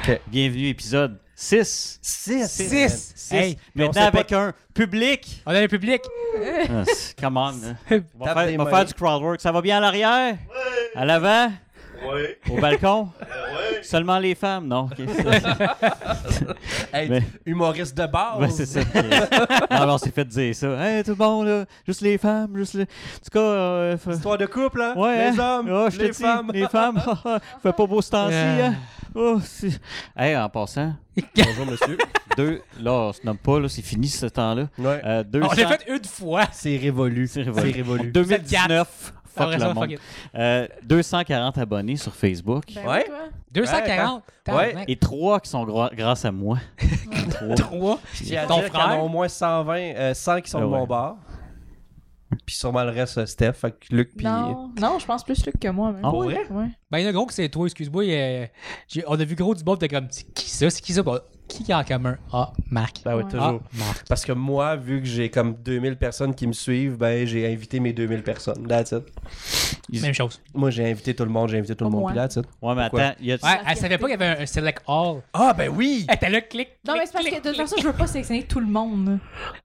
OK. Bienvenue, épisode 6. 6. 6. Hey, Maintenant on sait avec un public. On a le public. Ah, c'est- Come on. là. On va, Tape des faire, on va mains. faire du crowd work. Ça va bien à l'arrière? À l'avant? Ouais. euh, Au balcon? Ouais. Seulement les femmes? Non. ok. Hey, Mais- humoriste de base. Ouais, c'est ça. non, mais on s'est fait dire ça. Hey, tout le monde, là, juste les femmes, juste les... En tout cas, euh, fa- Histoire de couple, hein? ouais, les hein? hommes, Ah, je te les dis, femmes. Les femmes, fait pas beau ce temps-ci, Euh. hein? Oh, c'est- hey, en passant, Bonjour, monsieur. deux... Là, on se nomme pas, là, c'est fini ce temps-là. Ouais. Euh, 200... On l'a fait une fois. C'est révolu. C'est révolu. C'est révolu. 2019, On fuck reste le là, monde. it. Euh, 240 abonnés sur Facebook. Ben Ouais. oui, toi. 240. Ouais. Tabarnak. Et trois qui sont gra- grâce à moi. Trois. Trois. J'ai à Ton dire qu'il y en a frère? au moins 120, euh, 100 qui sont Ah de mon ouais. bord. Puis sûrement le reste, euh, Steph, fait que Luc, puis... Non, non, je pense plus Luc que moi. Même. Ah Pour vrai? Ouais. Ben, il y en a gros que c'est toi, excuse-moi. euh, j'ai- on a vu gros du bob, t'es comme, c'est qui ça? C'est qui ça? Bah, qui qui a en commun? Ah, Marc. Ben oui, Ouais. toujours. Ah, Marc. Parce que moi, vu que j'ai comme 2000 personnes qui me suivent, ben j'ai invité mes 2000 personnes. That's it. Ils- Même chose. Moi, j'ai invité tout le monde, j'ai invité tout le Pas monde, moi. puis that's it. Ouais, mais Pourquoi? attends, il y a... Ouais, elle savait pas qu'il y avait un, un select all. Ah, ben oui! Elle était là, clic. Non, mais c'est parce que de toute façon, je veux pas sélectionner tout le monde.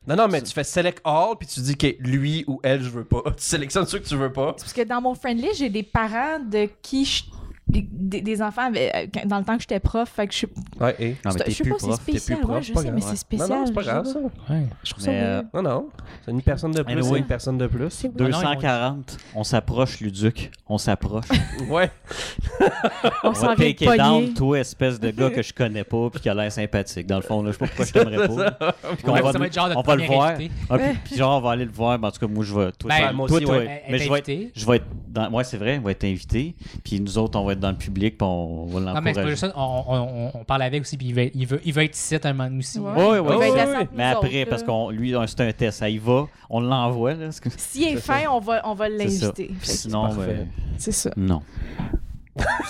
Non, non, mais tu fais select all, puis tu dis que lui ou elle, je veux pas. Tu sélectionnes ceux que tu veux pas. C'est parce que dans mon friend list, j'ai des parents de qui je- des, des- des enfants avec- euh, quand- dans le temps que j'étais prof. Fait que je suis. Ouais, et... Non, mais je t'es sais plus pas, c'est prof, t'es plus spécial. prof. Ouais, je pas sais, grave, mais ouais. c'est spécial. Non, non, c'est pas je grave, sais ça. Ouais. Je trouve ça Mais, euh, weird. Non, non. C'est une personne de plus, Anyway. c'est une personne de plus. C'est weird. non, ils vont- 240, on s'approche, Luduc. On s'approche. Ouais. On On va s'en vient take it down, pogner. toi, espèce de gars que je connais pas puis qui a l'air sympathique. Dans le fond, là, je sais pas pourquoi je t'aimerais pas. Puis qu'on Ouais, va- ça va être genre notre on va le premier voir. invité. Ah, puis, puis genre, on va aller le voir. mais en tout cas, moi, je vais. Toi, Ben, toi- moi toi, aussi, toi, ouais. Elle- elle Mais est je vais invitée. être. Je vais être dans... Ouais, c'est vrai, on va être invité. Puis nous autres, on va être dans le public puis on va Ah, Non, Ah, mais c'est pas l'encourager. juste ça. On, on- on- on parle avec aussi, puis il veut, il veut, il veut être ici à un moment donné aussi. Ouais. Ouais, ouais, Il va ouais, être ouais, à ouais. cent pour Ben, Mais nous après, autres, parce là. qu'on lui, c'est un test. Ça y va, on l'envoie. là, c'est- S'il est C'est ça. fin, on va, on va C'est ça. l'inviter. Puis Fait que Sinon, parfait. ben, C'est ça. non.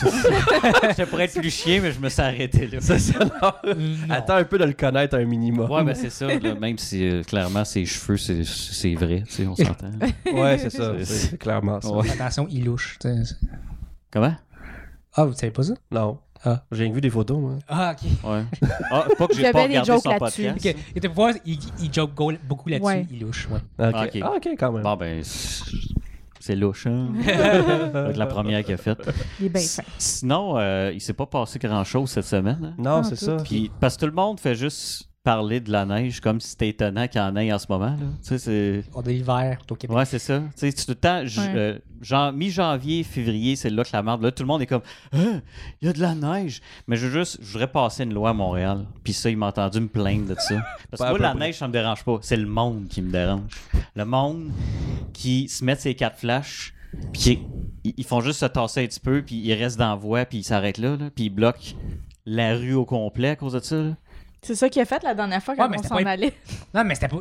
je pourrais être plus chien, mais je me suis arrêté là. Ça, ça, non. Non. Attends un peu de le connaître un minimum. Ouais, ben c'est ça. là, même si euh, clairement ses cheveux, c'est- c'est vrai, tu sais, on s'entend. Ouais, c'est ça. C'est- C'est clairement ça. Ouais. Attention, il louche. tu sais. Comment? Ah, vous savez pas ça? Non. Ah. J'ai vu des photos, moi. Ah, ok. Ouais. Ah, pas que Il y j'ai pas avait des regardé jokes son là-dessus. podcast. Ok, Il était pour voir, il, il joke go- beaucoup là-dessus, Ouais. il louche. Ouais. Ok. Ah, ok. Ah, ok, quand même. Bon, ben, c'est c'est louche, hein? Avec la première qu'il a faite. Il est bien S- fin. Sinon, euh, il s'est pas passé grand-chose cette semaine. hein. Non, Ah, c'est tout. ça. Puis, parce que tout le monde fait juste parler de la neige comme si c'était étonnant qu'il y en ait en ce moment. là. Tu sais, c'est... On est l'hiver au Québec. Ouais, c'est ça. Tu sais, tout le temps, j- Ouais. euh, jan- mi-janvier, février, c'est là que la merde. Là, tout le monde est comme, Hein, il y a de la neige. Mais je veux juste, je voudrais passer une loi à Montréal. Puis ça, il m'a entendu me plaindre de ça. Parce Pas que à moi, peu la près. neige, ça me dérange pas. C'est le monde qui me dérange. Le monde qui se met ses quatre flashs, puis qui- ils- ils font juste se tasser un petit peu, puis ils restent dans la voie, puis ils s'arrêtent là, là, puis ils bloquent la rue au complet à cause de ça. là. Mm-hmm. C'est ça qu'il a fait la dernière fois Ouais, quand mais on c'était s'en pas- allait. Ah, Non, mais c'était pas.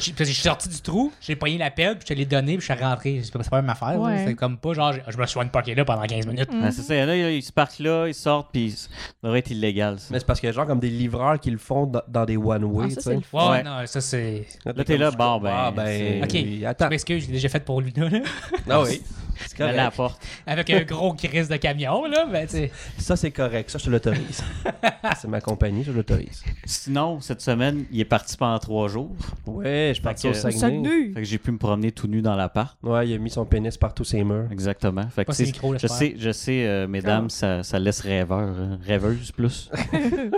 j'ai- Parce que je suis sorti du trou, j'ai pogné la pelle, puis je te l'ai donné, puis je suis rentré. C'est pas c'est pas la même affaire. Ouais. là. C'était comme pas genre, j'ai- je me suis one pocket là pendant 15 minutes. Ah, c'est ça. Il y en a, ils se partent là, ils sortent, puis ça devrait être illégal. ça. Mais c'est parce qu'il y a genre comme des livreurs qui le font dans, dans des Ah, one-way, ça, tu c'est sais. le fun. Ouais, Ouais. non, ça c'est. Là, t'es là, bon, ben, Ah, ben. Ok, oui, je Attends. m'excuse, je l'ai déjà fait pour Luna, là. Ah oui. C'est Mais à la correct. porte. Avec un gros crise de camion, là. Ben, tu sais. Ça, c'est correct. Ça, je te l'autorise. c'est ma compagnie, je l'autorise. Sinon, cette semaine, il est parti pendant trois jours. Ouais, je suis parti que- au Ça Ça Saguenay. nu. Fait que j'ai pu me promener tout nu dans l'appart. Ouais, il a mis son pénis partout ses murs. Exactement. Fait que Pas c'est- ses micros, je j'espère. sais, je sais, euh, mesdames, ça, ça laisse rêveur, hein, rêveuse plus.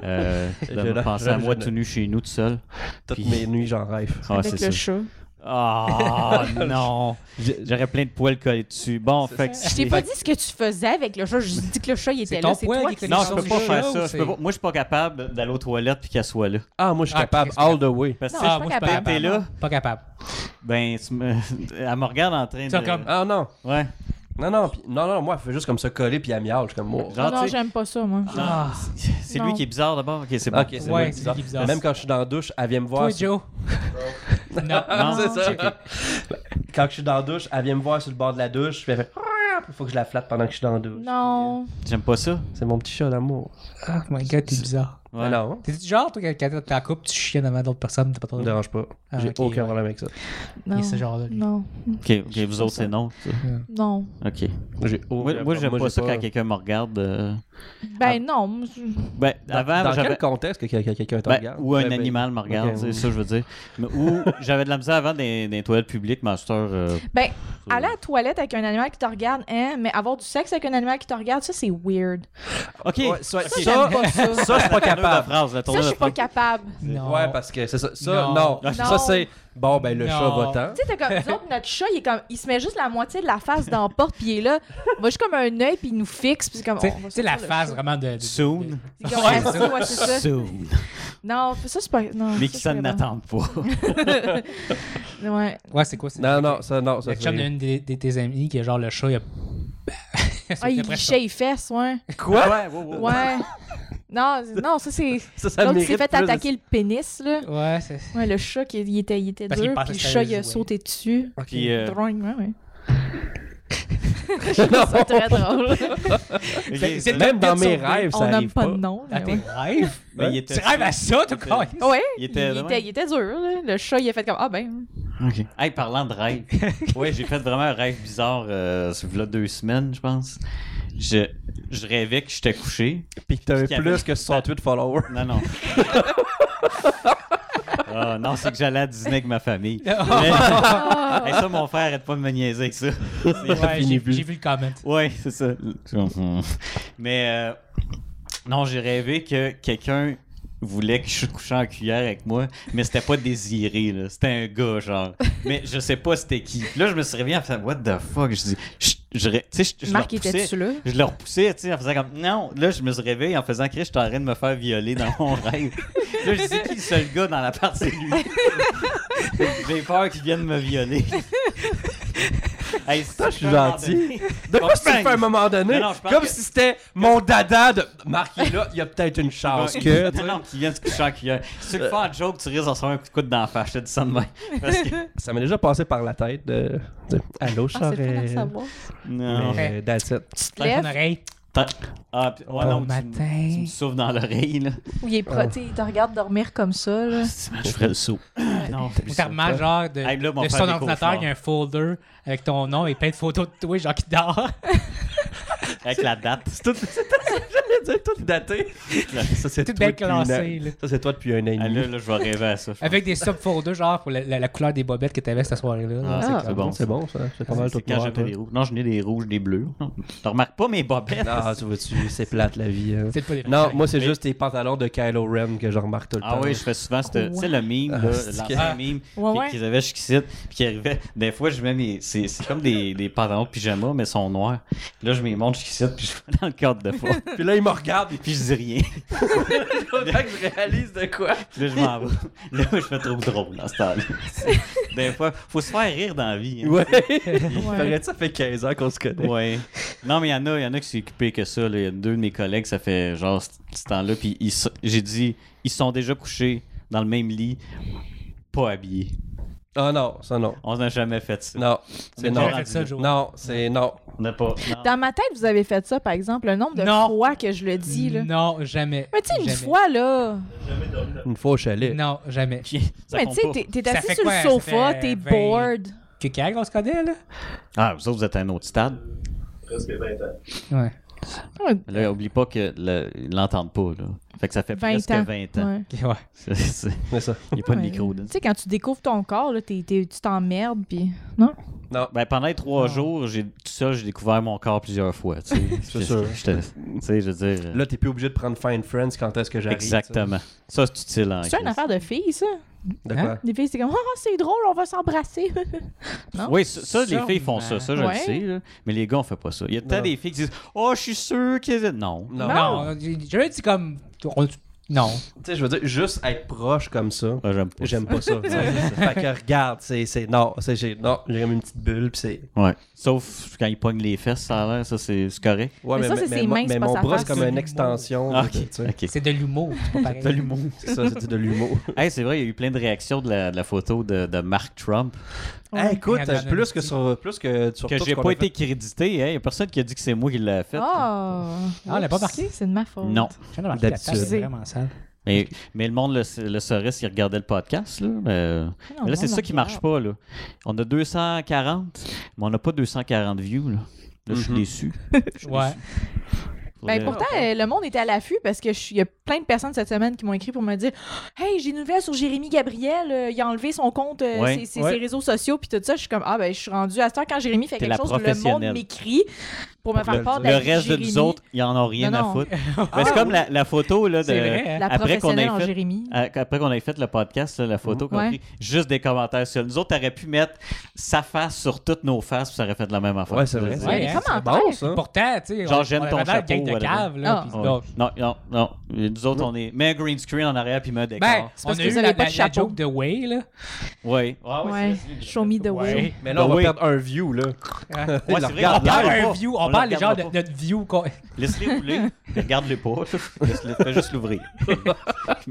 euh, de Je- me penser je- à moi je- tout nu chez nous tout seul. Toutes Puis- mes nuits, j'en rêve. Ah, avec c'est ça. le chat. Ah non, j'aurais plein de poils collés dessus. Bon, fait que Je t'ai pas dit ce que tu faisais avec le chat. Je dis que le chat, il était ton là. C'est poil toi qui qui est non, les je gens peux du pas faire show, ça. Je c'est- peux pas- Moi, je suis pas capable d'aller aux toilettes puis qu'elle soit là. Ah, moi, je suis Ah, capable. Christ, All the way. Parce que Ah, si moi, je je suis suis pas capable. capable. T'es là, Pas capable. ben, tu me... elle me regarde en train de. Ça, comme- Ah, non. Ouais. Non, non, puis- non, non, moi, elle fait juste comme se coller puis elle miaule. Je suis comme, oh. moi. Genre, Ah non, tu sais, j'aime pas ça, moi. Ah, c'est Non. lui qui est bizarre d'abord. Ok, c'est bon. Ok, c'est Ouais, moi, c'est bizarre. lui qui est bizarre. Même quand je suis dans la douche, elle vient me voir. toi, sur- Joe. non, non, c'est ça. Quand je suis dans la douche, elle vient me voir sur le bord de la douche. Puis elle fait. Ah, Faut que je la flatte pendant que je suis dans la douche. Non. J'aime pas ça. C'est mon petit chat d'amour. Ah, Oh my god, t'es bizarre. Ouais. Ah Non, T'es du genre, toi, quand t'es en couple, tu chiennes devant d'autres personnes, t'es ça pas trop. me dérange pas. Ah, J'ai ok, aucun ouais. problème avec ça. Il Non. est ce genre-là. lui. Non. Ok, ok, vous autres, c'est non. ça. Non. Ok. J'ai aucun Moi, moi, j'aime ben, moi, pas j'ai ça quand quelqu'un me regarde. euh, Ben non. moi, je- Ben, avant, dans j'avais. quel contexte que quelqu'un quelqu'un te ben, regarde? ou un Ben, ben, animal me regarde, ok, c'est oui. ça, je veux dire. Mais, ou j'avais de la misère avant des, des toilettes publiques, master. euh, Ben, ça- aller à la toilette avec un animal qui te regarde, hein, mais avoir du sexe avec un animal qui te regarde, ça, c'est weird. Ok, Ouais, ça, ok. ça, J'aime pas ça. ça, je suis Tourneur de pas capable. phrase, la Ça, je tourneur suis de pas phrase. capable. Non. Ouais, parce que c'est ça. Ça, Non. non. Non. Ça, c'est bon, ben le Non. chat va-t'en. Tu sais, t'es comme, nous autres, notre chat, il, est comme, il se met juste la moitié de la face dans la porte, puis il est là. Il va juste comme un œil, puis il nous fixe, puis c'est comme. on va Tu sais, la sortir le phase chat. vraiment de. de- Soon. C'est comme, ah, Ouais, c'est ouais, c'est ça. Soon. Non, ça, c'est pas. Non, Mais qui ça ça je n'attend pas. pourrais pas. Ouais. Ouais, c'est quoi ça? Non, non, ça, non. Ça, Le chum c'est- d'une de, de tes amies qui est genre le chat, il a. Ah, il lichait les fesses, ouais. Quoi? Ouais, ouais, ouais. Ouais. Non, c'est- non, ça, c'est. Ça, ça L'autre, il s'est mérite fait plus de- attaquer le pénis, là. Ouais, c'est. Ouais, le chat, qui, il était, il était Parce qu'il dur, pensait puis le que ça chat, allait il a jouer. sauté dessus. Puis, euh, Drôle, ouais, ouais. c'est très drôle. il- c'est- c'est- Même dans mes Sur- rêves, On ça n'aime arrive pas pas. de nom. Ah, mais tes ouais. rêves? mais il était- Tu rêves à ça, tout il était- quoi? Ouais, Il il était. de était, il était dur. Là. Le chat, il a fait comme Ah ben. Ok. Hey, parlant de rêve. ouais, j'ai fait vraiment un rêve bizarre euh, il y a deux semaines, je pense. Je, je rêvais que j'étais couché. Puis que t'as eu Puis qu'il plus que 68 followers. Non, non. Ah, non, c'est que j'allais à Disney avec ma famille. Oh. Ah. Hey, ça, mon frère, arrête pas de me niaiser avec ça. C'est- Ouais, fini j'ai vu. j'ai vu le comment. Ouais, c'est ça. Mais euh, non, j'ai rêvé que quelqu'un voulait que je couche en cuillère avec moi, mais c'était pas désiré, là. C'était un gars, genre. Mais je sais pas c'était qui. Puis là, je me suis réveillé en faisant « What the fuck? » Je dis... Je, je, tu sais, je- je le Marc repoussais. était-tu là? Je le repoussais, tu sais, en faisant comme non. Là, je me suis réveillé en faisant Chris, je suis en train de me faire violer dans mon rêve. Là, je dis qui le seul gars dans l'appart, c'est lui. J'ai peur qu'il vienne me violer. hey, si Ça, je suis peux m'en gentil. donner- De quoi tu fais à un moment donné? Non, non, je pense comme que- si c'était mon dada de. Marc, il est là, il y a peut-être une chance Non, que. non, non, qui vient se coucher en cuillère. Si tu le fais en joke, tu risques d'en recevoir un coup de coude dans la face. Je te dis ça de même. Parce que. Ça m'est déjà passé par la tête de. de- Allô, Ah, c'est pas à Charest. savoir. Non. Mais, euh, that's it. Tu te Dans ton lèves, oreille. T'as- Ah, puis- ouais, Bon non, tu- matin. Tu me souffles dans l'oreille, là. ou il est pro, Oh. tu sais, il te regarde dormir comme ça. Là. C'est mal, Je ferais le saut. Non. Ou t'as remarqué, genre, de, Hey, là, mon de frère son des ordinateur, cauchemars. il y a un folder avec ton nom et plein de photos de toi, genre qui dort. Avec la date. C'est tout. c'est tout- J'allais dire tout daté. Ça, c'est Tout toi bien depuis classé, une- là. Ça, c'est toi depuis un an et Ah, demi. là, là, je vais rêver à ça. je pense. Avec des subfolders, genre, pour la, la- la couleur des bobettes que t'avais cette soirée-là. Ah, là. c'est- Ah. c'est bon. C'est bon, ça. C'est pas C'est- mal c'est tout quand noir, j'avais toi. des rouges. Non, je n'ai des rouges, des bleus. Non. Tu remarques pas mes bobettes. Non, tu vois-tu, c'est plate la vie. hein. C'est pas des Non, moi, c'est Mais- juste tes pantalons de Kylo Ren que je remarque tout le temps. Ah oui, je fais souvent cette, tu sais, le mime, là, Ah, c'est l'ancien que- mime Ouais, qui- ouais. qu'ils avaient jusqu'ici, puis qui arrivait. Des fois, je mets mes. C'est c'est comme des, des pantalons de pyjama, mais ils sont noirs. Là, je mets montre jusqu'ici, puis je vais dans le cadre de fois, Puis là, il me regarde. puis je dis rien. Faudrait que je réalise de quoi. Puis là, je m'en vais. Là, je me trouve drôle dans ce temps-là. Des fois, faut se faire rire dans la vie. hein. Ouais. Ouais. Paraît-tu, ça fait 15 ans qu'on se connaît. Ouais. Non, mais il y en a, il y en a qui sont occupés que ça. là. Il y a deux de mes collègues, ça fait genre ce ce temps-là. Puis ils so- j'ai dit, ils sont déjà couchés dans le même lit, pas habillés. Ah non, ça non. On n'a jamais fait ça. Non, On c'est a non. jamais fait ça, Joe. Non, c'est non. On n'a pas. non. Dans ma tête, vous avez fait ça, par exemple, le nombre de Non. fois que je le dis. Là. Non, jamais. Mais tu sais, une Jamais. fois, là. Une fois au chalet. Non, jamais. Qui- ça mais compte tu sais, pas. t'es- t'es Ça assis fait sur quoi? le Ça sofa, fait t'es 20. bored. Que quand on se connaît, là? Ah, vous autres, vous êtes à un autre stade. Ouais. Ouais, Là, oublie pas que le- ils l'entendent pas. Là. Fait que ça fait 20 presque ans. 20 ans. ouais. Ok, ouais. C'est- c'est- C'est ça. Il n'y a pas de Ouais. micro. là. Tu sais, quand tu découvres ton corps, là, t'es- t'es- tu t'emmerdes, puis. Non? Non. Ben, pendant les trois Non. jours, j'ai, tout ça, j'ai découvert mon corps plusieurs fois. tu sais. J'étais- sûr. j'étais- Tu sais, je veux dire. Là, t'es plus obligé de prendre Fine Friends quand est-ce que j'arrive. exactement. Ça, c'est utile. hein, C'est une Chris. affaire de filles, ça. tu sais. De quoi? Hein? Les filles, c'est comme, ah, c'est drôle, on va s'embrasser. Non? ben, Oui, ça, ça, les filles font ça, Sûrement. ça je le Ouais. sais, là. mais les gars, on fait pas ça. Il y a Non. tant des filles qui disent Oh, je suis sûr qu'ils. Non. Non. Non, j'ai- j'avais dit comme. on- Non. Tu sais, je veux dire, juste être proche comme ça, Ah, j'aime pas. j'aime pas ça. Ouais, c'est ça. fait que regarde, c'est. c'est- Non, c'est- j'ai non, j'ai comme une petite bulle, pis c'est. ça. Ouais. Sauf quand ils pognent les fesses, ça a l'air, ça c'est c'est correct. Ouais, Mais ça, c'est ses mo- mains, c'est mais pas mon sa bras, face. c'est comme C'est une l'humour. extension. Ah, de- ok. tu sais. ok. C'est de l'humour, c'est pas pareil. De l'humour. C'est ça, c'est de l'humour. Hey, c'est vrai, il y a eu plein de réactions de la, de la photo de, de Mark Trump. Hey, écoute, Regarde, plus que sur. Plus que sur Que tout ce j'ai qu'on pas a été crédité, hein. il y a personne qui a dit que c'est moi qui l'ai fait. Ah! Ah, elle a pas marqué? C'est de ma faute. Ah, Non. Je viens de remarquer que la table, D'habitude. c'est vraiment sale. Mais, mais le monde le, le saurait s'il regardait le podcast. Là, mais- Non, Mais là, non, c'est ça non, qui non. marche pas. Là. On a 240, mais on n'a pas 240 views. Là, Là, je suis Mhm. déçu. Ouais. Ben, pourtant, euh, le monde était à l'affût parce que je suis- il y a plein de personnes cette semaine qui m'ont écrit pour me dire Hey, j'ai une nouvelle sur Jérémy Gabriel, euh, il a enlevé son compte, euh, Ouais. ses, ses- Ouais. ses réseaux sociaux, puis tout ça. Je suis comme Ah, ben, je suis rendue à ce temps quand Jérémy fait T'es quelque la chose, le monde professionnelle. m'écrit pour me Pour faire le- part de le la vie reste de Jérémy. nous autres, ils en ont rien Non, non. Ah, à foutre. Ah, Ben, c'est comme la, la photo là, de, C'est vrai, hein? La après qu'on professionnelle ait en fait Jérémy. À- Après qu'on ait fait le podcast, là, la photo, qu'on a Ouais. pris, juste des commentaires sur nous autres, t'aurais pu mettre sa face sur toutes nos faces, puis ça aurait fait la même affaire. Ouais, c'est vrai. Je veux ça. dire. Ouais, hein, C'est c'est bon, bon, ça. Pourtant, tu sais, Genre, on- j'aime on ton avait l'air de gang chapeau, de whatever. cave, là. Ah. puis Ouais. donc, ben, Non, non, non. Nous autres, on est. Mets un green screen en arrière, puis mets un décor. Ben, c'est parce parce que que vous c'est avez la, pas la, de la chapeau. joke de Way, là. Ouais. Ah, ouais, Ouais, c'est- show me the way. Ouais. Mais là, on va Oui. perdre un view, là. Hein? Ouais, Il c'est le vrai, regarde on On parle parle un pas. view, On on le parle regarde déjà de pas. notre view. qu'on- Laisse-les rouler. Regarde-le pas. Laisse-le- Fais juste l'ouvrir.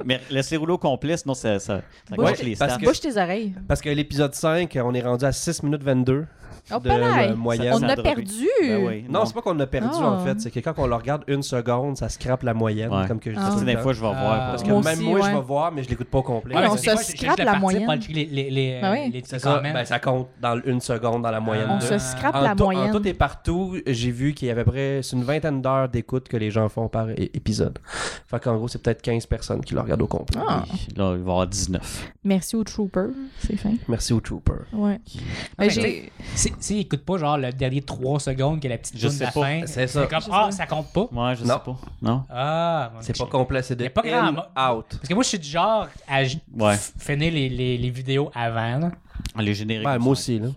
Mais laisse-les rouler au complet, sinon ça, ça, ça Ouais, gâche les parce stats. que- Bouche tes oreilles. Parce que l'épisode 5, on est rendu à 6 minutes 22 Oh, de palais. euh, moyenne. On Ça a drogué. perdu. Ben oui, Non, c'est pas qu'on a perdu Ah. en fait, c'est que quand on le regarde une seconde, ça scrape la moyenne, Ouais. comme que je dis. Ah. tout le Des temps. fois, je vais Ah. voir. Parce Parce que que Moi même aussi, moi, je ouais. Ah, vais voir, mais je l'écoute pas au complet. Ouais, Ouais, on c'est- se moi, j'ai- j'ai scrape juste la partie moyenne. pour checker Les, les, les, Ben oui. les petits C'est ça, comments. ben, ça compte dans une seconde dans la moyenne. Ah. On de- se scrape en, la tout- en moyenne. tout et partout, j'ai vu qu'il y avait à peu près c'est une vingtaine d'heures d'écoute que les gens font par é- épisode. Fait qu'en gros, c'est peut-être 15 personnes qui le regardent au complet. Ah. oui, là, il va y avoir 19. Merci aux troopers. C'est fin. Merci aux troopers. Ouais. mais Ben, j'ai- Si, si écoute pas, genre, le dernier 3 secondes que la petite Je zone de sais la pas. fin, C'est ça. comme, ah, ça compte pas. Moi, je Non. sais pas. Non? Ah, mon C'est Dieu. pas complet, c'est de Y a pas grand in, out. Parce que moi, je suis du genre à j- Ouais. f- finir les, les, les vidéos avant. là. Les génériques. Ben, ils moi sont- aussi, là.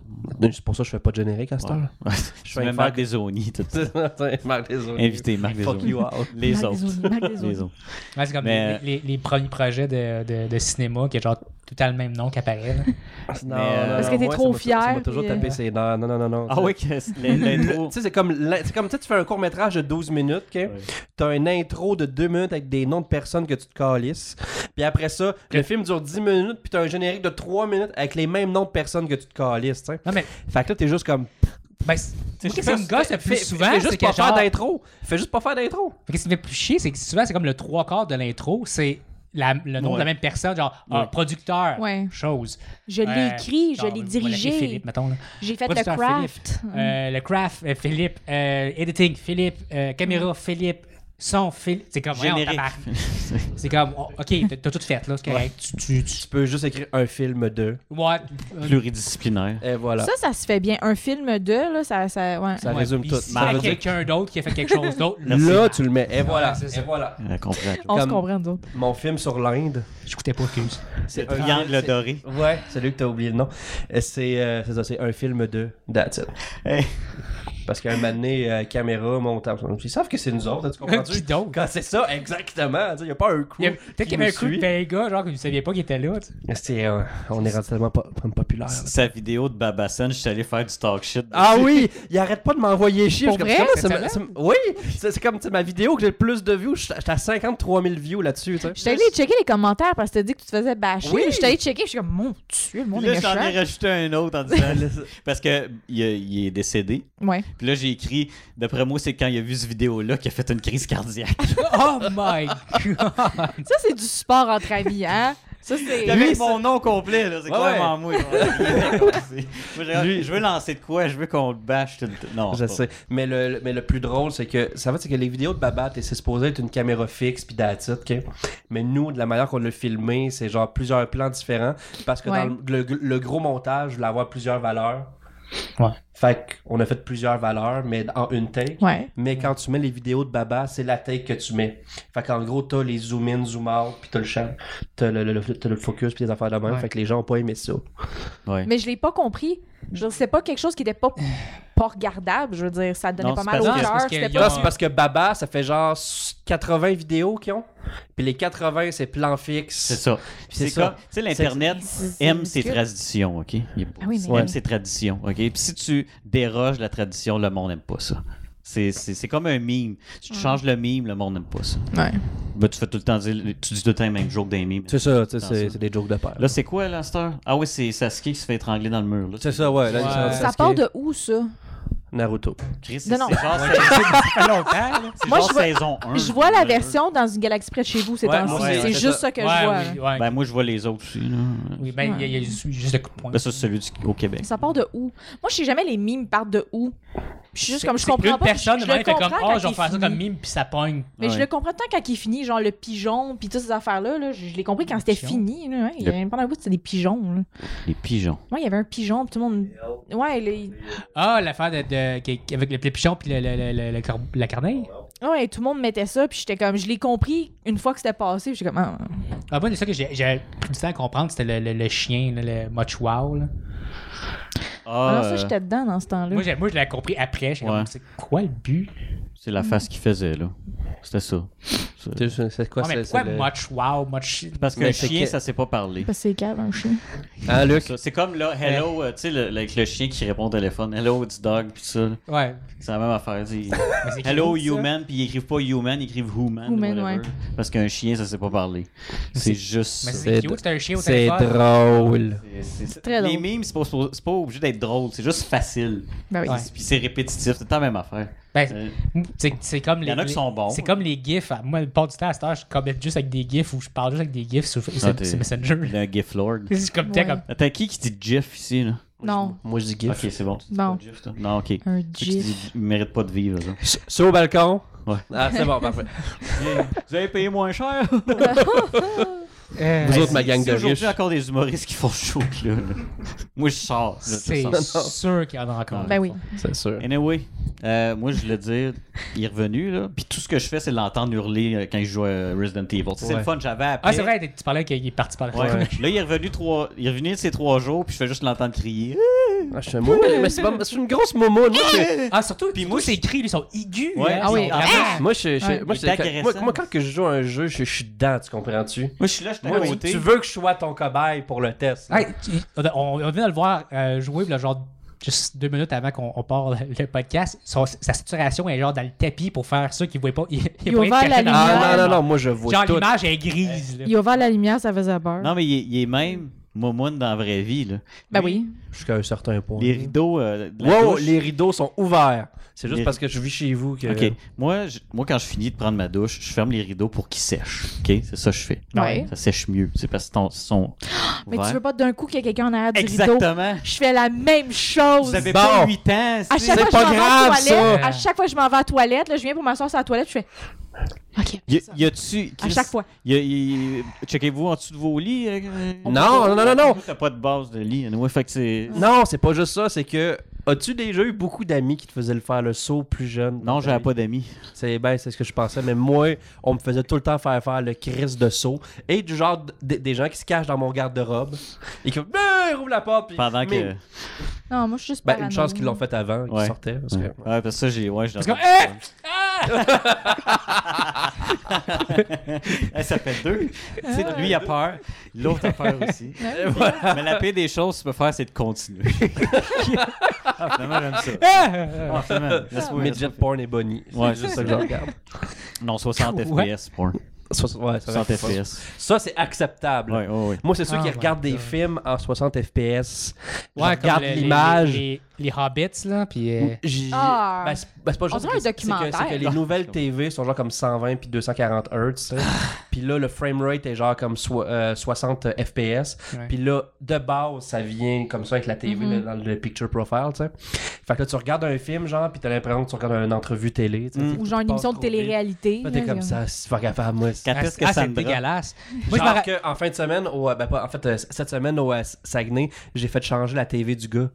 C'est pour ça que je fais pas de générique à cette Ouais. heure. Je fais vais une même fac- faire des zonies, tout ça. Marc Desaulniers. Invité Marc Fuck Desaulniers. you hein. out. Les Marc autres. Desaulniers, Marc Desaulniers. Les autres. Ouais, c'est comme Mais- les, les, les premiers projets de, de, de cinéma qui est genre tout à le même nom qui apparaît. Non, là. euh, non, Parce non, que t'es moi, trop ça m'a- Ça m'a fier, toujours puis, tapé euh, ses nerfs. Non, non, non, non. Ah oui, que c'est l'in- l'intro. Le- Tu sais, c'est comme, l'in- c'est comme tu sais, tu fais un court métrage de 12 minutes, ok? T'as un intro de 2 minutes avec des noms de personnes que tu te calisses. Puis après ça, le film dure 10 minutes, puis t'as un générique de 3 minutes avec les mêmes noms de personnes que tu te calisses, tu sais. Non, mais Fait que là, t'es juste comme. ben, c'est- sais, moi, je qu'est-ce que me gosse le Fais, plus souvent, fais c'est juste que pas faire genre... d'intro! Fais juste pas faire d'intro! Fait que ce qui me fait plus chier, c'est que souvent, c'est comme le trois quarts de l'intro, c'est la- le nom Ouais. de la même personne, genre ah, Ouais. producteur, Ouais. chose. Je l'ai Euh, écrit, je genre, l'ai on va l'appeler dirigé. Philippe, mettons, là. J'ai fait le Producteur craft. Philippe. Euh, le craft, euh, Philippe. Euh, editing, Philippe. Euh, caméra, Mm. Philippe. Son, Philippe. C'est comme, voyons, Générique. tabarnak. C'est comme, oh, OK, t'as- t'as tout fait, là. C'est correct. Tu, tu, tu- Tu peux juste écrire un film de. ouais. Pluridisciplinaire. Et voilà. Ça, ça se fait bien. Un film de, là, ça. ça ouais. Ça Ouais, résume puis tout. Si Ça t'as veut dire quelqu'un d'autre qui a fait quelque chose d'autre, là, Là, tu le mets. Et voilà. c'est ça. Et voilà. Elle comprend la joke. On se comme- comprend, nous autres. Mon film sur l'Inde. j'écoutais pas Fuse. C'est un film- Triangle c'est- doré. Ouais, celui que t'as oublié le nom. Euh, C'est euh, c'est ça, c'est un film de That's it. Hey. Parce qu'un moment donné, euh, caméra, montage, ils savent que c'est nous autres, tu comprends-tu? Qui donc? Quand c'est ça, exactement. Il n'y a pas un Il y a- crew. Peut-être qui qu'il y avait un nous coup de suit. Vega, genre, que vous saviez pas qu'il était là. tu sais. C'est, euh, on est rendu tellement po- populaire. là. Sa vidéo de Babassane, je suis allé faire du talk shit. Ah oui, il arrête pas de m'envoyer chier. Pour Je suis vrai? comme, c'est Cette ma- c'est ma- oui, c'est c'est comme tu sais, ma vidéo que j'ai le plus de views. J'étais j'étais à 53 000 views là-dessus. tu sais. Je suis allée checker les commentaires parce que t'as dit que tu te faisais bâcher. Oui. Je suis allée checker, je suis comme, mon Dieu, le Puis monde est là, j'en ai méchant. rajouté un autre en disant. parce que il, a- il est décédé. Ouais. Puis là, j'ai écrit. D'après moi, c'est quand il a vu cette vidéo-là qu'il a fait une crise cardiaque. Oh my god! Ça, c'est du sport entre amis, hein? Ça, c'est. Il avait mon nom complet, là. C'est Ouais, clairement moi. Moi, j'ai- Lui- je veux lancer de quoi Je veux qu'on le bâche tout le temps. Non. Je c'est pas- sais. Mais le, le- mais le plus drôle, c'est que ça va, c'est que les vidéos de Babat, c'est supposé être une caméra fixe puis that's it, ok? Mais nous, de la manière qu'on l'a filmé, c'est genre plusieurs plans différents parce que Ouais. dans le, le- le gros montage, je voulais avoir plusieurs valeurs. Ouais. Fait qu'on a fait plusieurs valeurs, mais en une take. Ouais. Mais quand tu mets les vidéos de Baba, c'est la take que tu mets. Fait qu'en gros, t'as les zoom in, zoom out, puis t'as le champ, t'as le, le- le- t'as le focus, puis les affaires de même. Ouais. Fait que les gens ont pas aimé ça. Ouais. Mais je l'ai pas compris. Je sais pas quelque chose qui était pas, pas regardable. Je veux dire, ça donnait Non, pas c'est mal au parce que- cœur. parce que C'était y a- Non, pas. c'est parce que Baba, ça fait genre 80 vidéos qu'ils ont. Puis les 80, c'est plan fixe. C'est ça. Puis C'est C'est ça. ça. Tu sais, l'Internet C'est- c'est aime ses ridicule. traditions, OK? Il est beau. Ah oui, mais- Il aime ses traditions, OK? Puis si tu déroges la tradition, le monde n'aime pas ça. C'est- C'est c'est comme un mime. Si tu changes le mime, le monde n'aime pas ça. Ouais. Ben, tu fais tout le temps dire- tu dis tout le temps le même joke d'un mime. C'est ça, tu sais, Dans c'est ça. c'est des jokes de père. Là, c'est quoi, là, cette heure? Ah oui, c'est Sasuke qui se fait étrangler dans le mur. là. Euh, C'est ça, ouais. là, Ouais. c'est- Ça c'est- part de où, ça? Naruto. Chris, c'est Non, non. c'est genre, Ouais, je sais, mais ça fait longtemps, là. c'est Moi, genre je vois- saison 1. Je vois la version dans une galaxie près de chez vous, c'est Ouais, temps-ci. ouais, ouais, c'est c'est ça. juste ça, que Ouais, je vois. oui, là. ouais. Ben, moi, je vois les autres aussi. Là. Oui, ben, il y a- il y, a juste juste le coup de poing. Ben, ça, c'est celui du- au Québec. Ça part de où? Moi, je sais jamais les mimes partent de où. Je suis juste C'est- comme, je c'est comprends une pas. personne, je, je demain, le fait comprends comme, quand oh, je vais il faire ça finit. comme mime, puis ça pogne. Mais je Ouais. le comprends tant quand il finit, genre le pigeon, puis toutes ces affaires-là, là, je, je l'ai compris quand c'était Ah, Pigeon. fini. Là, ouais. Il y Le- avait pendant un bout, c'était des pigeons. Là. Les pigeons. Moi, il y avait un pigeon, puis tout le monde. Ouais, le- Ah, l'affaire de, de- qui- qui- avec le le pigeon puis le, le, le, le- le cor- la corneille. Ah ouais, tout le monde mettait ça, puis j'étais comme, je l'ai compris une fois que c'était passé, puis j'étais comme, ah, Ah, moi, c'est ça que j'ai- j'ai pris du temps à comprendre, c'était le, le, le chien, là, le Much Wow. là. Mm. Ah, alors ça, euh, j'étais dedans dans ce temps-là. Moi, j'ai- moi, je l'ai compris après. J'ai Ouais. comme, c'est quoi le but? c'est la face qu'il faisait, là. C'était ça. Ça- Tu sais, C'est quoi Ah, mais c'est- pourquoi c'est le- Much Wow, Much. Parce Mais qu'un c'est chien, que- ça s'est pas parlé. Parce que c'est calme, un chien. Hein, Luc? Ça, C'est comme là, hello, euh, tu sais, le, le- avec le chien qui répond au téléphone, hello, it's dog, pis ça. là. Ouais. C'est la même affaire. tu sais. Mais c'est hello, cute, ça. human, puis ils écrivent pas human, ils écrivent human. Human, whatever. ouais. Parce qu'un chien, ça s'est pas parlé. C'est juste. Mais ça. c'est cute, c'est un chien au C'est téléphone. drôle. C'est- c'est- Très Les drôle. mimes, c'est pas, c'est pas- c'est pas obligé d'être drôle, c'est juste facile. Ben oui. Ouais. Puis c'est répétitif, c'est la même affaire. Ben, Euh, c'est- c'est comme les. y en a qui les- sont bons. C'est comme les gifs. Ah, Moi, le part du temps, à cette heure, je commente juste avec des gifs ou je parle juste avec des gifs sur, sur- Ah, t'es- sur Messenger. là. le GIF Lord. Je suis comme, Ouais. t'es comme. Attends, qui qui dit GIF ici, là? Non, Moi, je dis Ok, gif. c'est bon. Tu dis Bon. pas GIF, toi? Non, ok. un Ceux qui gif. disent, ils méritent pas de vivre, ça. Sur au balcon. Ouais. Ah, c'est bon, parfait. Vous avez payé moins cher? euh, Vous autres, ma Si- gang si de riches. Aujourd'hui, encore des humoristes qui font chaud, là. là. Moi, je sors. là, je C'est sors. sûr qu'il y en a encore. Ben oui. C'est sûr. Anyway, euh, moi, je voulais dire, il est revenu, là. Puis tout ce que je fais, c'est l'entendre hurler euh, quand je joue à Resident Evil. Tu sais, C'est Ouais. le fun, j'avais appris. Ah, c'est vrai, tu parlais qu'il est parti par le Ouais. Là, il est revenu trois, il est revenu de ses trois jours, puis je fais juste l'entendre crier. Ah, je suis un moumoune, mais c'est pas- c'est une grosse moumoune. Moi, je- Ah, surtout, puis moi, ses cris, ils sont aigus. Ouais. hein, Ah ils oui. sont vraiment- Moi, je, je- Ouais. moi, Il je- t'agresse, moi, hein. moi, quand que je joue à un jeu, je, je suis dedans, tu comprends-tu? Moi, je suis là, je suis Moi, à tu, côté. tu veux que je sois ton cobaye pour le test. là. Hey, tu- on, on- on vient de le voir euh, jouer, là, genre, juste deux minutes avant qu'on on part le, le podcast. Son- sa saturation est genre dans le tapis pour faire ça qu'il ne voyait pas. Il, Il a ouvert la Ah lumière. non, non, non, moi je vois Genre, tout. l'image est grise. là. Il a ouvert la lumière, ça faisait peur. Non, mais il est, il est même momoune dans la vraie vie, là. ben Lui, oui. Jusqu'à un certain point. Les rideaux euh, de la Wow, douche- les rideaux sont ouverts. C'est juste Les- parce que je vis chez vous que. OK. Moi, je- moi, quand je finis de prendre ma douche, je ferme les rideaux pour qu'ils sèchent. OK? C'est ça que je fais. Ouais. Ça sèche mieux. C'est parce que ton- sont. Mais tu ouverts. veux pas d'un coup qu'il y ait quelqu'un en arrière du rideau. Exactement. Je fais la même chose. Vous avez Bon. pas 8 ans. À c'est- chaque fois que pas je m'en vais grave, à la toilette, ça. à chaque fois que je m'en vais à la toilette, là, je viens pour m'asseoir sur la toilette, je fais OK. Y, a- y a-tu. À chaque fois. Y a- y- Checkez-vous en dessous de vos lits. euh, Non, non, non, non, non. T'as pas de base de lit. anyway, fait que c'est. Non, c'est pas juste ça, c'est que. As-tu déjà eu beaucoup d'amis qui te faisaient le faire le saut plus jeune? Non, j'avais pas d'amis. C'est ben, c'est ce que je pensais, mais moi, on me faisait tout le temps faire faire le crise de saut. Et du genre d- des- des gens qui se cachent dans mon garde-robe et qui Ben, rouvre la porte. puis- Pendant mais- que. Non, moi je suis juste Ben, parano. une chance qu'ils l'ont fait avant, qu'ils Ouais. sortaient. parce que- Ouais, Ouais, parce que ça, j'ai. Ouais, j'ai Parce que, euh, Eh, ça fait deux. Tu sais, lui, il a peur. L'autre a peur aussi. Mais la pire des choses, tu peux faire, c'est de continuer. ah, finalement, j'aime ça. Ah! Ah, finalement, laisse-moi- Midget porn et Bonnie. Ouais. C'est juste ça que je regarde. Non, 60 Ouais. FPS, point. Ça, c'est- ouais, ça va 60 être- FPS. Ça, c'est acceptable. Ouais, ouais, ouais. Moi, c'est ceux Ah, qui ouais, regardent des ouais. films en 60 FPS. Je Ouais, comme regarde le- les- l'image. Les, les- les hobbits, là, puis. euh, J'ai- Ah. Ben, c'est ben, c'est pas juste dirait que- un c'est que- C'est documentaire. que, les nouvelles TV sont genre comme 120 puis 240 Hz. Ah. tu sais. puis là, le framerate est genre comme so- euh, 60 FPS. Ouais. Puis là, de base, ça vient comme ça avec la Mm-hmm. TV le- dans le picture profile. tu sais. Fait que là, tu regardes un film, genre, puis t'as l'impression que tu regardes une entrevue télé. tu sais. Mm. Ou genre une Passe émission de trop vite. télé-réalité. Là, t'es là, comme ça, c'est pas capable, moi. c'est- Quand ah, est-ce que ah, ça c'est me drame? dégueulasse. Moi, Moi, je me rappelle- en fin de semaine, au, ben, pas- en fait, euh, cette semaine au euh, Saguenay, j'ai fait changer la TV du gars.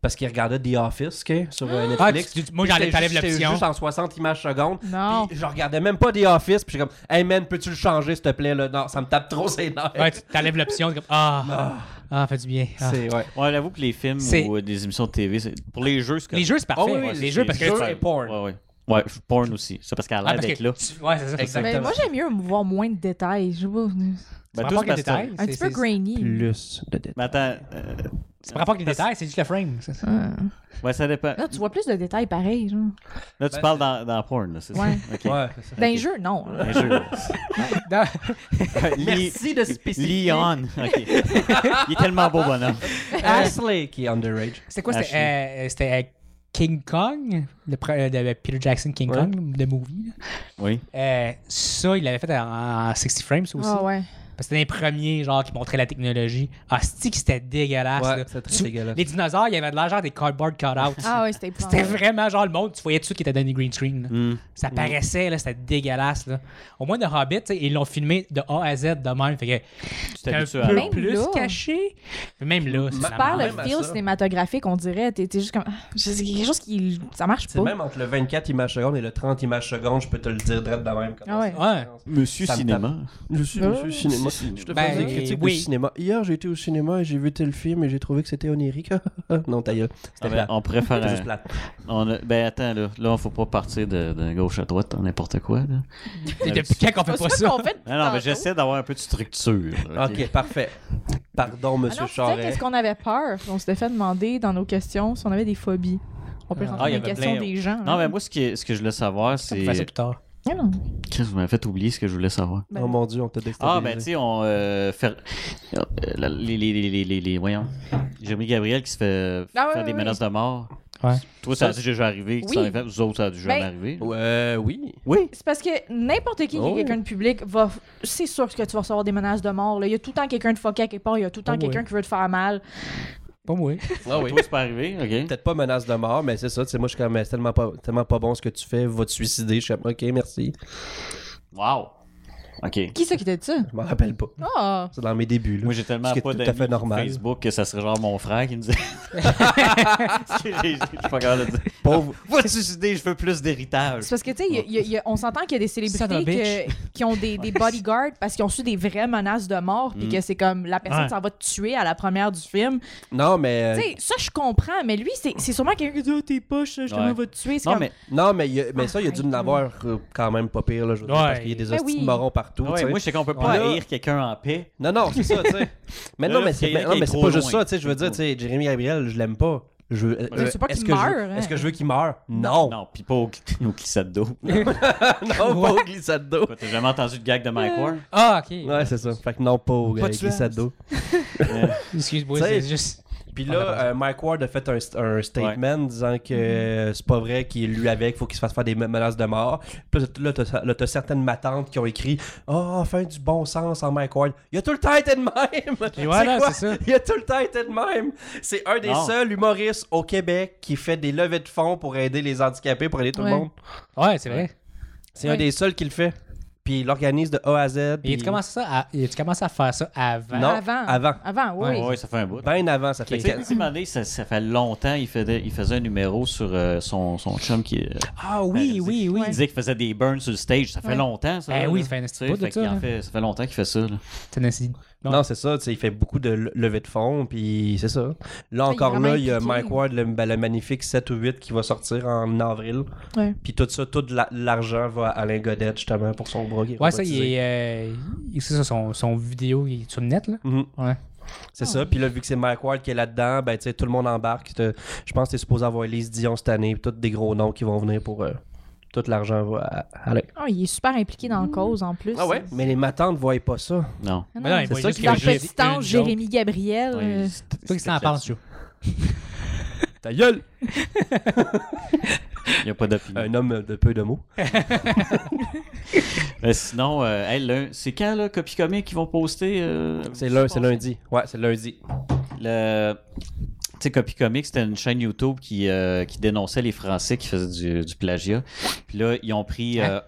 Parce qu'il regardait The Office, OK, sur euh, Netflix. Ah, tu- tu- moi, Puis j'enlève- j'étais t'enlèves juste- j'étais l'option. juste en 60 images secondes. Non. Puis je regardais même pas The Office. Puis j'ai comme, hey man, peux-tu le changer, s'il te plaît? Là? Non, ça me tape trop ses nerfs. Ouais, tu t'enlèves l'option, t'es comme, ah, ah, fait du bien. ah. C'est, ouais. Ouais, j'avoue que les films C'est- ou euh, des émissions de TV, c'est- pour les jeux, c'est Les correct. jeux, Oh, c'est parfait. oui, oui, les, les jeux, parce que. jeux tu- et porn. Ouais, ouais. Ouais, je- porn aussi. C'est parce qu'elle a Ah, l'air parce d'être que là. tu- Ouais, c'est Exact. ça. Mais Exactement. Ben, moi, j'aime mieux voir moins de détails. Je sais pas. Ben, Tu tout prends pas parce les que- détails. Un petit peu grainy. Plus de détails. Mais attends, euh, C'est pas rapport avec les détails, c'est juste le frame. ça, ça. Euh, ouais, ça dépend. Là, tu vois plus de détails pareil. Genre. Là, tu Ben, parles dans, dans porn, là, c'est Ouais. ça? OK. Ouais, c'est ça. Dans les jeux, Ben, non. là. Un jeu. Non, Merci de spécifier. Leon. OK. Il est tellement beau, bonhomme. Ashley qui est underage. C'était quoi? C'était Ah, Ashley. euh, c'était, euh, King Kong, le, pre- euh, de Peter Jackson King Ouais. Kong, le movie, là. Oui. Euh, ça, il l'avait fait en, en 60 frames aussi. Ah ouais. Parce que c'était les premiers genre qui montraient la technologie. Ah, c'est que c'était dégueulasse. Ouais, là. c'était très Tu- dégueulasse. Les dinosaures, il y avait de l'argent des cardboard cutouts. Ah ouais, C'était c'était épouvantable. vraiment genre le monde, tu voyais tout de suite qu'il était dans des green screen. là. Hmm. Mm. Ça paraissait, là, c'était dégueulasse. Là. Au moins, The Hobbit, tu sais, ils l'ont filmé de A à Z de même. Fait que Tu c'était un t'habitues à peu Même plus là. caché. Mais Même là, c'est Tu la Tu perds merde. Même le à feel ça. cinématographique, on dirait. T'es t'es juste comme. Ah, C'est quelque chose qui. Ça marche C'est Oh. pas. même entre le 24 images secondes et le 30 images secondes, je peux te le dire direct de même. comment Ah ouais. ça Ouais. Monsieur Ça me Cinéma. Je suis Ah. monsieur cinéma. Je te Bah, Ben, fais euh, des critiques oui. de cinéma. Hier, j'ai été au cinéma et j'ai vu tel film et j'ai trouvé que c'était onirique. non, ta gueule. C'était Ah, ben, plat. on préfère. C'était juste un- plate. on a- Ben attends, là, là, faut pas partir de, de gauche à droite, hein, n'importe quoi. Là. Et Depuis quand qu'on C'est fait pas ça ça? qu'on fait. depuis Non, non, mais tantôt. j'essaie d'avoir un peu de structure. là, Ok, parfait. Pardon, Ah non, monsieur tu disais Charret. qu'est-ce qu'on avait peur? On s'était fait demander dans nos questions si on avait des phobies. On peut Ah, rentrer il y dans les avait questions plein. des gens. Non, hein. mais moi, ce, qui est- ce que je voulais savoir, On peut faire ça c'est. plus tard. Ah non. Qu'est-ce que vous m'avez fait oublier ce que je voulais savoir? Ben, Oh mon dieu, on t'a déstabilisé. Ah, ben, tu sais, on. euh, faire- euh, la- les, les, les, les, les, les- Voyons. Jérémy Gabriel qui se fait Ah, ouais, faire des ouais, menaces de mort. Ouais. Toi, ça a dû déjà arriver. Oui. Ça a fait, vous autres, ça a dû jamais Ben- arriver. Ouais, oui. Oui. C'est parce que n'importe qui qui Oh. est quelqu'un de public va. C'est sûr que tu vas recevoir des menaces de mort. là. Il y a tout le temps quelqu'un de foqué à quelque part. Il y a tout le temps Oh, quelqu'un oui. qui veut te faire mal. Pas moi. Ah oui. Toi, c'est pas arrivé, ok. Peut-être pas menace de mort, mais c'est ça. Tu sais, moi, je suis comme, c'est tellement pas, tellement pas bon ce que tu fais, va te suicider. Je suis comme, ok, merci. Wow. Ok. Qui c'est qui t'a dit ça? Je m'en rappelle pas. Ah! C'est dans mes débuts, là. Moi, j'ai tellement Ce qui est pas tout à d'amis fait sur normal. Facebook que ça serait genre mon frère qui me disait. Ce que j'ai- Je suis pas capable de dire. Pauvre. Va te suicider, je veux plus d'héritage. C'est parce que, tu sais, il y a- il y a- il y a- on s'entend qu'il y a des Son of a célébrités que- qui ont des, des bodyguards parce qu'ils ont su des vraies menaces de mort, puis que c'est comme la personne Ouais. s'en va te tuer à la première du film. Non, mais. euh, Tu sais, ça, je comprends, mais lui, c'est c'est sûrement quelqu'un qui dit Ah, t'es poche, je Ouais. te va te tuer. C'est Non, comme- mais Non, mais, il y a- mais ça, il y a dû en Arrête. avoir euh, quand même pas pire, là, je veux dire, Ouais. parce qu'il y a des Ben hosties de oui. morons partout. tu Ah ouais, sais. moi, je sais qu'on peut Ouais. pas haïr quelqu'un en paix. Non, non, c'est ça, tu sais. Mais Là, non, là, mais parce c'est qu'il y a mais- quelqu'un non, qui mais est c'est trop pas juste loin. ça, tu sais. Je veux dire, tu sais, Jérémy Gabriel, je l'aime pas. Je veux, euh, Je sais pas est-ce qu'il que je- meure, hein. Est-ce que je veux qu'il meure? Non. Non, pis pas au, au glissade d'eau. Non, pas au glissade d'eau. T'as jamais entendu de gag de Mike Ward? Ah, ok. Ouais, c'est ça. Fait que non, pas au Pas euh, tuable. hein, glissade d'eau. Excuse-moi, Tu sais- c'est juste. Puis là, euh, Mike Ward a fait un, st- un statement disant que Mm-hmm. euh, c'est pas vrai qu'il lui avec, faut qu'il se fasse faire des me- menaces de mort. Puis là, t- là, t'as là, t'as certaines matantes qui ont écrit Ah, enfin du bon sens en Mike Ward. Il a tout le temps été de même Et voilà, quoi? c'est ça. Il a tout le temps été de même C'est un des Non. seuls humoristes au Québec qui fait des levées de fonds pour aider les handicapés, pour aider tout le Ouais. monde. Ouais, c'est vrai. C'est Ouais. un des seuls qui le fait. Puis il l'organise de A à Z. Et puis- tu commences ça à, et tu commences à faire ça avant. Non, Avant. avant. Avant, oui. Ouais, ça fait un bout. Ben avant, ça fait Tu sais, quatre- Tim Marley, ça, ça fait longtemps, il faisait, il faisait un numéro sur euh, son, son chum qui. euh, Ah oui, Ben, oui, oui. Il disait qu'il faisait des burns sur le stage. Ça fait Ouais. longtemps, ça. Ben là, oui, là. ça fait un Tu sais, petit bout de fait ça, qu'il en là. fait- ça fait longtemps qu'il fait ça. là. Tennessee. Non, Non. c'est ça, tu sais, il fait beaucoup de le- levées de fonds, puis c'est ça. Là Ah, il est encore, vraiment là, il y a impliqué. Mike Ward, le, ben, le magnifique 7 ou 8 qui va sortir en avril. Ouais. Puis tout ça, tout la- l'argent va à Alain Godette, justement, pour son bras qui est Ouais, ça, il robotisé. est. euh, il- c'est ça, son, son vidéo il est sur le net, là. Mhm. Ouais. C'est Ah. ça, puis là, vu que c'est Mike Ward qui est là-dedans, ben, tu sais, tout le monde embarque. T'as- Je pense que t'es supposé avoir Elise Dion cette année, puis tous des gros noms qui vont venir pour. euh, tout l'argent va à à Alain. Ah, il est super impliqué dans la cause en plus. Mais les matantes ne voient pas ça. Non. Ah Mais non, il C'est voit ça juste qui que Dans est j'ai Petit dit Ange, une Jérémy Gabriel. Ouais, euh, c'est- joke. Toi, qu'est-ce que t'en c'est- penses, Joe? Ta gueule! Il n'y a pas d'opinion. Un homme de peu de mots. Euh, sinon, euh, hey, lun- c'est quand, là, Copy Comic, ils vont poster euh, C'est lun- c'est lundi. Ouais, c'est lundi. le. Tu sais, Copy Comic, c'était une chaîne YouTube qui, euh, qui dénonçait les Français qui faisaient du, du plagiat. Puis là, ils ont pris. euh,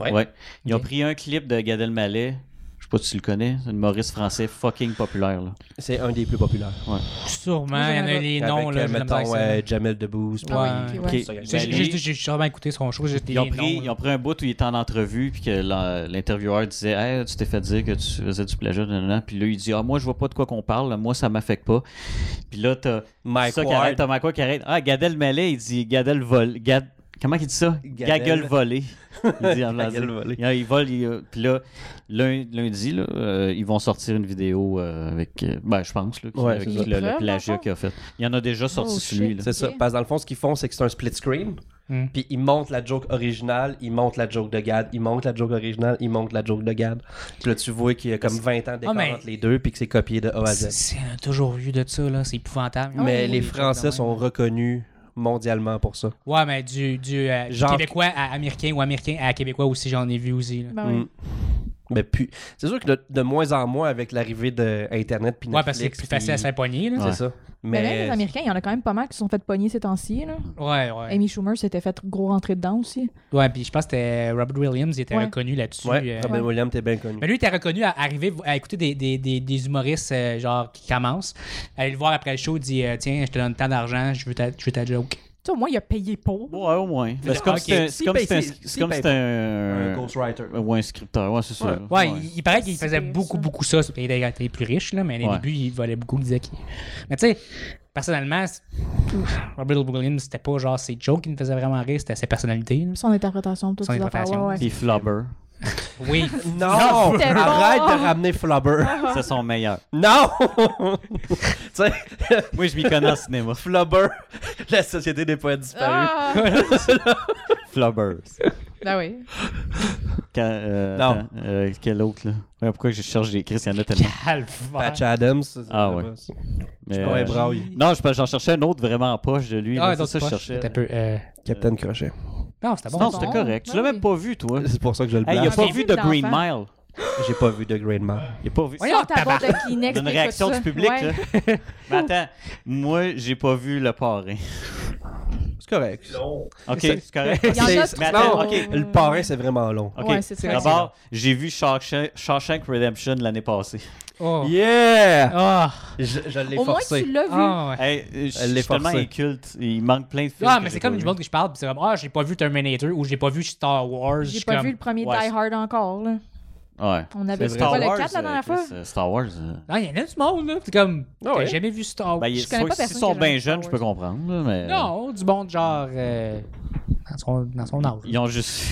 Ouais. ouais. Ils ont Ok. pris un clip de Gad Elmaleh. Je sais pas si tu le connais. C'est un humoriste français fucking populaire. Là. C'est un des plus populaires. Sûrement, il y en a Avec, les noms, avec, euh, là. j'ai de la misère avec mettons, ça. euh, Jamel Debbouze. puis- Ah oui, ok, ouais. Ok. Ça, il y a- J'ai- Ben, j'ai- lui- J'ai sûrement écouté son show, j'ai Ils ont, les pris, noms, ils là. ont pris un bout où il était en entrevue, puis que l'en- l'intervieweur disait Hey, Tu t'es fait dire que tu faisais du plagiat. nan, nan, nan. Puis là, il dit Ah, moi, je vois pas de quoi qu'on parle. Moi, ça m'affecte pas. Puis là, t'as Mike ça qui Ward. arrête, t'as Mike Ward qui arrête. Ah, Gadel Mallet, il dit Gadel vol. Gad... Comment il dit ça Gadel. Gagel volé. Il dit en Gagel français. volé. Il, il vole. il, euh, puis là, lun- lundi, là, euh, ils vont sortir une vidéo euh, avec, euh, ben, je pense, là, qui- Ouais, avec c'est le, ça. le Des preuves, plagiat dans qu'il a fait. Il y en a déjà sorti Oh, celui shit. là. C'est ça. Ok. Parce que dans le fond, ce qu'ils font, c'est que c'est un split screen. Mm. Puis ils montent la joke originale, ils montent la joke de Gad, ils montent la joke originale, ils montent la joke de Gad. Puis là, tu vois qu'il y a comme 20 ans d'écart Ah, mais- entre les deux, puis que c'est copié de A à C'est- Z. c'est- on a toujours vu de ça, là. C'est épouvantable. Mais les Oui, des choses de Français même. sont reconnus mondialement pour ça. Ouais, mais du, du, euh, du Genre- québécois à américain ou américain à québécois aussi, j'en ai vu aussi. là. Ben ouais. Mm. Mais puis, c'est sûr que de, de moins en moins avec l'arrivée d'Internet puis Ouais, parce que c'est Netflix. plus facile à se faire pogner, là. puis- Ouais. C'est ça. Mais Mais même les Américains, il y en a quand même pas mal qui se sont fait pogner ces temps-ci. là. Ouais, ouais. Amy Schumer s'était fait gros rentrer dedans aussi. Ouais, puis je pense que c'était Robert Williams, il était Ouais. reconnu là-dessus. ouais, euh. Robin Williams, t'es bien connu. Mais lui, il était reconnu à arriver à écouter des, des, des, des humoristes euh, genre qui commencent. Aller le voir après le show, il dit euh, Tiens, je te donne tant d'argent, je veux ta, je veux ta joke. Tu sais, au moins, il a payé pour. Ouais, au moins. Mais C'est Ah, comme ok. si c'était- c'est S'il comme si paye- c'était un- s'il- c'est s'il comme si paye c'était un. Un ghostwriter. Ouais, un scripteur, ouais, c'est ça. Ouais. Ouais, Il, il paraît qu'il C'est faisait pire, beaucoup, ça. beaucoup ça. Il était, il était plus riche, là, mais au Ouais. début, il volait beaucoup. Il disait qu'il- Mais tu sais, personnellement, c'est- Robert Williams, c'était pas genre ses jokes qui me faisaient vraiment rire, c'était sa personnalité. là. Son interprétation, toutes Son ces affaires. interprétation. ouais, ouais. Puis Flubber, Oui. Non! c'était Arrête bon. de ramener Flubber. c'est son meilleur. Non! tu sais, Moi, je m'y connais en cinéma. Flubber, la société des poètes disparus. Ah! Flubber. ben oui. Quand, euh, Non. attends, euh, quel autre, là Ouais, Pourquoi je cherche des Chris, il y en a tellement. Calvaire. Patch Adams. c'est- Ah c'est ouais. pas ça. Mais, Ah ouais, euh, braille. Non, je- j'en cherchais un autre vraiment en poche de lui. Ah, là, c'est donc ça, que je cherchais. C'était un peu. euh, Captain Crochet. Non, c'était bon. non, c'est c'était bon. correct. Tu l'as Ouais. même pas vu, toi. C'est pour ça que je le Hey, il blague. a Ah, pas j'ai vu vu The Green l'enfant. Mile. J'ai pas vu de Green Man. Il a pas vu. Voyons, Sors ta boîte tabarnak. de Kleenex. Une écoute réaction ça. du public, Ouais. là. Mais attends, moi, j'ai pas vu le parrain. C'est correct. OK, C'est- c'est correct. Il y en a C'est- qui c'est- sont- Mais non, attends, ok. le parrain, c'est vraiment long. OK, Ouais, c'est très d'abord, j'ai vu Shawshank, Shawshank Redemption l'année passée. Oh. Yeah! Ah. Je, je l'ai Au moins, forcé. tu l'as vu. Ah, ouais. Hey, euh, je Elle je l'est suis tellement forcée. inculte. Il manque plein de films. Ah, que mais c'est j'ai comme pas du vus. monde que je parle, puis c'est comme Ah, j'ai pas vu Terminator ou j'ai pas vu Star Wars. Je J'ai suis pas comme- vu le premier Ouais, Die Hard encore. Là. Ouais. On avait C'est c'était quoi, vrai. le 4 la dernière fois. Chris, euh, Star Wars. euh. Non, Ah, il y en a du monde, là. C'est comme Ah ouais. J'ai jamais vu Star Wars. Ben, il- euh, connais soit- pas S'ils personne sont qui bien a jamais vu Star jeunes, je peux comprendre. là, Mais... Non, du monde genre. euh, dans, son, dans son âge. Ils ont juste.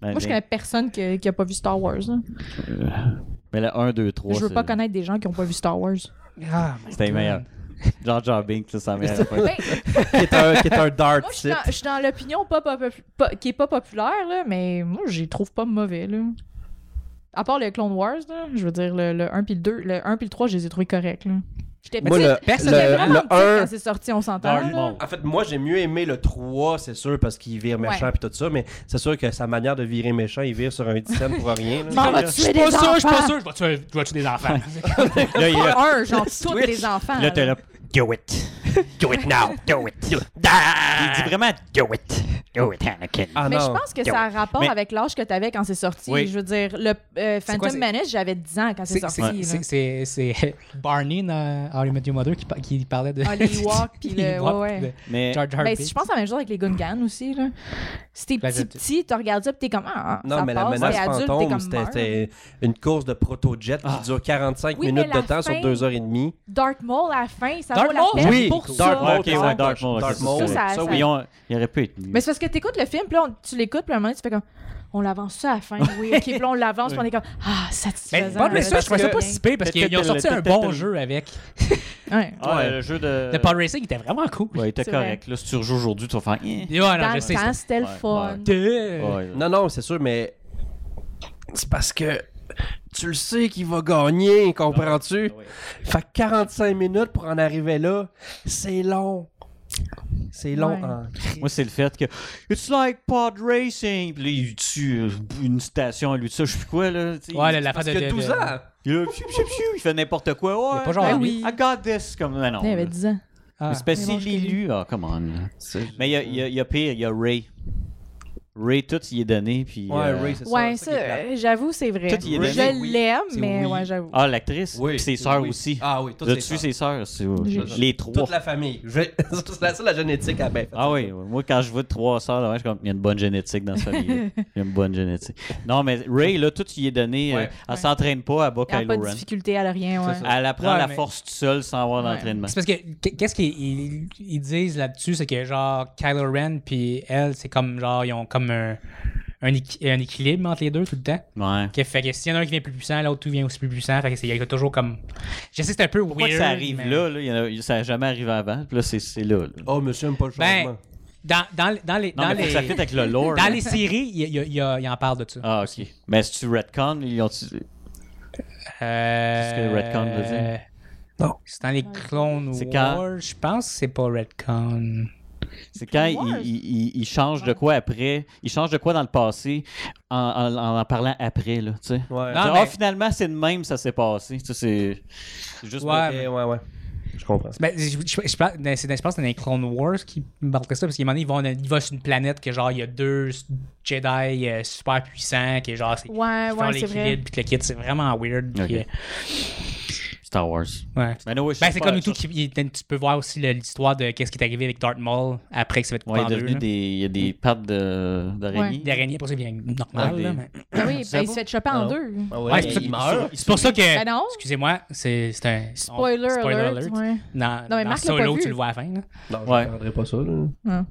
Moi, je connais personne que- qui a pas vu Star Wars. là. Mais le 1, 2, 3. je veux pas connaître des gens qui ont pas vu Star Wars. Ah, my C'était God. meilleur. Genre Jar Binks, ça, ça meilleur. Ben, Qui est un, qui est un dart moi, je suis type. dans- je suis dans, l'opinion pas, pas- pas- qui est pas populaire, là, mais moi, je les trouve pas mauvais. Là. À part le Clone Wars, là, je veux dire, le, le 1 puis le 2, le 1 puis le 3, je les ai trouvés corrects. Là. J'étais Moi, petite, le, personne j'étais le, vraiment le petite quand 1. c'est sorti, on s'entend. là. En fait, moi, j'ai mieux aimé le 3, c'est sûr, parce qu'il vire méchant Ouais. puis tout ça, mais c'est sûr que sa manière de virer méchant, il vire sur un dixième pour rien. là. M'en va Je tuer suis des pas sûr, enfants. je suis pas sûr. Je vais tuer- je vais tuer des enfants. Là, il est là. Un, genre, tous les enfants. Là, t'es là. là. Do it. Do it now. Do it. Il dit vraiment Do it. Do it, Anakin. Ah Mais je non. pense que ça a un rapport Mais- avec l'âge que t'avais quand c'est sorti. Oui. Je veux dire, le euh, Phantom quoi, c'est- Menace, j'avais 10 ans quand c'est C'est- sorti. c'est- là. C'est c'est- c'est Barney dans How I Met Your Mother qui, par- qui parlait de. Ah, les Ewoks, puis le- Les Ewoks, ouais, ouais. de Mais Jar Jar Ben, Binks. si je pense à la même chose avec les Gungans aussi. Là. Si t'es Ben, petit, je- petit, tu regardes ça, puis t'es comme. Ah, Non, ça mais passe, la t'es menace adulte, t'es fantôme, comme c'était meurt. c'était une course de proto-jet qui dure 45 Oui, minutes mais de la temps sur fin- 2h30. Dark Maul à la fin, ça Dark vaut la Maul? peine Oui, pour Dark ça. Maul, Ouais, ok, ok, ouais, ouais, Dark Dark Maul. Dark ok, c'est Maul. correct. Ça, ça- Ça, oui, ils ont- il aurait pu être mieux. Mais c'est parce que t'écoutes le film, puis là, on- tu l'écoutes, puis à un moment donné, tu fais comme. On l'avance ça à la fin, oui, ok, puis là, on l'avance, puis on est comme. Ah, Mais satisfaisant. bon, mais ça, je trouvais ça pas Bien. si pire parce qu'ils ont sorti un bon jeu avec. Ouais. Ah, Ouais. le jeu de. Le Pod Racing était vraiment cool. Ouais, il était C'est vrai. correct. Là, si tu rejoues aujourd'hui, tu vas faire. Eh. Ouais, Ah, non, Dans je le sais. temps, c'était le Ouais, fun. ouais. c'était- Ouais, là. Non, non, c'est sûr, mais c'est parce que tu le sais qu'il va gagner, comprends-tu? Ah oui. Fait que 45 minutes pour en arriver là, c'est long. C'est long. Ouais. hein. Moi, c'est le fait que It's like pod racing. Puis là, il tue euh, une station à lui de ça. Je sais plus quoi, là. tu sais. Ouais, la, la Parce fin de- que de- 12 de- ans! Puis là, pfiou, pfiou, pfiou, il fait n'importe quoi. Il Ouais, est pas genre ben lui. I got this. Comme, mais non. Il y avait 10 ans. Ah. C'est parce Mais bon, qu'il je l'ai l'élu. Ah, come on. Mais il y a, il y a- il y a pire, il y a Ray. Ray, tout y est donné. Puis, Ouais, euh, Ray, c'est ça. Ouais, c'est ça, qui est plate. euh, j'avoue, c'est vrai. Tout y est donné, Je oui. l'aime, C'est mais oui. ouais, j'avoue. Ah, l'actrice. Puis ses sœurs oui. aussi. Ah oui, toutes Là-dessus, ses sœurs. ses sœurs. c'est- J'ai- Les trois. Toute la famille. Je vais- c'est la, c'est la génétique à bien. Ah oui, oui. moi quand je vois trois sœurs, là, ouais, je suis comme, il y a une bonne génétique dans ce famille. Il y a une bonne génétique. Non, mais Ray, là, tout y est donné. euh, Ouais. elle s'entraîne pas à bas Elle a Kylo pas de Ren. difficulté, elle a rien, ouais. C'est ça. Elle apprend Ouais, la mais- force toute seule sans avoir Ouais. d'entraînement. C'est parce que qu- qu'est-ce qu'ils ils- ils disent là-dessus, c'est que genre Kylo Ren puis elle, c'est comme genre ils ont comme un, un, équi- un équilibre entre les deux tout le temps. Ouais. Que fait que s'il y en a un qui vient plus puissant, l'autre tout vient aussi plus puissant. Fait que c'est il y a toujours comme. Je sais c'est un peu Pourquoi que weird. ça arrive mais- là, là, il y en a- ça n'a jamais arrivé avant. Puis là, c'est- c'est là. là. Oh, monsieur aime pas le Ben, changement. Dans, dans, dans les Non, dans mais faut que les, ça fit avec le lore. dans là. les séries, il y a- il y a- il y a- il en parle de ça. Ah, ok. Mais si tu Redcon, ils ont. Euh, C'est ce que Redcon veut dire. Non. C'est dans les Clone C'est Wars. quand- Je pense que c'est pas Redcon. C'est quand il, Clone Wars. il- il- il change de quoi après, il change de quoi dans le passé en en, en, en parlant après, là, tu sais. Ouais. Non, Genre, mais- Ah, finalement, c'est de même, ça s'est passé. Tu sais, c'est c'est juste Ouais, Ok, ouais, ouais. Je comprends. Ben, je, je- je pense- dans- c'est dans- je pense que c'est dans les Clone Wars qui me parlerait ça, parce qu'à un moment donné, ils vont, ils vont sur une planète que genre, il y a deux Jedi euh, super puissants, qui genre, c'est, Ouais, qui font ouais, c'est vrai. l'équilibre, puis que le kit, c'est vraiment weird. puis, Ok. Star Wars. euh, ouais. Ben, anyway, je Ben, sais c'est pas, comme je- tout, qui, il- tu peux voir aussi le- l'histoire de qu'est-ce qui est arrivé avec Darth Maul après que ça va être Ouais, il est coupé en deux. devenu là. des, il y a des pattes de- d'araignée. Des araignées, pour ça, bien normal. Ouais, des- là, mais- Ah oui, ben, C'est il bon? se fait choper en Ah. deux. Ah ouais, Ouais, mais c'est pour ça il qu'il- meurt. C'est pour ça que. Ben non. Excusez-moi, c'est, c'est un. Spoiler, alert. ouais. Dans, Non, mais dans Marc l'a pas Solo, vu. tu le vois à la fin. là. Non, Ouais. je comprendrais pas ça, là. Ah.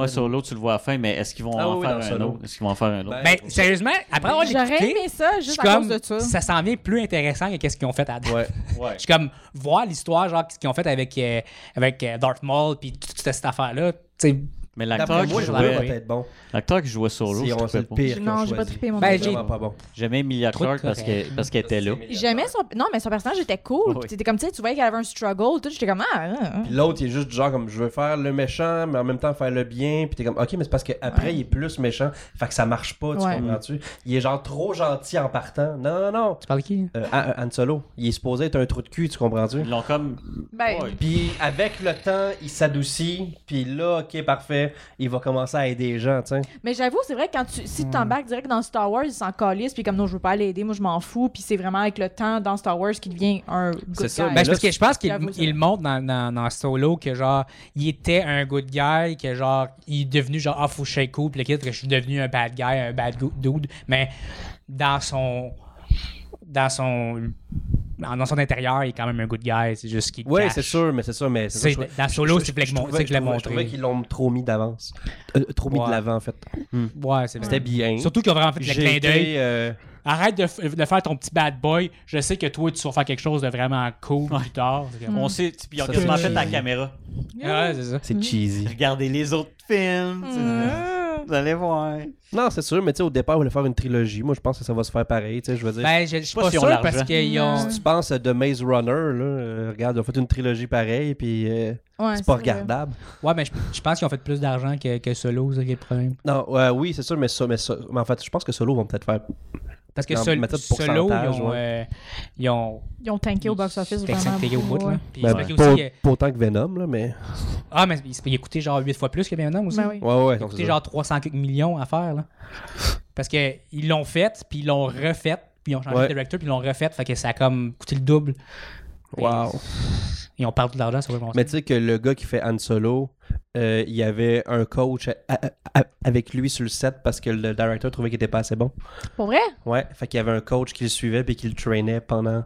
Ouais, Solo, tu le vois à la fin, mais est-ce qu'ils vont Ah en oui, faire dans un Solo. autre? Est-ce qu'ils vont en faire un autre? Ben, Ben, sérieusement, après avoir J'aurais l'écouté, aimé ça je suis juste à comme. cause de ça. Ça s'en vient plus intéressant que qu'est-ce qu'ils ont fait à date. Ouais. ouais. Je suis comme, voir l'histoire, genre, ce qu'ils ont fait avec, euh, avec euh, Darth Maul, puis toute cette affaire-là. tu sais, Mais D'après l'acteur moi, qui le l'aurais jeu jouait, va être bon. l'acteur qui jouait Solo, Si je on- C'est trouvais le pas. pire. Non, qu'on j'ai pas choisit. trippé mon Ben, Dieu. C'est vraiment j'ai- pas bon. J'aimais Emilia Trop de Clarke parce correct. qu'elle parce qu'elle était là. J'aimais son. Non, mais son personnage était cool. Oui. Puis t'étais comme, tu sais, tu voyais qu'elle avait un struggle. Tout, j'étais comme, ah, ah, ah. Puis l'autre, il est juste du genre comme je veux faire le méchant, mais en même temps faire le bien. Puis t'es comme ok, mais c'est parce qu'après, il est plus méchant. Fait que ça marche pas, tu Ouais. comprends-tu? Il est genre trop gentil en partant. Non, non, non. Tu parles de qui? Ben, Euh, Han- Han Solo, il est supposé être un trou de cul, tu comprends-tu? Ils l'ont comme. Ben, Ouais. Puis avec le temps, il s'adoucit. Puis là, ok, parfait, il va commencer à aider les gens, tu sais. Mais j'avoue, c'est vrai que quand tu, si tu t'embarques direct dans Star Wars, ils s'en calissent, puis comme non, je veux pas l'aider, moi je m'en fous, puis c'est vraiment avec le temps dans Star Wars qu'il devient un good C'est ça, guy. mais Ben, là, parce que je pense qu'il j'avoue, c'est il vrai. montre dans, dans, dans Solo que genre, il était un good guy, que genre, il est devenu genre, ah, faut que je sois cool, pis le kid, que je suis devenu un bad guy, un bad good dude. Mais dans son. Dans son. Dans son intérieur, il est quand même un good guy. C'est juste qu'il. Ouais, cache. c'est sûr, mais c'est sûr, mais c'est ça, C'est- je trouvais- dans Solo, je- c'est que je trouvais- l'ai trouvais- Je montré. trouvais qu'ils l'ont trop mis d'avance. Euh, trop mis Ouais. de l'avant, en fait. Ouais, c'est C'était bien. Surtout qu'il a vraiment fait le J'ai clin d'œil. été, euh, Arrête de, f- de faire ton petit bad boy. Je sais que toi, tu vas faire quelque chose de vraiment cool plus tard. C'est comme- On sait. tu- Puis ils ont Ça, quasiment c'est fait la cheesy. caméra. Ouais, c'est ça. C'est cheesy. Regardez les autres films. tu sais. Mm. Vous allez voir. Non, c'est sûr, mais tu sais, au départ, on voulait faire une trilogie. Moi, je pense que ça va se faire pareil. Tu sais, je veux dire. Ben, je je suis pas pas si on sûr l'argent. parce qu'ils ont. Non. tu penses à The Maze Runner, là, euh, regarde, on a fait une trilogie pareille, puis euh, Ouais, c'est pas c'est vrai. regardable. Ouais, mais je, je pense qu'ils ont fait plus d'argent que, que Solo, c'est ça qui est le problème. Non, ouais, oui, c'est sûr, mais, ça- mais, ça- mais en fait, je pense que Solo vont peut-être faire. Parce que En Sol- méthode Solo, ils pourcentage, ont, euh, ils ont. Ils ont tanké au box-office. Fait que c'est vraiment payé au bout, beaucoup, là. ouais. Puis Ben, c'est vrai qu'il pas, aussi, euh, pas autant que Venom, là, mais. Ah, mais il se paye coûté genre 8 fois plus que Venom aussi. Ben oui. Ouais, ouais, Il a donc coûté c'est genre 300 quelques millions à faire, là. Parce que ils l'ont fait, puis ils l'ont refait, puis ils ont changé Ouais. de directeur, puis ils l'ont refait, fait que ça a comme coûté le double. ça. Wow. Ils ont perdu de l'argent sur le bon Mais tu sais que le gars qui fait Han Solo, euh, il y avait un coach à- à- à- avec lui sur le set parce que le directeur trouvait qu'il était pas assez bon. Pour vrai? Ouais, fait qu'il y avait un coach qui le suivait puis qui le traînait pendant.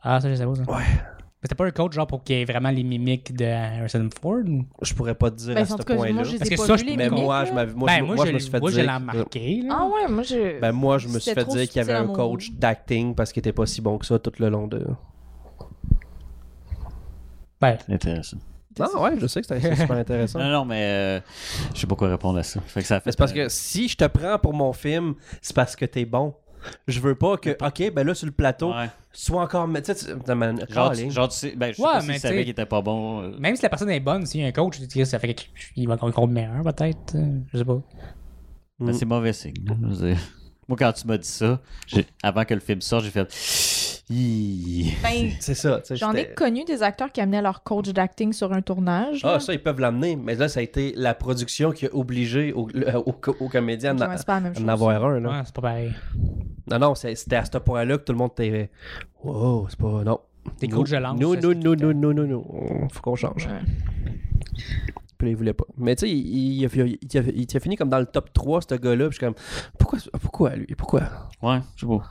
Ah, ça, je sais pas, ça. Ouais. C'était pas un coach, genre, pour qu'il y ait vraiment les mimiques de Harrison Ford? ou- Je pourrais pas te dire Ben, à en ce tout cas, moi point-là. je les Parce ai que pas ça, vus, je- les Mais mimiques, moi, là. je, m'avais- moi, ben, je- moi, moi, je, je me suis fait moi, je dire. l'ai remarqué, là. Ah ouais, moi je. Ben, moi, je me suis C'était fait trop dire qu'il y avait subtil à un mon coach goût. d'acting parce qu'il était pas si bon que ça tout le long de. Ben, C'est intéressant. Non, ouais, je sais que c'était super intéressant. Non, non, mais euh, je sais pas quoi répondre à ça. Fait que ça a fait, Mais c'est parce euh, que si je te prends pour mon film, c'est parce que t'es bon. Je veux pas que, ok, ben là, sur le plateau, ouais. soit encore. Mais tu sais, tu- non, mais- Genre, tu, Colin. genre, tu sais, ben, je sais Ouais, pas s'ils mais tu savaient sais- qu'il était pas bon. euh, Même si la personne est bonne, s'il y a un coach, tu te dis, ça fait qu'il va encore le meilleur, peut-être. euh, Je sais pas. ben, c'est mauvais signe. là. Je veux dire, Moi, quand tu m'as dit ça, j'ai- avant que le film sorte, j'ai fait. Hi. Ben, C'est ça, tu sais. J'en ai j'étais- connu des acteurs qui amenaient leur coach d'acting sur un tournage. Ah, là. ça, ils peuvent l'amener. Mais là, ça a été la production qui a obligé au- le- au- au- aux comédiens Ok, d'en- ouais, c'est pas la même d'en chose. avoir un. Là. Ouais, c'est pas pareil. Non, non, c'est- c'était à ce point-là que tout le monde était. Wow, c'est pas. Non. Des Nous- coachs de langue, Nous, ça, nous, c'est nous, tout le nous, nous, nous, nous. Faut qu'on change. Ouais. Puis là, il voulait pas. Mais tu sais, il, il, a- il, a- il a fini comme dans le top 3, ce gars-là. Puis je suis comme. Pourquoi, pourquoi lui Pourquoi Ouais, je sais pas.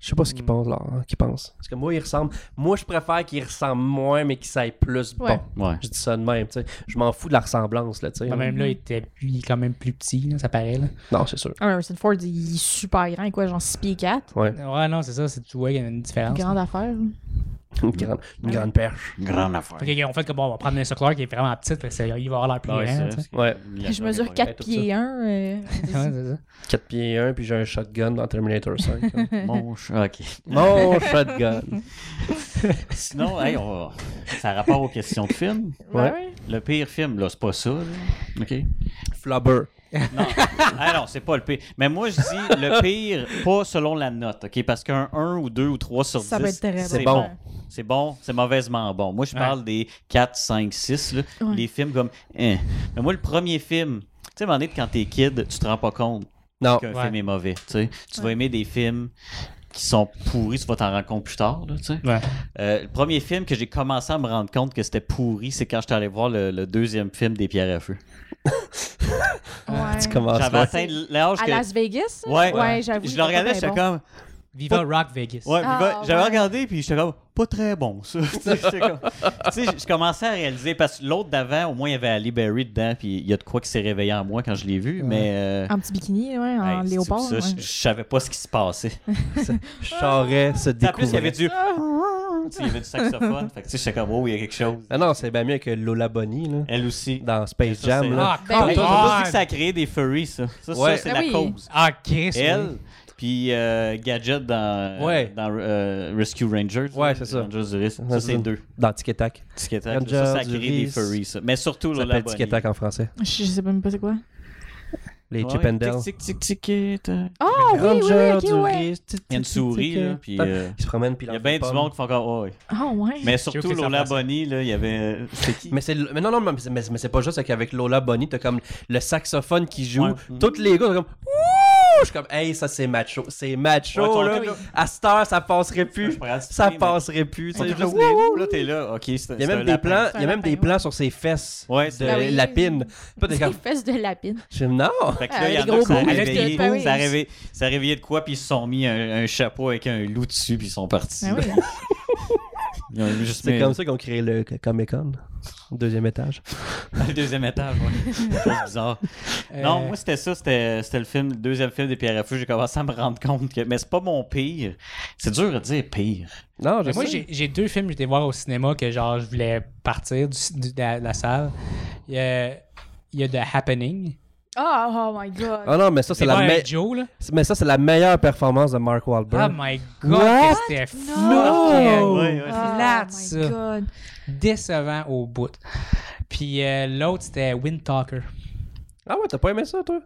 Je sais pas ce Mm. qu'il pense, là. hein, qu'il pense. Parce que moi, il ressemble. Moi, je préfère qu'il ressemble moins, mais qu'il s'aille plus Ouais. bon. Ouais. Je dis ça de même, tu sais. Je m'en fous de la ressemblance, là, tu sais. Ah, Quand ben. même là, il était il est quand même plus petit, là, ça paraît. Là. Non, c'est sûr. Ah, Harrison Ford, il est super grand, quoi, genre 6 pieds 4. Ouais. Ouais, non, c'est ça, c'est tu vois qu'il y a une différence. Grande affaire. là. Une grande, une grande perche. Grande affaire. Fait qu'ils ont fait que bon, on va prendre un Clark qui est vraiment petite, fait que c'est- il va avoir l'air plus Bah Ouais, grand. c'est- tu sais. Ouais. La- Puis je mesure ouais, 4 tout pieds euh, 1. Ouais, c'est ça. 4 pieds 1, puis j'ai un shotgun dans Terminator 5. Mon chat, ok. Mon hein. shotgun. Sinon, hey, on va- ça a rapport aux questions de film. Ben Ouais. ouais. Le pire film, là, c'est pas ça. là. OK? Flubber. Non. Ah non, c'est pas le pire. Mais moi, je dis le pire, pas selon la note, OK? Parce qu'un 1 ou 2 ou 3 sur 10, Ça va être terrible. c'est C'est bon. bon. C'est bon, c'est mauvaisement bon. Moi, je Ouais. parle des 4, 5, 6, là, Ouais. les films comme... hein. Mais moi, le premier film, tu sais, à un moment donné, quand t'es kid, tu te rends pas compte Non. qu'un Ah, Ouais. film est mauvais, tu sais. Tu vas Ouais. aimer des films qui sont pourris, tu vas t'en rendre compte plus tard, là, tu sais. Ouais. Euh, le premier film que j'ai commencé à me rendre compte que c'était pourri, c'est quand j'étais allé voir le, le deuxième film des Pierres à feu. Ouais. Tu Ah, commences. J'avais ouais. atteint l'âge À que... Las Vegas? ça? Ouais, ouais j'avoue. Je le regardais, c'est j'étais bon. comme... Viva Rock Vegas. Ouais, Ah, puis va- j'avais ouais. regardé, puis j'étais comme, pas très bon, ça. Tu sais, j'étais comme- tu sais, je je commençais à réaliser, parce que l'autre d'avant, au moins, il y avait Ali Berry dedans, puis il y a de quoi qui s'est réveillé en moi quand je l'ai vu, mais... euh, En petit bikini, ouais, en hey, léopard. c'est- ça, ouais. je- Je savais pas ce qui se passait. Charret se Puis En plus, il y avait découvrait. du... tu sais, Il y avait du saxophone, fait que tu sais, j'étais comme, oh, il y a quelque chose. Ah non, c'est bien mieux que Lola Bunny, là. Elle aussi. Dans Et Space Eh ça, Jam, c'est- là. Ah, Ben Hey, oui. j'ai pas dit que ça ça... a créé des furries, ça. Ça, ça, Ouais. c'est Ben la oui. cause. ah Chris, oui. Elle, puis euh, Gadget dans, Ouais. dans euh, Rescue Rangers. Ouais, c'est ça. Rangers du risque. Ça, Ouais, c'est c'est ça. deux. Dans Tic et Tac. Tic et Tac, ça, ça a Rangers, créé du des Riz. furries, ça. Mais surtout Ça Lola s'appelle Tic et Bunny. Tac en français. Je je sais même pas c'est quoi. Les Ouais, Chip and Dale. Tic, tic, tic, tic, tic. Ah oui, oui, Rangers oui, du ok, ouais. Riz, tic, tic, Il y a une tic, souris, tic, là, tic. puis Hop, euh, Il se promène, il puis y a lance bien des du pommes. monde qui font comme... Oh, ouais. Ah ouais. Mais Je surtout trouve que ça Lola passe. Bunny, là, il y avait... euh, C'est qui? Mais c'est le- mais non non mais c'est, mais- mais c'est pas juste qu'avec Lola Bunny t'as comme le saxophone qui joue Ouais. Mm-hmm. tous les gars sont comme ouh je suis comme hey ça c'est macho c'est Ouais, macho ton là truc, là. à cette heure ça passerait plus Je pourrais assister, ça mais- passerait plus tu C'est sais, juste juste des- wouh, wouh. Là, t'es là. OK, c'est il y a c'est un même des lapin. plans il y C'est a un même des lapin, ouais. plans sur ses fesses Ouais, de c'est- Ah Ah oui. lapine Pas des Des comme- fesses de lapine. je dis, non Fait que Ah, là, il y les en a gros qui ça a bouts. réveillé, Ah, oui. ça a réveillé, ça a réveillé de quoi, puis ils se sont mis un, un chapeau avec un loup dessus, puis ils sont partis. Ah oui. Ils ont juste c'est mis- comme ça qu'on crée le Comic Con deuxième étage Le deuxième étage, ouais. chose bizarre. Euh, Non, moi, c'était ça. C'était c'était le film, le deuxième film des Pierre à feu. J'ai commencé à me rendre compte que. Mais c'est pas mon pire. C'est dur à dire pire. non je Mais moi, sais. j'ai j'ai deux films que j'étais voir au cinéma que genre je voulais partir du, du- de, la, de la salle. Il y a, il y a The Happening. Ah, oh, my god. ah non mais ça c'est la pas me- avec Joe, là. mais ça c'est la meilleure performance de Mark Oh Ah, Wahlberg my What? god, que c'était No! fucking Ouais, ouais. Oh plate, my ça. god. décevant au bout. Puis euh, l'autre, c'était Wind Talker. ah ouais t'as pas aimé ça toi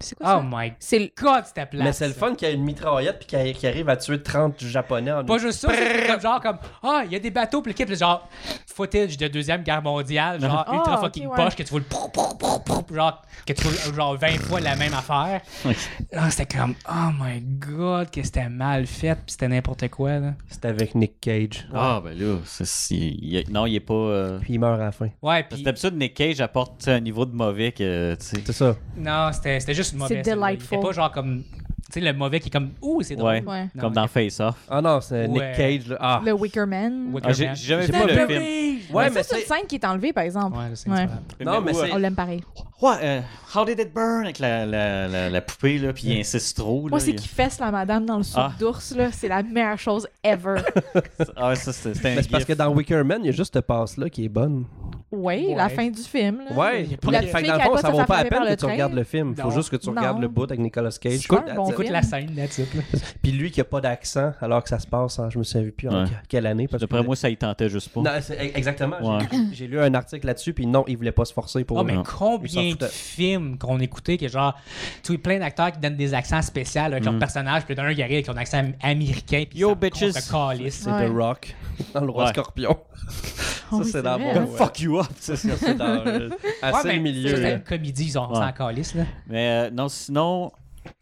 C'est quoi Oh ça? my C'est le- god, c'était plate. Mais c'est le ça. fun qu'il y a une mitraillette puis qu'il qu'il arrive à tuer 30 japonais en Pas juste ça, c'est comme genre comme ah, il y a des bateaux puis le kit, genre footage de deuxième guerre mondiale, genre Ah, ultra ok, fucking ouais. poche que tu vois le prou, prou, prou, prou, genre que tu vois genre 20 fois la même affaire. Là, c'était comme oh my god, que c'était mal fait, puis c'était n'importe quoi là. C'est avec Nick Cage. Ah, ben là, c'est- c'est- il y a- non, il est pas. euh, Puis il meurt à la fin. Ouais, Parce puis que d'habitude, Nick Cage apporte tu sais, un niveau de mauvais que. tu sais. C'est ça. non, c'était c'était juste mauvais. C'est celui-là. Il delightful. était pas genre comme tu sais le mauvais qui est comme ouh, c'est drôle. Ouais. Ouais. Comme dans Face Off. Ah non, c'est Ouais. Nick Cage. Là. Ah. Le Wicker Man. Wicker Ah, j'ai Man. j'ai jamais J'ai vu pas le vu. film. Ouais, mais ça, c'est c'est. une scène qui est enlevée, par exemple. Ouais, c'est Ouais. Non, mais où, euh, c'est- On l'aime pareil. Ouais, euh, How did it burn avec la, la, la, la poupée, là, puis il insiste trop. Là, Moi, c'est il- qui fesse la madame dans le soupe Ah. d'ours, là. C'est la meilleure chose ever. Ah, ouais, ça, c'était c'était un Mais c'est parce gif. que dans Wicker Man, il y a juste cette passe-là qui est bonne. Ouais, Ouais. la fin du film. Là. Ouais, il y a pas fait de- que fille dans le qui fond, a ça pas vaut fait pas la affaire peine par que le tu train. regardes le film. Non. Faut juste que tu Non. regardes le bout avec Nicolas Cage. C'est un bon That's it. Écoute film. la scène là-dessus. là. Puis lui qui a pas d'accent alors que ça se passe en je me souviens plus en Ouais. quelle année. parce que- D'après moi, ça y tentait juste pas. Non, c'est- e- exactement. Ouais. J'ai- J'ai lu un article là-dessus, puis non, il voulait pas se forcer pour. Oh, mais Non. Ils combien s'en de foutaient. films qu'on écoutait que genre, tu vois plein d'acteurs qui donnent des accents spéciaux avec Mm. leur personnage, puis d'un qui arrive avec un accent am- américain, puis Yo, ça compte bitches. le calice. C'est Ouais. The Rock dans le roi Ouais. scorpion. Ah Oh, ça, oui, c'est dans vrai, mon- hein. Ouais. Fuck you up! C'est ça, c'est dans le- Ouais, assez mais le milieu. C'est là. une comédie, ils ont Ouais. ça en calice, là. Mais euh, non, sinon,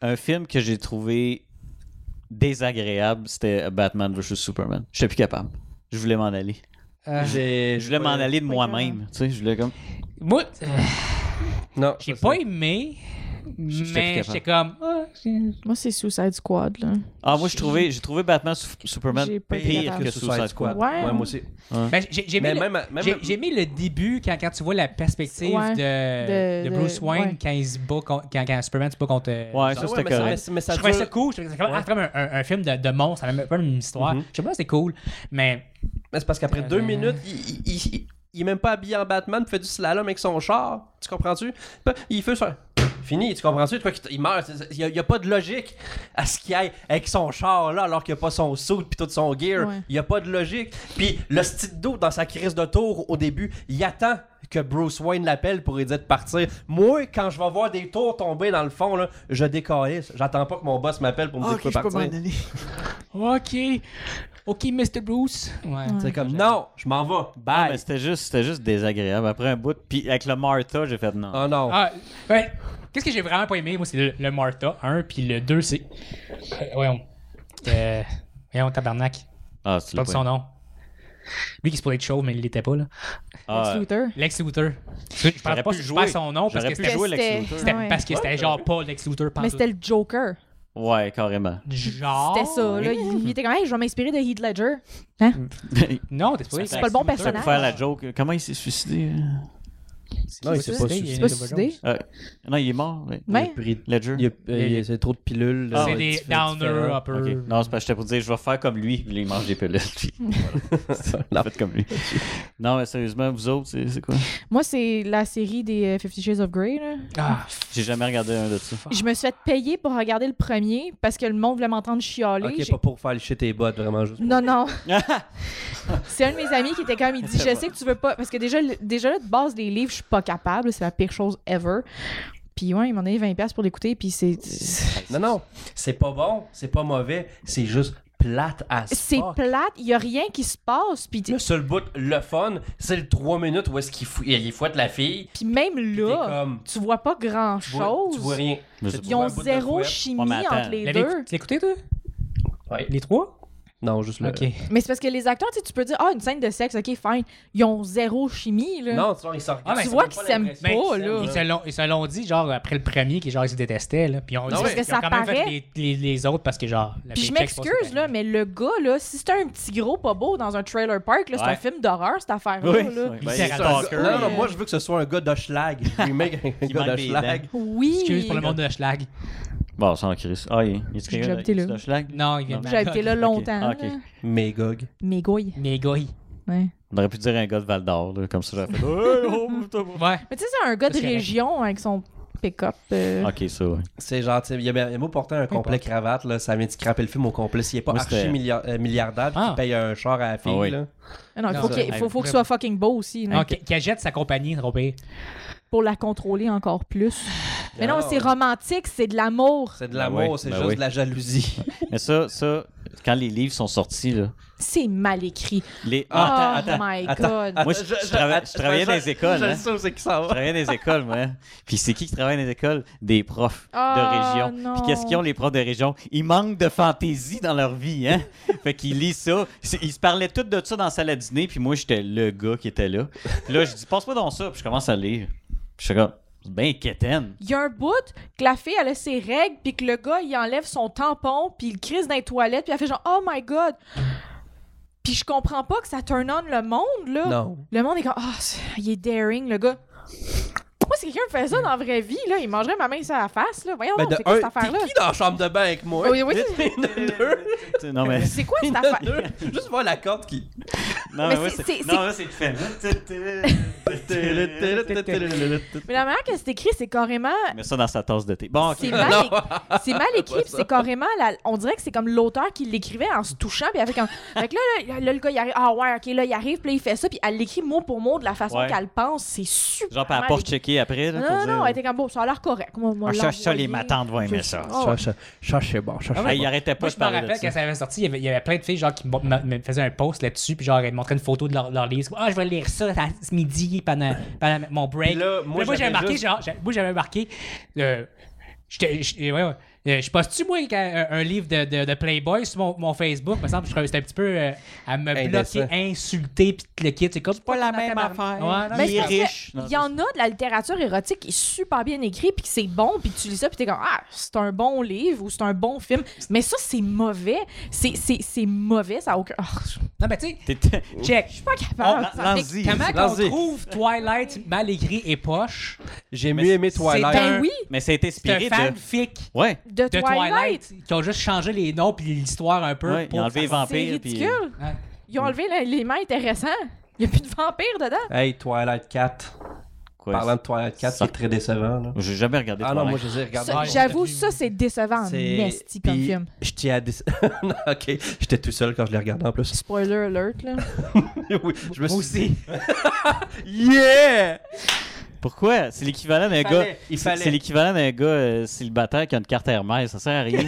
un film que j'ai trouvé désagréable, c'était Batman vs Superman. J'étais plus capable. Je voulais m'en aller. Euh, J'ai- Je voulais m'en aller de pas moi-même. Tu sais, je voulais comme. moi, euh, Non, j'ai ça, pas Ah, c'est- aimé, J'étais mais plus j'étais comme, ah, j'ai- Moi, c'est Suicide Squad, là. Ah, moi, j'ai trouvé, j'ai trouvé Batman Su- Superman J'ai pas été pire capable. que Suicide Squad. Ouais. moi aussi. ben, j'ai- j'ai aimé Mais le- même, même- j'ai- j'ai aimé le début quand, quand tu vois la perspective Ouais. de, de, De- de- Bruce Wayne ouais. quand, il se bat contre- quand, quand Superman se bat contre. Ouais, euh, Ah ça, ouais, c'était mais correct. mais- mais ça je trouvais dure- ça cool. Je trouvais ça comme, Ouais. ah, c'est comme un, un- un film de, de monstre, ça avait même pas une histoire. Mhm. Je sais pas, c'est cool, mais mais c'est parce qu'après Euh, deux euh. minutes, il, il- il- il- il est même pas habillé en Batman, il fait du slalom avec son char. Tu comprends-tu? Il fait ça. Fini, tu comprends-tu? Quoi qu'il- Il meurt. Il n'y a, pas de logique à ce qu'il aille avec son char là, alors qu'il n'y a pas son suit puis tout son gear. Il Ouais. n'y a pas de logique. Puis le style d'eau dans sa crise de tour au début, il attend que Bruce Wayne l'appelle pour lui dire de partir. Moi, quand je vais voir des tours tomber dans le fond, là, je décalisse. J'attends pas que mon boss m'appelle pour me dire qu'il faut partir. OK. OK, Mr. Bruce. Ouais. C'est comme non, je m'en vais. Ah, Bye. mais c'était juste, c'était juste désagréable. Après un bout, puis avec le Martha, j'ai fait non. oh non. Ah, ben, qu'est-ce que j'ai vraiment pas aimé, moi, c'est le, le Martha 1, puis le 2, c'est. Euh, voyons. Euh, voyons, tabarnak. Ah, c'est Pas de son nom. Lui qui se pourrait être chauve, mais il l'était pas, là. Ah, Twitter. Lex Luthor. Je parle J'aurais pas, pu je jouer. parle son nom parce J'aurais que pu c'était. jouer C'était- Lex Luthor. c'était- Ouais. Parce que c'était genre pas Lex Luthor Mais pantoute. c'était le Joker. ouais, carrément. Genre. C'était ça. Là, il, il était comme, hey, je vais m'inspirer de Heath Ledger. Tu Non, t'es pas C'est pas le bon peux personnage. faire la joke. Comment il s'est suicidé hein? Non, il s'est pas Il suicidé. s'est pas suicidé. Euh, Non, il est mort. ouais. Ouais. Pris- Ledger. il y a- euh, il y a- C'est trop de pilules. là, C'est des différents- downer upper. Ok. Non, c'est parce que j'étais pour dire, je vais faire comme lui, puis là, il mange des pilules. Puis voilà. Faites comme lui. Non, mais sérieusement, vous autres, c'est c'est quoi Moi, c'est la série des euh, Fifty Shades of Grey. là. Ah, J'ai jamais regardé un de ça. Je me suis fait payer pour regarder le premier parce que le monde voulait m'entendre chialer. Ok, J'ai- pas pour faire le shit tes bottes, vraiment juste. Non, non. c'est un de mes amis qui était comme, il dit, je sais que tu veux pas. Parce que déjà, le- déjà là, de base, les livres, je suis pas capable. C'est la pire chose ever. Puis ouais, il m'en a donné 20$ pour l'écouter. Puis c'est. Non, non, c'est pas bon, c'est pas mauvais, c'est juste plate à C'est plate. Il y a rien qui se passe. Puis, Le seul bout, le fun, c'est le 3 minutes où est-ce qu'il fou... il fouette la fille. puis même t'es là, comme- tu vois pas grand Tu vois, chose. tu vois rien. Mais Tu c'est Ils vois ont un bout de zéro fouette. chimie Ouais, mais attends, entre les l'avais- deux. tu l'as écouté, toi Ouais. Les trois Non, juste le. Ok. Mais c'est parce que les acteurs, tu sais, tu peux dire, ah, une scène de sexe, ok, fine. Ils ont zéro chimie, là. Non, tu vois, il sort. Ah, mais tu vois qu'ils s'aiment pas, l'impression là. Ils se l'ont- ils se l'ont dit, genre, après le premier, qui genre, ils se détestaient, là. Puis on Non, dit parce que ils ont ça quand même fait paraît. les, les, les autres parce que, genre, la Puis je paycheck, c'est pas m'excuse, ça. là, mais le gars, là, si c'était un petit gros pas beau dans un trailer park, là, c'est Ouais. un film d'horreur, cette affaire-là. Oui. là. Ouais. Il Ben, sert c'est à un Stalker. Non, non, moi je veux que ce soit un gars de schlag. Je remake un Qui gars de manque des schlag. Oui. Excuse pour le monde de Schlag. Bon, sans crise. Ah, il est J'ai déjà été là. Schlag? Non, il vient de J'ai habité là longtemps. Ah, ok. là. Mégog. Mes gouilles. Mais gars, il- Ouais. On aurait pu dire un gars de Val d'Or, là, comme ça, j'aurais fait. Hey, oh, putain, moi. Ouais. Mais tu sais, c'est un gars de C'est correct. Ah, région hein, avec son pick-up. euh, ok, ça, ouais. C'est gentil. Il y a, il y a beau porter un complet cravate, là, ça vient de scraper le film au complet. S'il n'est pas Moi, c'était- archi milliard- euh, milliardaire, puis Ah. qu'il paye un char à la fille, Ah oui. là. ah Non, il Non, faut ça, qu'il elle- faut, faut qu'il soit fucking beau aussi, là, Non, qui- qui achète Hein, sa compagnie, trop pire. pour la contrôler encore plus. Mais non, Ah. c'est romantique, c'est de l'amour. C'est de Ben l'amour, oui, c'est ben juste oui. de la jalousie. Mais ça, ça, quand les livres sont sortis, là. C'est mal écrit. Les... Oh Ah, attends, attends. my god. Ah, Attends, Moi, je- je trava- je travaillais dans les écoles, Je hein. sais où c'est qui s'en Je va. travaillais dans les écoles, moi. hein. Puis c'est qui qui travaille dans les écoles? Des profs Ah, de région. non. Puis qu'est-ce qu'ils ont, les profs de région? Ils manquent de fantaisie dans leur vie, hein? fait qu'ils lisent ça. C'est- Ils se parlaient tout de ça dans la salle à dîner, puis moi, j'étais le gars qui était là. Puis là, je dis, passe-moi dans ça, puis je commence à lire. Puis je suis comme, c'est bien quétaine. Il y a un bout que la fille, elle a ses règles, puis que le gars, il enlève son tampon, puis il crise dans les toilettes, puis elle fait genre « Oh my God! » Puis je comprends pas que ça turn on le monde, là. Non. Le monde est comme « Ah, c'est- il est daring, le gars. » Moi, si quelqu'un me faisait ça dans la vraie vie, là, il mangerait ma main sur la face, là. Voyons Ben, donc, de Ah, c'est quoi cette un, affaire-là? t'es qui dans la chambre de bain avec moi? Oui, oui, c'est- De deux, non, mais. C'est quoi de cette affaire? deux. Juste voir la corde qui... Non, Mais mais, ouais, c'est- c'est. c'est- Non, ouais, c'est le fait. Mais la manière que c'est écrit, c'est carrément... Mets ça dans sa tasse de thé. Bon, ok. C'est mal, Non. é- c'est mal écrit, puis c'est carrément. la- on dirait que c'est comme l'auteur qui l'écrivait en se touchant, puis avec un. Fait que là, là, là, le gars, il arrive. Ah ouais, ok, là, il arrive, puis là, il fait ça, puis elle l'écrit mot pour mot de la façon Ouais. qu'elle pense. C'est super. Genre, par mal rapport écrit. checker après. Là, Non, pour non, dire, non, elle était comme bon, ça a l'air correct. Moi, moi, On cherche Ah, ça, les l'envoyer. matantes vont aimer ça. Ah ouais. Ça, ça- ça, c'est bon. Ah Ça, c'est Hey, il arrêtait pas Moi, de je me parler de rappelle ça. quand ça avait sorti, il y avait, il y avait plein de filles genre, qui m- m- me faisaient un post là-dessus, puis genre, elles me montraient une photo de leur, leur livre. Ah, je vais lire ça à ce midi pendant, pendant mon break. Puis là, moi, Puis j'avais j'avais marqué, juste- genre, j'ai- moi, j'avais marqué, euh, j'étais- j'étais- ouais, ouais. Euh, je poste-tu, moi, quand- un, un livre de, de, de Playboy sur mon, mon Facebook? Il me semble que je trouvais- c'était un petit peu euh, à me Indécent. bloquer, insulter, puis le kit. C'est comme. pas la même affaire. Il Mais Ben, c'est est parce que riche. Non, Il y en a de la littérature érotique qui est super bien écrite, puis que c'est bon, puis que tu lis ça, puis t'es comme Ah, c'est un bon livre ou c'est un bon film. Mais ça, c'est mauvais. C'est- C'est c'est mauvais, ça a aucun. Ah, je suis Non, mais tu sais, T'étais- check. pas capable. On- Lance-y. Comment qu'on Lance-y. trouve Twilight mal écrit et poche? J'ai Mais mieux aimé c'est Twilight. un- Ben oui, Mais ça a été C'est un inspiré de. fanfic. Ouais. de, de Twilight. Twilight, qui ont juste changé les noms puis l'histoire un peu. ouais. Ils pour ont enlevé les faire- C'est vampires. puis- Mm. ridicule. Ouais. Ils ont enlevé l'élément intéressant. Il n'y a plus de vampires dedans. Hey, Twilight 4. pourquoi. Parlant de Twilight 4, Ça- c'est très décevant. là. J'ai jamais regardé Ah non, Twilight. moi je les ai regardés. Ça, Ouais, J'avoue, ouais. ça, c'est décevant en C'est- nasty comme Puis, film. Je tiens à dis- Non, ok, j'étais tout seul quand je les regardais en plus. Spoiler alert, là. oui, je me suis Moi aussi. Yeah! Pourquoi? C'est l'équivalent d'un Il gars. fallait, il c'est- fallait. C'est l'équivalent d'un gars euh, célibataire qui a une carte Hermès, ça sert à rien.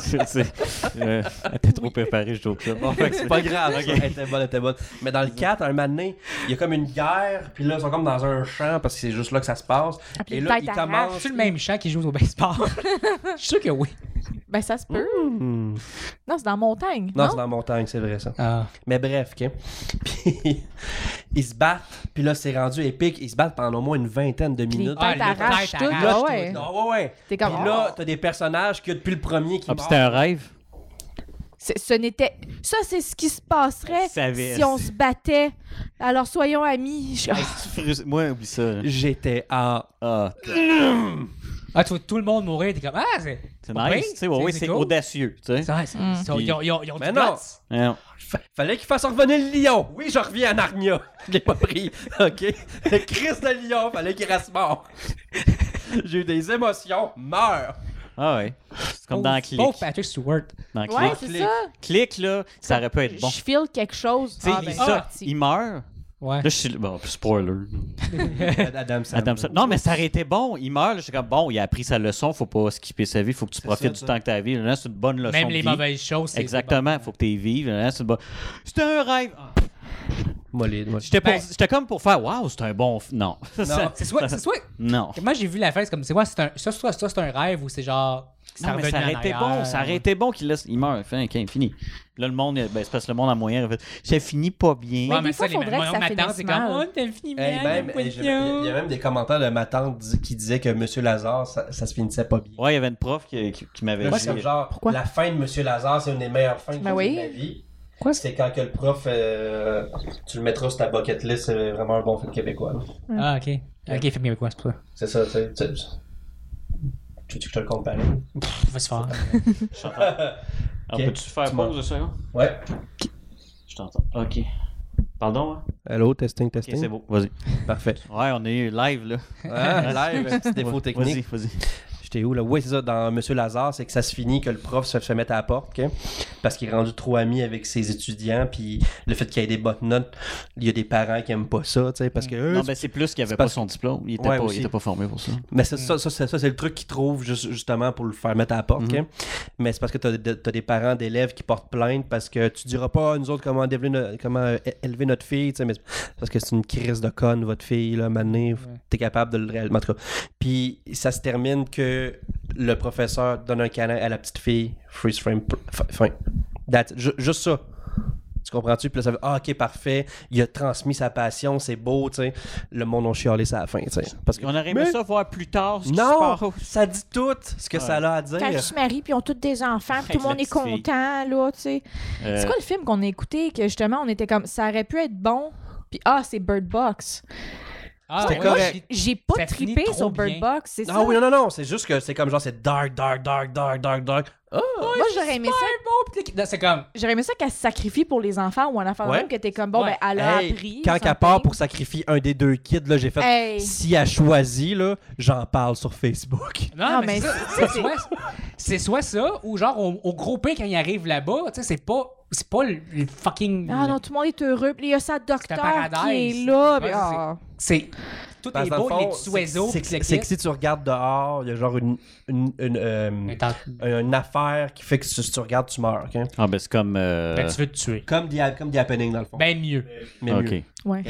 C'est- c'est- c'est- euh, elle était trop préparée, je trouve ça. Ah, Bon, fait que C'est c'est- pas grave, ok. Elle était bonne, elle était bonne. Mais dans le 4, un moment donné, il y a comme une guerre, puis là, ils sont comme dans un champ parce que c'est juste là que ça se passe. Ah, puis Et une là, tête ils à rage. commencent. C'est le même chant qui joue au baseball. Je suis sûr que oui. Ben, ça se peut. Hmm. Non, c'est dans la montagne. Non, Non, c'est dans la montagne, c'est vrai ça. Ah. Mais bref, ok. Puis ils se battent, puis là, c'est rendu épique. Ils se battent pendant au moins une vingtaine de Puis les minutes. Ah, têtes le arrachent tête toutes. arrache Ah tout, ouais. Non, ouais, ouais. Puis T'es comme. oh! là, t'as des personnages que depuis le premier qui Ah, puis meurent. c'était un rêve. C'est- Ce n'était. Ça, c'est ce qui se passerait Je savais. si on se battait. Alors, soyons amis. Je- Hey, c'est frus- Moi, oublie ça. là. J'étais en Ah, Ah, tu vois tout le monde mourir, t'es comme Ah, c'est. c'est pas nice. pire, tu sais, ouais, ouais, c'est cool. audacieux. tu sais. Hein. C'est vrai, c'est- Mm. ils ont- Ils ont, ils ont, ils ont Mais du non. guts. Ouais. Fa- Fallait qu'il fasse revenir le lion. Oui, je reviens à Narnia. Je l'ai pas pris. OK? Le Christ de lion, fallait qu'il reste mort. J'ai eu des émotions. Meurs. Ah ouais. C'est comme dans Pauvre- Click. Pauvre Patrick Stewart. Dans Ouais, Click. c'est clic. ça. Click, là, ça aurait pu être bon. Je file quelque chose. Tu sais, Ah, il, ben, sort- c'est parti. il meurt. Ouais. Là, je suis. Bon, spoiler. Adam Sandler. Adam Sandler. Non, mais ça aurait été bon. Il meurt. là, Je suis comme, bon, il a appris sa leçon. Faut pas skipper sa vie. Faut que tu profites ça, du ça. temps que tu as Là, c'est une bonne leçon. Même de les vie. mauvaises choses. c'est- Exactement. Faut que tu vives. Là, c'est une bonne- C'était un rêve. Ah. Molide, molide. J'étais pour- Ben- j'étais comme pour faire, waouh, c'est un bon. f- Non. Non. C'est soit. C'est soit. non. Moi, j'ai vu la fin, c'est comme. C'est quoi, c'est un. Ça, soit, soit c'est un rêve ou c'est genre. Non, mais ça aurait été bon, ça aurait été bon qu'il laisse. Il meurt, fin, ok, fini. Là, le monde, ben, c'est parce que le monde en moyen, en fait, ça finit pas bien. des fois, faudrait que ça finisse c'est comme. mal. Oh, t'as fini Hey, même, mal. hey, Eh, ben, j'ai- il y a même des commentaires de ma tante di- qui disaient que Monsieur Lazare, ça, ça se finissait pas bien. Ouais, il y avait une prof qui, qui- qui m'avait Moi, c'est dit. comme genre, Pourquoi? la fin de Monsieur Lazare, c'est une des meilleures fins que Ben j'ai oui. vues de ma vie. Quoi? C'est quand que le prof, euh, tu le mettras sur ta bucket list, c'est vraiment un bon film québécois. là. Ah, ok. Ok, film québécois, c'est pour ça. C'est ça, tu sais. tu- Tu veux que je te le compare? Pff, Va se faire. Ah, Ok. Peux-tu faire Tu pause de ça, là? Ouais. Je t'entends. Ok. Pardon, hein? Allô, testing, Ok, c'est beau, vas-y. Parfait. Ouais, on est live, là. Ah, live, petit défaut technique. Vas-y, vas-y. J'étais où là? Oui, c'est ça, dans Monsieur Lazare, c'est que ça se finit que le prof se fait mettre à la porte, ok? parce qu'il est rendu trop ami avec ses étudiants, puis le fait qu'il y ait des bonnes notes, il y a des parents qui aiment pas ça, tu sais, parce que. euh, Non, ben, c'est plus qu'il avait C'est pas parce- son diplôme. Il était, Ouais, pas, il aussi. était pas formé pour ça. Mais ça, ça, ça, c'est- ça, c'est le truc qu'ils trouvent juste- justement pour le faire mettre à la porte. Mhm. ok? Mais c'est parce que tu as, des parents d'élèves qui portent plainte parce que tu diras pas à nous autres comment, développer no- comment euh, é- élever notre fille. tu sais, Mais c'est parce que c'est une crise de conne, votre fille. Là, mané, tu es capable de le réellement. En tout cas. Puis ça se termine que le professeur donne un câlin à la petite fille. Freeze frame. pl- fin- Fin. That's- ju- juste ça. Tu comprends-tu? Puis là, ça fait, ah, ok, parfait. Il a transmis sa passion, c'est beau, tu sais. Le monde a chialé ça à la fin, tu sais. Parce que On aurait aimé Mais- ça voir plus tard ce qui non, se passe. ça dit tout ce que Ouais. ça a à dire. Quand ils se marient, puis ils ont tous des enfants, puis Avec tout le monde la est petite fille. content, là, tu sais. Euh, C'est quoi le film qu'on a écouté que justement, on était comme ça aurait pu être bon, puis ah, c'est Bird Box. Ah, C'était ouais, correct. j'ai- J'ai pas Ça finit trippé trop sur Bird bien. Box, c'est Non, ça. oui, non, non, non, c'est juste que c'est comme genre, c'est dark, dark, dark, dark, dark, dark. Ah! Moi, j'aurais aimé ça. Bon, pis t'es- là, c'est comme. J'aurais aimé ça qu'elle se sacrifie pour les enfants ou un enfant de Ouais. même que t'es comme bon, Ouais. ben elle a Hey, appris. quand ou qu'elle part something. pour sacrifier un des deux kids, là, j'ai fait. Hey. Si elle choisit, là, j'en parle sur Facebook. Non, Non, mais, mais c'est- c'est soit, c'est soit ça, ou genre au, au gros pain quand ils arrivent là-bas, tu sais, c'est pas, c'est pas le, le fucking. Ah non, tout le monde est heureux. Puis il y a sa docteur paradise. qui est là. Ouais, puis, c'est- ah. C'est. Tout Parce est que dans beau, le les fond, petits c'est- oiseaux, c'est- pis le C'est kit. que si tu regardes dehors, il y a genre une, une, une, euh, Mais ben, t'en- une affaire qui fait que si tu regardes, tu meurs. ok? Ah, ben, c'est comme. euh, ben, tu veux te tuer. Comme, the, comme The Happening, dans le fond. Ben mieux. mais mieux. Ok. Ouais.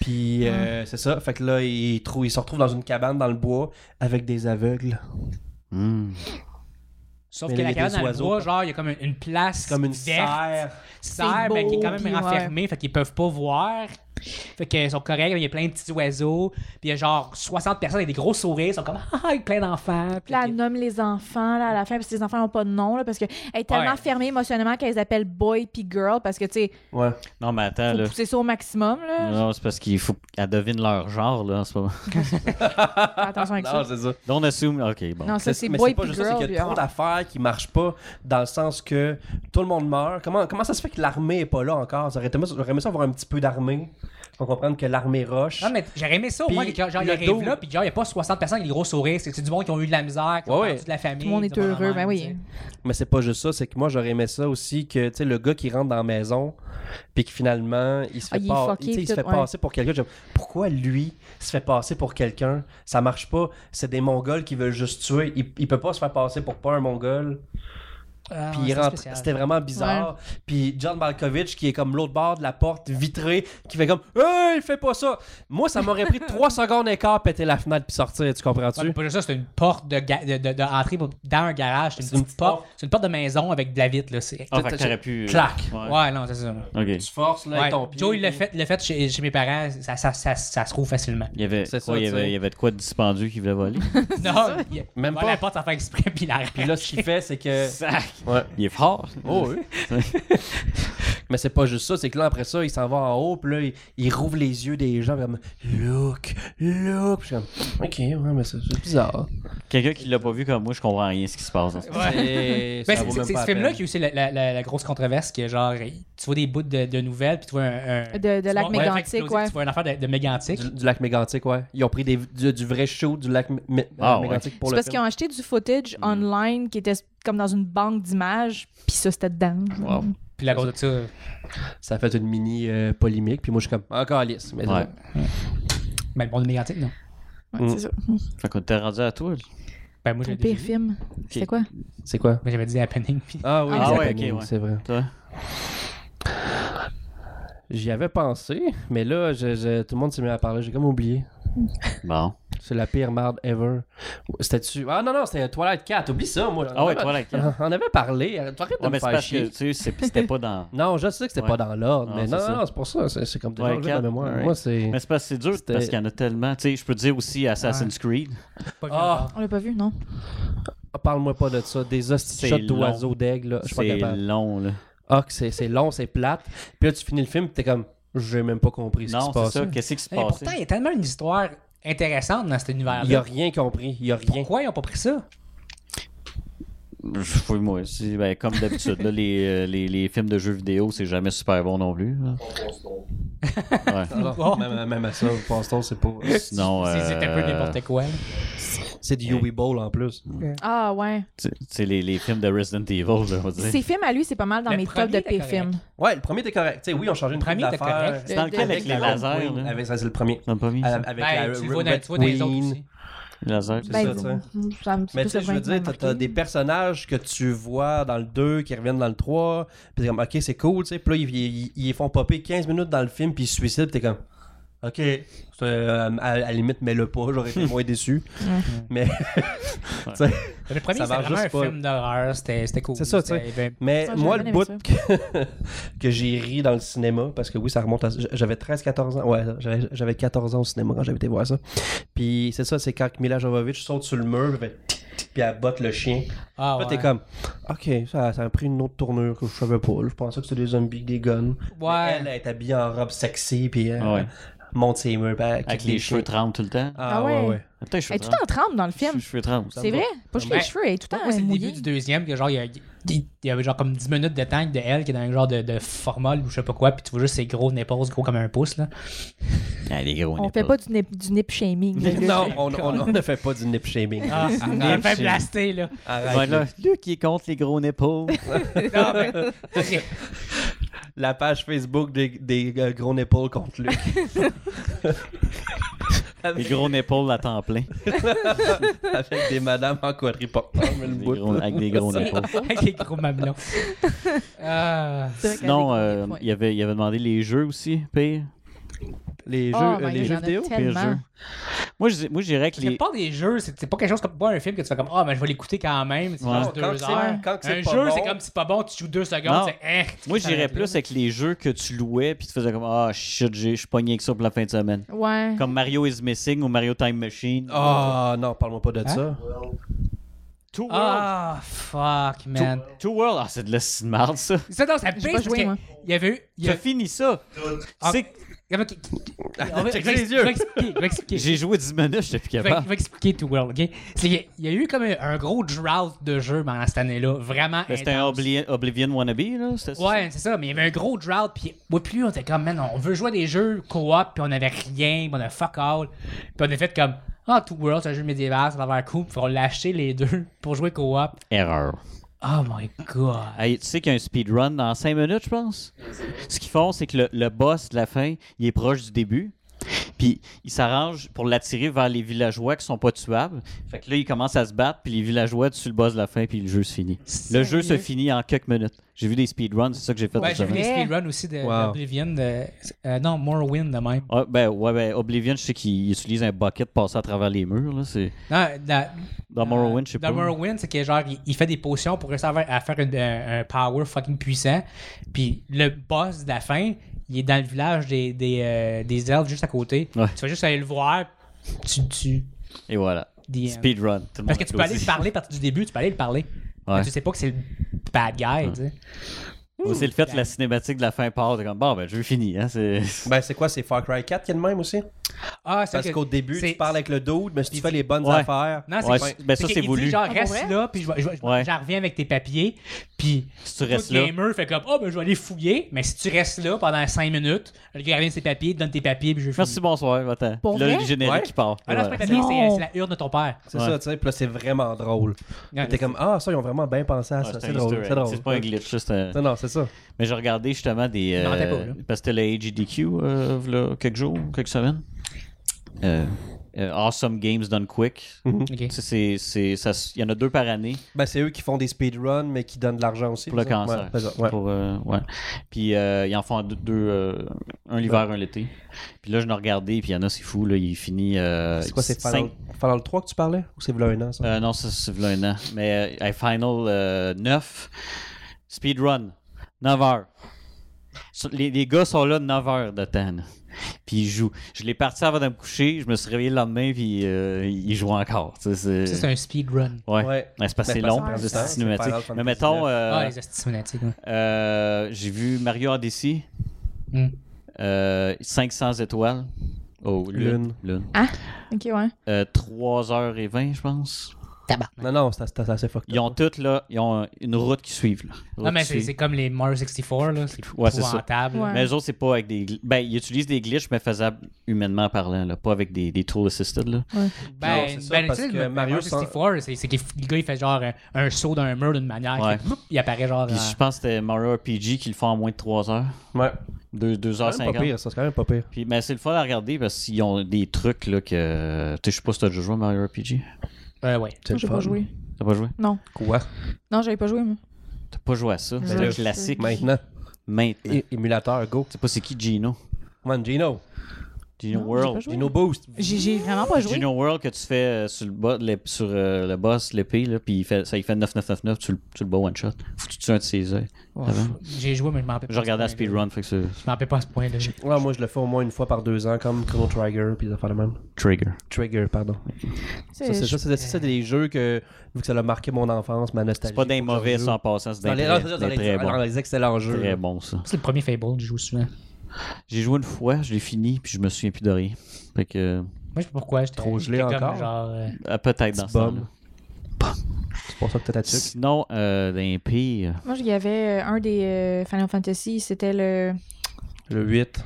Puis euh, c'est ça, fait que là, il, trou- il se retrouve dans une cabane dans le bois avec des aveugles. Hmm. Sauf Mais que là, la il y a des cabane dans le oiseaux, bois, quoi. genre, il y a comme une, une place. Comme une verte, serre. serre, mais qui est quand même beau, puis renfermée, fait qu'ils peuvent pas voir. Fait qu'ils sont corrects, il y a plein de petits oiseaux, puis il y a genre 60 personnes avec des gros sourires, ils sont comme, ah, ah, avec plein d'enfants. Puis là, elle nomme les enfants là, à la fin, parce que les enfants n'ont pas de nom, là, parce qu'elle est tellement Ouais. fermée émotionnellement qu'elle les appelle boy puis girl, parce que, tu sais, Ouais. Non, mais attends, faut là. pousser ça au maximum, là. Non, c'est parce qu'il faut qu'elle devine leur genre, là, en ce moment. Fais attention avec Non, ça. c'est ça. Donc, on assume. Ok, bon. Non, ça, C'est- c'est mais boy c'est pas puis juste ça, girl. c'est qu'il y a puis, trop ah. d'affaires qui marchent pas dans le sens que tout le monde meurt. Comment, comment ça se fait que l'armée est pas là encore? Ça aurait été- J'aurais aimé ça avoir un petit peu d'armée. Faut comprendre que l'armée roche. Non, mais j'aurais aimé ça au Puis moins, que, genre, il le arrive dos- là, puis genre, il n'y a pas 60 personnes avec des gros sourires. C'est c'est du monde qui ont eu de la misère, qui Ouais, ont ouais. perdu de la famille. Tout le monde est des moments heureux, de ben même, oui. Mais c'est pas juste ça, c'est que moi j'aurais aimé ça aussi que tu sais le gars qui rentre dans la maison puis que finalement il se Ah, fait, il est pas- fucké, tu sais, il se tout, fait ouais. passer pour quelqu'un. J'aime- Pourquoi lui se fait passer pour quelqu'un Ça marche pas. C'est des Mongols qui veulent juste tuer. Il, il peut pas se faire passer pour pas un Mongol. tu sais. Ah, Puis ouais, il c'est rentre- spécial. c'était vraiment bizarre. Puis John Malkovich qui est comme l'autre bord de la porte vitrée qui fait comme hey fais pas ça. Moi ça m'aurait pris trois secondes et quart péter la fenêtre puis sortir. Tu comprends-tu Ouais, mais pas juste ça, c'est une porte de, ga- de, de- de entrée pour- dans un garage. C'est une, une petite porte. C'est une porte de maison avec de la vitre, là. C'est... Ah, fait que t'aurais pu. Clac. Ouais. Ouais, non, c'est ça. Ok. Tu forces là Ouais. avec ton pied. Joe, il l'a puis- fait, l'a fait chez, chez mes parents, ça, ça, ça- ça se trouve facilement. Il y avait, C'est ça, ouais, il y tu avait, sais. il y avait de quoi de dispendu qui voulait voler. non, il- Même ouais, pas. La porte, ça fait exprès, puis il la Puis là ce qu'il fait c'est que Sac. Ouais. Il est fort. Oh oui. Mais c'est pas juste ça, c'est que là, après ça, il s'en va en haut, puis là, il, il rouvre les yeux des gens, comme Look, look. Puis je suis comme, Ok, ouais, mais c'est c'est bizarre. Quelqu'un qui l'a pas vu comme moi, je comprends rien de ce qui se passe. dans ce- Et Ben, ça c'est vaut c'est- même c'est pas ce la film-là peine. qui a aussi la, la- la- la grosse controverse, qui est genre, tu vois des bouts de, de nouvelles, puis tu vois un. un- De- de tu lac vois- ouais, mégantique, fait exploser, ouais. Tu vois une affaire de, de mégantique. Du, du lac mégantique, ouais. Ils ont pris des, du, du vrai show du lac mé- mé- Ah, mégantique pour C'est le parce qu'ils film. ont acheté du footage online qui était comme dans une banque d'images, puis ça, c'était dedans. Wow. Puis la cause de ça. Ça a fait une mini euh, polémique, puis moi, je suis comme Encore lisse. Mais Ouais. Ben, le monde de mégantique, non. Ouais, Mm. c'est ça. Fait qu'on était rendu à toi. là. Ben, moi, je Ton l'ai pire déjà vu. film, c'était quoi? c'est quoi Ben, J'avais dit Happening, puis. Ah oui, Ah, c'est ouais, Happening, ok, ouais. c'est vrai. Toi? J'y avais pensé, mais là, je- je- tout le monde s'est mis à parler, j'ai comme oublié. Bon. C'est la pire merde ever. C'était-tu. Ah non, non, c'était Twilight 4. Oublie ça, moi. Ah ouais, On avait- Twilight 4. On avait parlé. Arrête- Arrête de Ouais, me mais c'est faire parce que chier. tu sais, c'est- c'était pas dans. Non, je sais que c'était Ouais. pas dans l'ordre, Non, mais c'est non, ça. non, c'est pour ça. C'est c'est comme déjà Twilight enlevé de la 4, mémoire. alright. Moi, c'est. Mais c'est parce que c'est dur C'était- parce qu'il y en a tellement. Tu sais, je peux dire aussi Assassin's Creed. Pas vu Ah! encore. On l'a pas vu, non? Ah, Parle-moi pas de ça. Des hosties C'est shots d'oiseaux, d'aigles, là. Je suis pas C'est capable. long, là. Ah, que c'est c'est long, c'est plate. Puis là, tu finis le film, puis t'es comme. J'ai même pas compris ce qui se Non, c'est passe. ça. Qu'est-ce qui se Mais pourtant, passait? il y a tellement une histoire intéressante dans cet Il a univers-là. rien compris. Il a rien. Pourquoi ils ont pas pris ça? Je fouille moi aussi. Ben, comme d'habitude, là, les, euh, les, les films de jeux vidéo, c'est jamais super bon non plus. là. Ouais. Alors, même, même à ça, Pastor, c'est pas. Sinon, C'est c'est un peu euh, n'importe quoi. là. C'est du Yui Bowl en plus. Ah, ouais. Tu tu sais, les, les films de Resident Evil, là, on va dire. Ces films à lui, c'est pas mal dans Le mes premier tops de était pires correct. films. Ouais, le premier était correct. Tu sais, oui, on changeait une Le premier couple était d'affaires. correct. C'est dans lequel avec les la lasers, Queen, là. avec- Euh, ça, c'est le premier. Dans le premier, ça? Avec Ben, la tu Red le vois dans- tu vois dans les autres Queen. aussi. Les lasers. C'est Ben, ça, tu ça me- Mais tu c'est sais, je veux vraiment dire, t'as- t'as des personnages que tu vois dans le 2 qui reviennent dans le 3, pis t'es comme, ok, c'est cool, tu sais. Puis là, ils, ils, ils font popper 15 minutes dans le film, puis ils se suicident, pis t'es comme, ok, c'est, euh, à, à la limite, mets-le pas, j'aurais été moins déçu. Mais, tu sais, Le premier, Ça c'était marche vraiment un juste pas. film d'horreur. C'était c'était cool. C'est ça, tu sais. C'était- ben, mais Ah, j'ai moi, bien le aimé bout que, que j'ai ri dans le cinéma, parce que oui, ça remonte à. J'avais 13-14 ans, ouais, j'avais, j'avais 14 ans au cinéma quand j'avais été voir ça. Puis c'est ça, c'est quand Mila Jovovich saute sur le mur, elle fait tic, tic, puis elle botte le chien. Ah, Là, ouais. t'es comme, ok, ça, ça a pris une autre tournure que je savais pas. là. Je pensais que c'était des zombies, des guns. Mais Ouais. Elle, elle est habillée en robe sexy, puis elle Ah Ouais. monte ses murs. puis elle Avec kick les des cheveux chiens. trempés tout le temps. Ah, Ah ouais, ouais. ouais. Putain, les cheveux Elle est tout trempés. en tremble dans le film. Cheveux trempés. C'est vrai? Pas juste les Ben, cheveux, elle est tout le temps Moi, c'est le début mouillée. du deuxième que genre, il y, a- il y avait genre comme 10 minutes de tank de elle qui est dans un genre de, de formol ou je sais pas quoi, puis tu vois juste ses gros néposes gros comme un pouce, là. Ah, les gros On nipples. fait pas du nip, du nip shaming. là. Non, on, on- on ne fait pas du nip shaming. Ah, elle fait blaster, là. Arrête, Ouais, là. là, Luc, il compte les gros nipples. Non, mais- La page Facebook des, des euh, gros nipples contre Luc. les gros nipples à temps plein. Avec des madames en quadriporteurs, mais le Des bout. gros- avec des gros nipples. Avec les gros mamelons. Ah. C'est vrai qu'elle Sinon, a des euh, gros nipples, il, avait, il avait demandé les jeux aussi, pire. Les jeux, Oh euh, my les God, jeux j'en ai vidéo. tellement. Pire jeu. Moi, je, dis- moi, je dirais que La les. plupart des jeux, c'est c'est pas quelque chose comme pas un film que tu fais comme Ah, mais je vais l'écouter quand même. C'est Ouais. juste Quand Ah, deux c'est- heures. quand c'est un pas jeu, bon- c'est comme c'est pas bon, tu joues deux Non. secondes. c'est, hein, Moi, j'irais t'arrêtes là. plus avec les jeux que tu louais puis tu faisais comme Ah, shit, j'ai- je suis pogné avec ça pour la fin de semaine. ouais. Ouais. Comme Mario is Missing ou Mario Time Machine. Ah, non, parle-moi pas de Hein? ça. Two World. Ah, fuck, Two, man. Two World. Ah, c'est de la cine marde, ça. Ça, non, ça me J'ai pisse pas parce joué, que moi. il y Ah. avait eu. il y T'as a- fini ça. Tu sais- Ah, Je vais je Checker vais les yeux. expliquer. Je vais expliquer. J'ai joué 10 minutes, j'étais plus Je vais- je capable. vais expliquer tout world, ok? C'est qu'il y a- Il y a eu comme un- un gros drought de jeux pendant cette année-là, vraiment Mais C'était un intense. Obli- Oblivion wannabe, là? c'était ça? Ouais, c'est ça, mais il y avait un gros drought, puis moi plus on était comme, man, on veut jouer à des jeux coop, puis on avait rien, puis on a fuck all, puis on a fait comme, ah, Two World, c'est un jeu médiéval, ça va avoir cool, puis on l'a acheté les deux pour jouer coop. Erreur. Oh my god. Hey, tu sais qu'il y a un speedrun dans 5 minutes, je pense? Ce qu'ils font, c'est que le, le boss de la fin, il est proche du début. Puis ils s'arrangent pour l'attirer vers les villageois qui sont pas tuables. Fait que là, ils commencent à se battre, puis les villageois tuent le boss de la fin, puis le jeu se finit. Le Sérieux? jeu se finit en quelques minutes. J'ai vu des speedruns, c'est ça que j'ai fait Ouais, j'ai cette vu des semaine. Ouais. speedruns aussi de Wow. d'Oblivion, de, euh, non, Morrowind de même. Ah, ben, ouais, ben, Oblivion, je sais qu'ils utilisent un bucket pour passer à travers les murs. Là, c'est... Non, dans, Dans Morrowind, je sais pas. Ah, Dans Morrowind, Euh, c'est que genre, il, il fait des potions pour réussir à faire- à faire une- euh, un, un power fucking puissant. Puis le boss de la fin, il est dans le village des, des, euh, des elfes juste à côté. Ouais. Tu vas juste aller le voir, tu le tues. Et voilà. The end. Speedrun. Tout le monde Parce que tu peux aller applaudit. le parler à partir du début, tu peux aller le parler. Ouais. Mais Tu sais pas que c'est le bad guy, tu sais. Ou c'est le fait que la cinématique de la fin part, t'es comme bon, ben, le jeu fini. Hein, c'est... Ben, c'est quoi, c'est Far Cry 4 qui est le même aussi? Ah, c'est Parce que- qu'au début, c'est- tu parles avec le dude, mais si tu fais les bonnes Ouais. affaires. Non, c'est Ouais, que- c'est- ben, ça, qu'il c'est dit, voulu. genre, Ah, reste pour vrai? là, puis je, vais- je, vais- Ouais. j'en reviens avec tes papiers, puis Si tu Tout restes là. gamer fait comme oh ben je vais aller fouiller mais si tu restes là pendant 5 minutes le gars revient ses papiers donne tes papiers puis je vais Merci, fouiller bonsoir, va-t'en. Pour Puis là, vrai? le générique Ouais. qui part. ah non c'est pas tes Voilà. papiers c'est Non. c'est la urne de ton père C'est Ouais. ça, tu sais. Puis là, c'est vraiment drôle. Ouais. T'es comme, ah, ça, ils ont vraiment bien pensé à Ouais, ça. c'est C'est un drôle. easter C'est egg. drôle. C'est pas un glitch, ça, c'est un- Non, non, c'est ça. Mais j'ai regardé justement des. Non, euh, t'es pas, là. parce que c'était le AGDQ, euh, v'là quelques jours, quelques semaines. Euh, euh, awesome Games Done Quick. Mhm. Ok. Tu sais, c'est- c'est- ça se- Il y en a deux par année. Ben, c'est eux qui font des speedruns, mais qui donnent de l'argent aussi. Pour le c'est ça? Ouais, cancer. c'est ça, ouais. Pour, euh, ouais. Puis euh, ils en font deux, deux, euh, un l'hiver, un l'été. Puis là, je l'ai regardé, puis il y en a, c'est fou, là, il finit. euh, C'est quoi, c'est cinq- Fallout Fallout 3 que tu parlais? Ou c'est v'là un an, ça? Euh, non, ça, c'est v'là un an. Mais euh, hey, Final euh, 9, speedrun, 9 heures. So- Les, les gars sont là 9 heures de temps. là. Puis ils jouent. Je l'ai parti avant de me coucher, je me suis réveillé le lendemain, puis euh, ils jouent encore. tu sais, c'est- ça c'est un speedrun Euh, Ouais. Ouais. Ouais, c'est parce que c'est Mais long, parce que c'est ça prend du temps, cinématique. c'est Final Mais mettons, euh, ah les astuces fanatiques ouais. euh, j'ai vu Mario Odyssey. Mm. Euh, 500 étoiles. Oh, lune. lune. Ok, ouais. Euh, 3h20, je pense. Non, non, c'est c'est assez fucked Ils up. ont toutes, là, ils ont une route qui suivent. Là. Une non route Ah, mais qui c'est suit. c'est comme les Mario 64 là c'est Ouais, c'est ça. épouvantable là. Ouais. Mais eux autres, c'est pas avec des. gl- Ben, ils utilisent des glitches, mais faisables humainement parlant, là. Pas avec des, des tool assisted, là. Non, ben, c'est ça, ben parce tu sais, que le Mario Mario 64 c'est c'est que le gars il fait genre un, un saut d'un mur d'une manière Ouais. fait que, boum, il apparaît genre euh, Puis dans- je pense que c'était Mario RPG qui le font en moins de 3 heures. Ouais. 2, C'est quand même pas 2h50. pire, ça. C'est quand même pas pire. Puis, mais c'est le fun à regarder parce qu'ils ont des trucs, là, que. Tu sais, je sais pas si t'as déjà joué à Mario RPG. Euh, ouais C'est Moi, le j'ai fun. pas joué. T'as pas joué? Non. Quoi? Non, j'avais pas joué, moi. T'as pas joué à ça. C'est là, le classique. Maintenant, Maintenant. é- émulateur, go. Je sais pas c'est qui Gino. Come on, Gino. Gino Non, World. j'ai pas joué. Gino Boost. J'ai j'ai vraiment pas joué. Gino World que tu fais euh, sur le, bo- l'ép- sur, euh, le boss, l'épée, là, puis il fait, ça il fait 9999, tu le, tu le bats one shot. Faut que tu tues un de ses yeux. Ouais. j'ai joué mais je m'en rappelle Je pas regardais à à ce point-là. speedrun, fait que c'est je m'en rappelle pas à ce point là Ouais, moi, je le fais au moins une fois par deux ans, comme Chrono Trigger, puis des affaires de même. trigger. Trigger, pardon. Ça, c'est ça, c'est- c'est ça des jeux que, vu que ça a marqué mon enfance, ma nostalgie. C'est pas des mauvais sans sans passant, c'est Dans des les, très, non, c'est ça, des dans les- très dans bons. les excellents jeux. Très bon ça. c'est le premier Fable que je joue souvent J'ai joué une fois, je l'ai fini, puis je me souviens plus de rien. Fait que euh, Moi, je sais pas pourquoi. J'étais Trop gelé j'étais comme encore? Genre, euh, ah, peut-être dans Petit ce bum. temps-là. C'est pour ça que t'as ta tuque. Sinon, euh, d'un pire. Moi, il y avait euh, un des euh, Final Fantasy, c'était le. Le 8.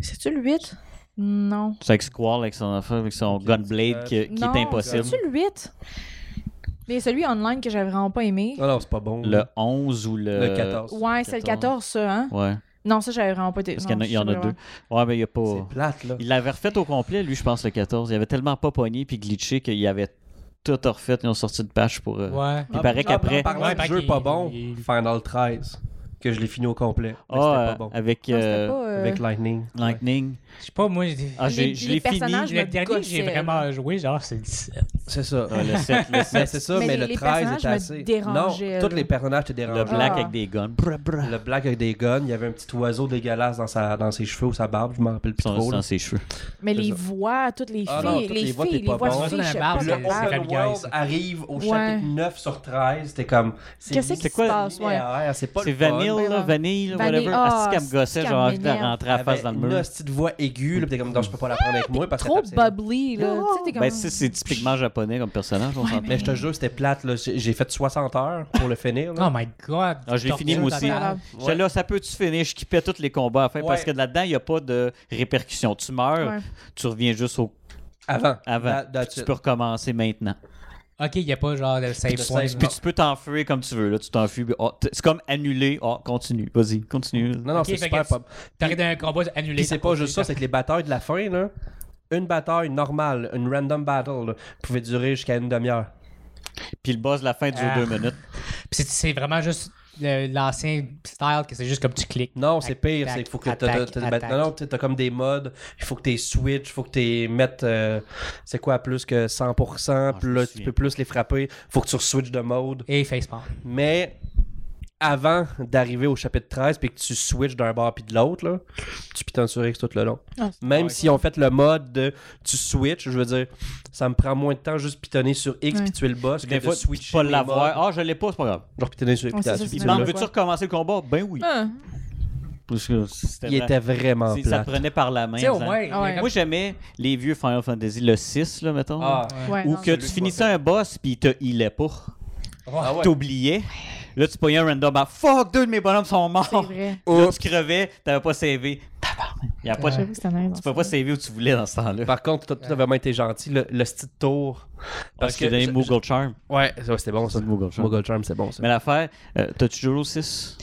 C'est-tu le 8 Non. C'est avec Squall avec son enfant, avec son Gunblade qui, qui non, est impossible. C'est-tu le 8 Mais celui online que j'avais vraiment pas aimé. Non, non, c'est pas bon. Le euh, 11 ou Ah, le. Le 14. Ouais, c'est le 14. 14, ça, hein Ouais. Non, ça, j'avais vraiment pas été. Parce non, qu'il y en a, il y en a je- deux. Ouais, mais il n'y a C'est pas. plate, là. Il l'avait refait au complet, lui, je pense, le 14. Il avait tellement pas pogné puis glitché qu'il avait tout refait. Ils ont sorti de patch pour. euh, ouais. Il Ah, paraît qu'après. Par Ouais, contre, paraît jeu qu'il- pas bon, il- Final 13, que je l'ai fini au complet. Ah, Mais c'était pas euh, bon. avec Non, euh, c'était pas. euh, Avec Lightning. Lightning. Je sais pas, moi, j'ai- Ah, j'ai- les- je les l'ai fini. personnages- je le me dernier que gossais, j'ai là. vraiment joué, genre, c'est le 17. C'est ça. Non, Ah, le 7, le Mais 7. c'est ça, Mais mais, les- le les 13 personnages était me assez. dérangeaient, non, là. tous les personnages te Le dérangent. black Ah. avec des guns. Brr, brr. Le black avec des guns, il y avait un petit oiseau dégueulasse dans, sa, dans ses cheveux ou sa barbe, je m'en rappelle plus Son- trop. là. dans ses cheveux. Mais C'est les ça. voix, toutes les filles, Ah non, toutes les, les voix, filles, t'es les pas voix bon. de filles, Ça, je sais c'est pas. un Le bar, c'est- Open Fall Guys, World ça. arrive au Ouais. chapitre 9 sur 13, t'es comme. c'est Qu'est-ce qui c'est se quoi, passe, ouais. linéaire, hein, C'est pas C'est le fun. vanille, Ouais, là, ouais. vanille, là, Vanille, whatever. ah, Ah, c'est qu'elle me gossait, c'est genre, envie de qu'elle m'énerve. rentrer à la face dans le Une mur. petite voix aiguë, là, pis t'es comme, non, je peux pas la prendre avec moi parce que Trop c'est- bubbly, là. Tu sais, t'es comme... Ben, ça, c'est typiquement japonais comme personnage, on s'entend. Mais je te jure, c'était plate, là. J'ai j'ai fait 60 heures pour le finir. là. Oh my god. Ah, je l'ai Torture fini, moi aussi. totale. J'étais là, ça peut-tu finir? Je kippais tous les combats à la fin Ouais. parce que là-dedans, il n'y a pas de répercussions. Tu meurs, Ouais. tu reviens juste au Avant. avant. That- that's tu it. peux recommencer maintenant. Ok, il n'y a pas genre de Le save point. save, Puis tu peux t'enfuir comme tu veux. Là. Tu t'enfuis. puis, oh, t- c'est comme annuler. Oh, continue. Vas-y, continue. Non, non, Ok, c'est fait super que pop. T'arrêtes un combat annulé. Puis c'est pas hein. juste ça, c'est que les batailles de la fin, là, une bataille normale, une random battle, là, pouvait durer jusqu'à une demi-heure. Puis le boss de la fin dure Ah. deux minutes. Puis c'est- c'est vraiment juste le- l'ancien style que c'est juste comme tu cliques. Non, c'est Attaque, pire, c'est qu'il faut que t'as- attaque, t'as- t'as- attaque. Non, non, t'as t'as comme des modes, il faut que t'es switch, il faut que t'es mettes, euh, c'est quoi, plus que 100%, Ah, je puis me là, tu souviens. peux plus les frapper, faut que tu switches de mode. Et facepalm. Mais avant d'arriver au chapitre 13 puis que tu switches d'un bar puis de l'autre, là, tu pitons sur X tout le long. Ah, c'est- Même si on fait le mode de tu switches, je veux dire, ça me prend moins de temps juste pitonner sur X Ouais. puis tuer le boss que Des fois, de switcher. tu peux pas les l'avoir. modes. Ah, je l'ai pas, c'est pas grave. Genre pitonner sur Ouais, c'est pitonner ça, sur c'est pitonner marrant. Non, là. veux-tu recommencer le combat? Ben oui. Ah. Parce que c'était Il vrai- était vraiment c'est- Ça plat. te prenait par la main. Tu sais, au ça. moins. il y a Ouais. comme- Moi, j'aimais les vieux Final Fantasy, le 6, là, mettons. Ah, Ouais, Ou non, que tu finissais un boss puis il te healait pas. Oh, ah ouais. T'oubliais. Là, tu payais un random. Ah, fuck, deux de mes bonhommes sont C'est morts. vrai. Là, tu crevais, t'avais pas sauvé. Tabarnak. Il y a pas de- J'avoue, c'était nice. Ah. Tu pouvais pas sauver où tu voulais dans ce temps-là. Par contre, t'as- t'as vraiment été gentil, le, le style tour. Parce Parce que que donné je- Moogle Charm. Ouais, ça, c'était bon ça. C'est de Moogle Charm. Mogul Charm, c'est bon ça. Mais l'affaire, euh, t'as-tu joué au 6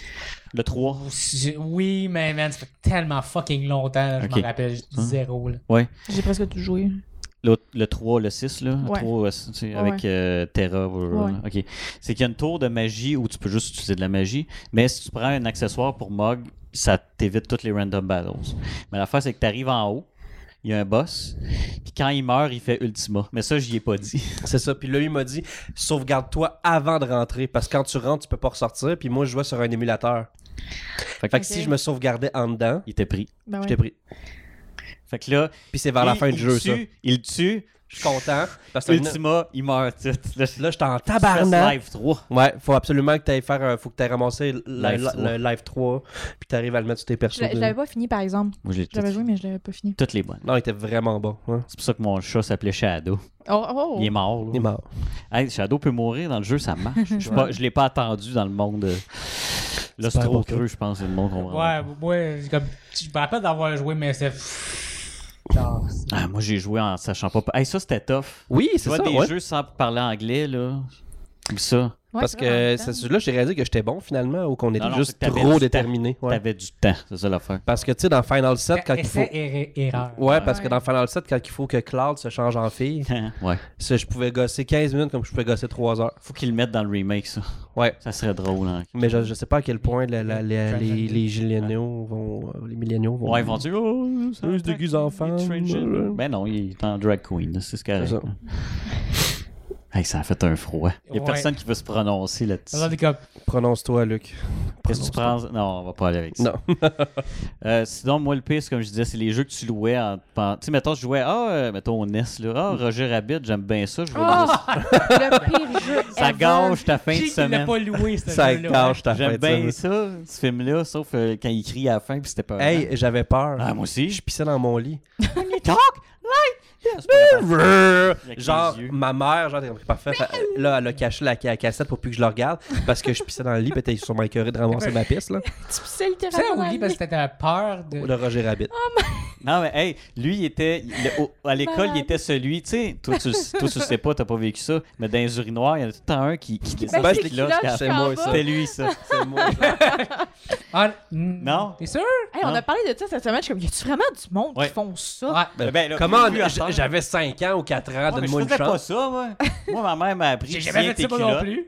Le 3 J'ai- Oui, mais man, ça fait tellement fucking longtemps, je Ok. m'en rappelle, Hein? zéro. Là. Ouais. J'ai presque tout joué. Le, le 3, le 6, là. Le Ouais. 3, euh, c'est- tu sais, Ouais, avec euh, Terra. blablabla. Ok. C'est qu'il y a une tour de magie où tu peux juste utiliser de la magie. Mais si tu prends un accessoire pour Mog, ça t'évite toutes les random battles. Mais l'affaire, c'est que t'arrives en haut. Il y a un boss. Puis quand il meurt, il fait Ultima. Mais ça, j'y ai pas dit. C'est ça. Puis là, il m'a dit sauvegarde-toi avant de rentrer. Parce que quand tu rentres, tu peux pas ressortir. Puis moi, je jouais sur un émulateur. Fait que Ok. si je me sauvegardais en dedans, Il était pris. Ben ouais. j'étais pris. Fait que là. Puis c'est vers la il- fin du il jeu, tue, Il le tue. Je suis content. Parce que là, Ultima, il meurt. tu sais. Là, je- j'étais en Stress tabarnak. Live 3. Ouais, faut absolument que t'ailles faire. un- faut que t'ailles ramasser le Live le- le live 3. Puis t'arrives à le mettre sur tes Je persos. l'a- je de- l'avais pas fini, par exemple. Moi, j'ai tout- J'avais joué, mais je l'avais pas fini. toutes les bonnes. Non, il était vraiment bon. ouais. C'est pour ça que mon chat s'appelait Shadow. Oh, oh. Il est mort. là. Il est mort. Hey, Shadow peut mourir dans le jeu, ça marche. Je ne l'ai pas attendu dans le monde. euh, Là, c'est pas trop bon creux, je pense, c'est le monde qu'on va- Ouais, moi, j'ai comme, je me rappelle d'avoir joué, mais c'est. Genre, c'est- Ah, moi, j'ai joué en sachant pas. Hey, ça, c'était tough. Oui, Tu c'est vois, ça. des ouais. jeux sans parler anglais, là. Comme ça. Ouais, Parce c'est vrai, que en même temps. c'est là j'ai réalisé que j'étais bon finalement ou qu'on était Non, non, c'est juste que t'avais trop du déterminé. ouais. T'avais du temps, c'est ça l'affaire. Parce que tu sais, dans Final 7, quand il faut. Essai et er- erreur. Ouais, parce que Ouais. dans Final 7, quand il faut que Cloud se change en fille, ouais. ça, je pouvais gosser 15 minutes comme je pouvais gosser 3 heures. Faut qu'ils le mettent dans le remake, ça. Ouais. Ça serait drôle. Hein. Mais je, je sais pas à quel point la- la- la- les, les milléniaux vont. euh, Les milléniaux vont. Ouais, ils vont dire. Oh, ça Eux, c'est des attaque gueux enfants, les transgenders. Ben non, il est en drag queen, là, c'est ce qu'elle C'est ça. Hey, ça a fait un froid. Il n'y a Ouais. personne qui veut se prononcer là-dessus. Alors, t'es comme, Prononce-toi, Luc. Qu'est-ce que tu penses? Non, on va pas aller avec ça. Non. Euh, sinon, moi, le pire, c'est comme je disais, c'est les jeux que tu louais. En... pen- Tu sais, mettons, je jouais, ah, euh, mettons, au NES, là. Mm. Ah, Roger Rabbit, j'aime bien ça. Je vais louer ça. le pire jeu ça ever. gâche ta fin de qui qui l'a semaine. pas loué, ce Ça jeu-là? gâche ta J'aime fête, bien ça. ça, ce film-là, sauf euh, quand il crie à la fin, puis c'était pas. Hey, j'avais peur. ah, moi aussi, Je je pissais dans mon lit. talk, light, Avec les genre, yeux. ma mère, genre, t'es comme, parfait. Fait- Là, elle a caché la, la cassette pour plus que je la regarde parce que je pissais dans le lit, puis t'es sur ma écœurée de ramasser ma piste, là. Tu pissais Tu sais, littéralement. dans oui, le parce lit. que t'avais peur de. Ou de Roger Rabbit. Non, mais hey, lui, il était. le- au- à l'école, il Malade. était celui. Tu sais, toi, tu toi, tu le sais pas, t'as pas vécu ça, mais dans les urinoirs, il y en a tout le temps un qui, qui descend baisse ses les culottes, culottes qui a- ben, c'est moi, en bas. ça. Ben, C'était lui, ça. C'est moi, ça. Ah, mm, Non. T'es sûr? Hey, on a parlé de ça cette semaine. Je suis comme, y a-tu vraiment du monde Ouais. qui font ça? Ouais. Ben, Ben, là, comment plus à j- terre. j'avais 5 ans ou 4 ans, Ouais, mais donne-moi je une faisais pas chance. ça, moi. moi, ma mère m'a appris. J'ai tu jamais tiens fait tes ça moi non culottes. plus.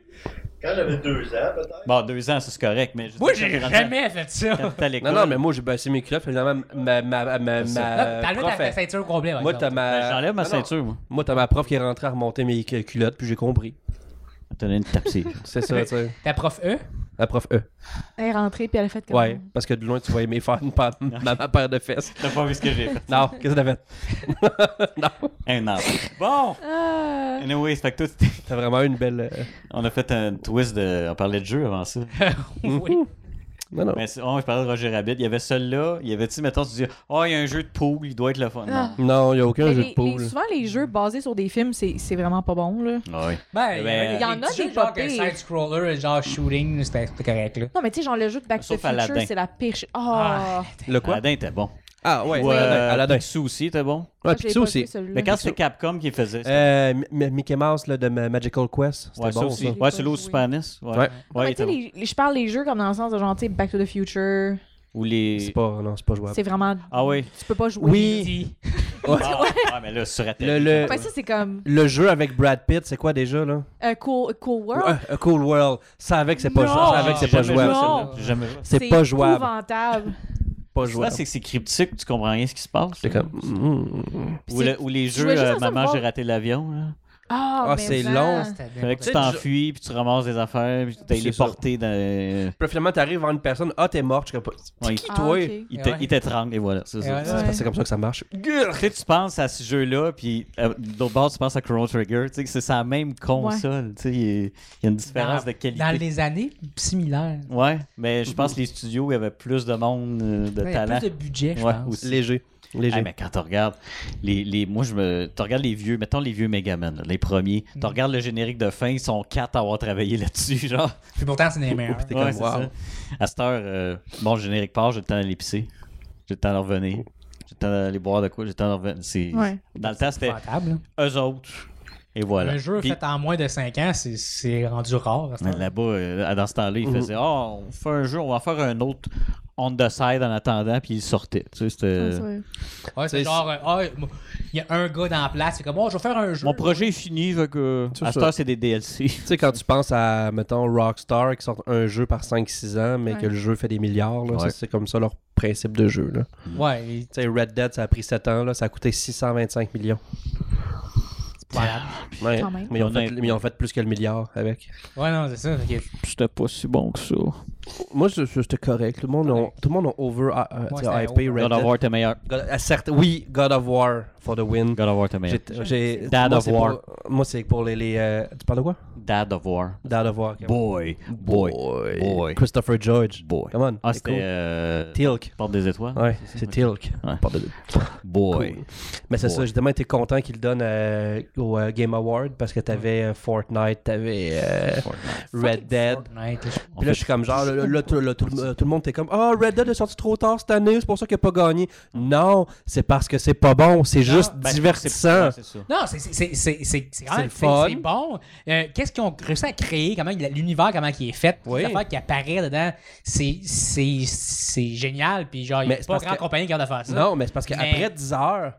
Quand j'avais deux ans, peut-être. Bon, deux ans, ça, c'est correct, mais... je- Moi, j'ai quand- jamais fait ça. Quand Non, t'es à l'école, Non, non, mais moi, j'ai baissé mes culottes. Finalement, ma, ma, ma, ma, ma T'enlèves prof, ta- ta elle- ceinture au complet, par Moi, exemple. t'as ma... ben, j'enlève ma euh, Non, non. ceinture, moi. Moi, t'as ma prof qui est rentrée à remonter mes cu- culottes, puis j'ai compris. T'as une tapsée. C'est ça, tu sais. Ta prof E? La prof E. Elle est rentrée puis elle a fait comme Ouais, parce que de loin, tu voyais mes fans, ma, ma, ma paire de fesses. T'as pas vu ce que j'ai fait. Non, qu'est-ce que t'as fait? Un an. Bon! Ah, Anyway, fait que toi, t'étais- T'as vraiment eu une belle... euh, on a fait un twist de... On parlait de jeu avant ça. Oui. Non, non. Mais c'est- on parlait de Roger Rabbit. Il y avait celui-là. Il y avait, tu sais, mettons, tu dis, oh, il y a un jeu de poule, il doit être le fun. Non. Non, il n'y a aucun Mais jeu les- de poule. les- souvent, les jeux basés sur des films, c'est c'est vraiment pas bon, là. Ouais. Ben, Ben, il y en a petits des jeux genre pas que pires. side-scroller, genre shooting, c'était c'était correct, là. Non, mais tu sais, genre le jeu de Back to Sauf the Future, Aladdin. c'est la pire. ch- Oh, Ah, Le quoi? Aladdin était bon. Ah, ouais. Ou euh, Aladdin. Picsou aussi était bon. Ouais, je l'ai puis ça pas aussi. joué, celui-là. Mais quand c'était Capcom qui faisait, c'était Euh, M- M- Mickey Mouse là, de Ma- Magical Quest, c'était ouais, ça bon aussi. ça. l'ai Ouais, pas celui au joué. Super NES. Ouais. Ouais. Ouais, Non, Ah, il mais tu sais, était bon. les- les- je parle des jeux comme dans le sens de genre, tu sais, Back to the Future, Ou C'est les. pas, non, c'est pas jouable. c'est vraiment. Ah oui. Tu peux pas jouer. Oui, Petit. Ah, ah, mais là, sur Atari. Le- le- Ouais, ça, c'est comme le jeu avec Brad Pitt, c'est quoi déjà là euh, cool, cool World. Ouais, A Cool World. Ça avec c'est pas, Non! ça Ah, avec J'ai c'est pas jamais jouable. joué à Non. celle-là. J'ai jamais joué à C'est pas jouable. épouvantable. Pas celle-là. Ça, jouable. c'est hmm, que c'est cryptique, tu comprends rien ce qui se passe. C'est comme mm. Ou, le- ou les Je voulais jeux juste euh, en Maman, savoir. j'ai raté l'avion. là. Ah, Ah, mais c'est ça. long, Fallait que tu C'est déjà- t'enfuis, puis tu ramasses des affaires, puis t'as C'est les ça. portées dans. euh, Puis finalement t'arrives devant une personne, ah t'es morte, je sais pas. C'est Ouais. qui Ah, toi ok. Il t'é- Ouais. il t'étrangle, et voilà. C'est Et ça. voilà. C'est parce que c'est comme ça que ça marche. Tu sais, tu penses à ce jeu-là, puis euh, d'autre part, tu penses à Chrono Trigger. Tu sais, que c'est sa même console. Tu sais, il y a- il y a une différence Dans- de qualité. Dans les années similaires. Ouais, mais je pense que les studios, il y avait plus de monde euh, de Ben, Il y a talent. plus de budget, je Ouais, pense. aussi. Léger, léger. Ah, mais quand tu regardes les, les moi je me tu regardes les vieux mettons les vieux Megaman là, les premiers Mm. tu regardes le générique de fin ils sont quatre à avoir travaillé là-dessus genre Puis pourtant, c'est des meilleurs. T'es comme, Ouais, c'est wow. ça. à cette heure euh, bon le générique part j'ai le temps d'aller pisser j'ai le temps de revenir j'ai le temps d'aller boire de quoi j'ai le temps de revenir C'est- Ouais. dans le temps c'était Rentable, là. eux autres et voilà Un jeu Puis- fait en moins de 5 ans, c'est- c'est rendu rare. à ce Mais temps-là. Là-bas, euh, dans ce temps-là, Mm-hmm. ils faisaient Ah, on fait un jeu, on va en faire un autre on the side en attendant, puis ils sortaient. Tu sais, c'était- Ah, c'est vrai. Ouais, c'est- c'est genre, euh, ah, il y a un gars dans la place, c'est comme, oh, je vais faire un jeu. Mon projet est fini, fait que. C'est À cette ça. heure, c'est des DLC. Tu sais, quand tu penses à, mettons, Rockstar qui sort un jeu par 5-6 ans, mais Ouais. que le jeu fait des milliards, là, ça, Ouais. c'est comme ça leur principe de jeu. Là. Ouais, il- Tu sais, Red Dead, ça a pris 7 ans, là, ça a coûté 625 millions. c'est pas grave. Ouais. Quand même. Mais ils, ont On fait, a- mais ils ont fait plus que le milliard avec. Ouais, non, c'est ça. fait que- C'était pas si bon que ça. Moi, je- je- c'était correct. Tout le monde, ont- tout le monde a over euh, tu sais, c'était hypé over. Red God Dead. of War était meilleur. God- à certes- oui, God of War for the win. God of War était meilleur. J'ai- j'ai- Dad moi, of c'est War. pour- moi, c'est pour les. les, euh, tu parles de quoi Dad of War. Dad of War. ok. Boy. Boy. Boy. Boy. Christopher George. Come on. Ah, c'est c'était. cool. euh, Tilk. Porte des étoiles. Ouais, c'est Tilk. Ouais. Pas de- Boy. Cool. Mais c'est Ouais. ça, j'ai tellement été content qu'ils le donnent euh, au euh, Game Award parce que t'avais euh, Fortnite, t'avais euh, Red Dead. Fortnite, là, je- Puis là, je suis comme genre, là, là, tout, là, tout le- tout le monde était comme, ah, Red Dead est sorti trop tard cette année, c'est pour ça qu'il a pas gagné. Non, c'est parce que c'est pas bon, c'est juste Ben, divertissant. c'est- ouais, c'est ça. Non, c'est- c'est- c'est c'est- c'est- c'est quand C'est même le fun. c'est- c'est bon. Euh, Qu'est-ce qu'ils ont réussi à créer, comment il- l'univers, comment il est fait, Oui. l'affaire qui apparaît dedans, c'est- c'est c'est génial. Puis genre, il n'y Mais a c'est pas parce grand que- compagnie qui a de faire ça. Non, mais c'est parce qu'après Mais- 10 heures,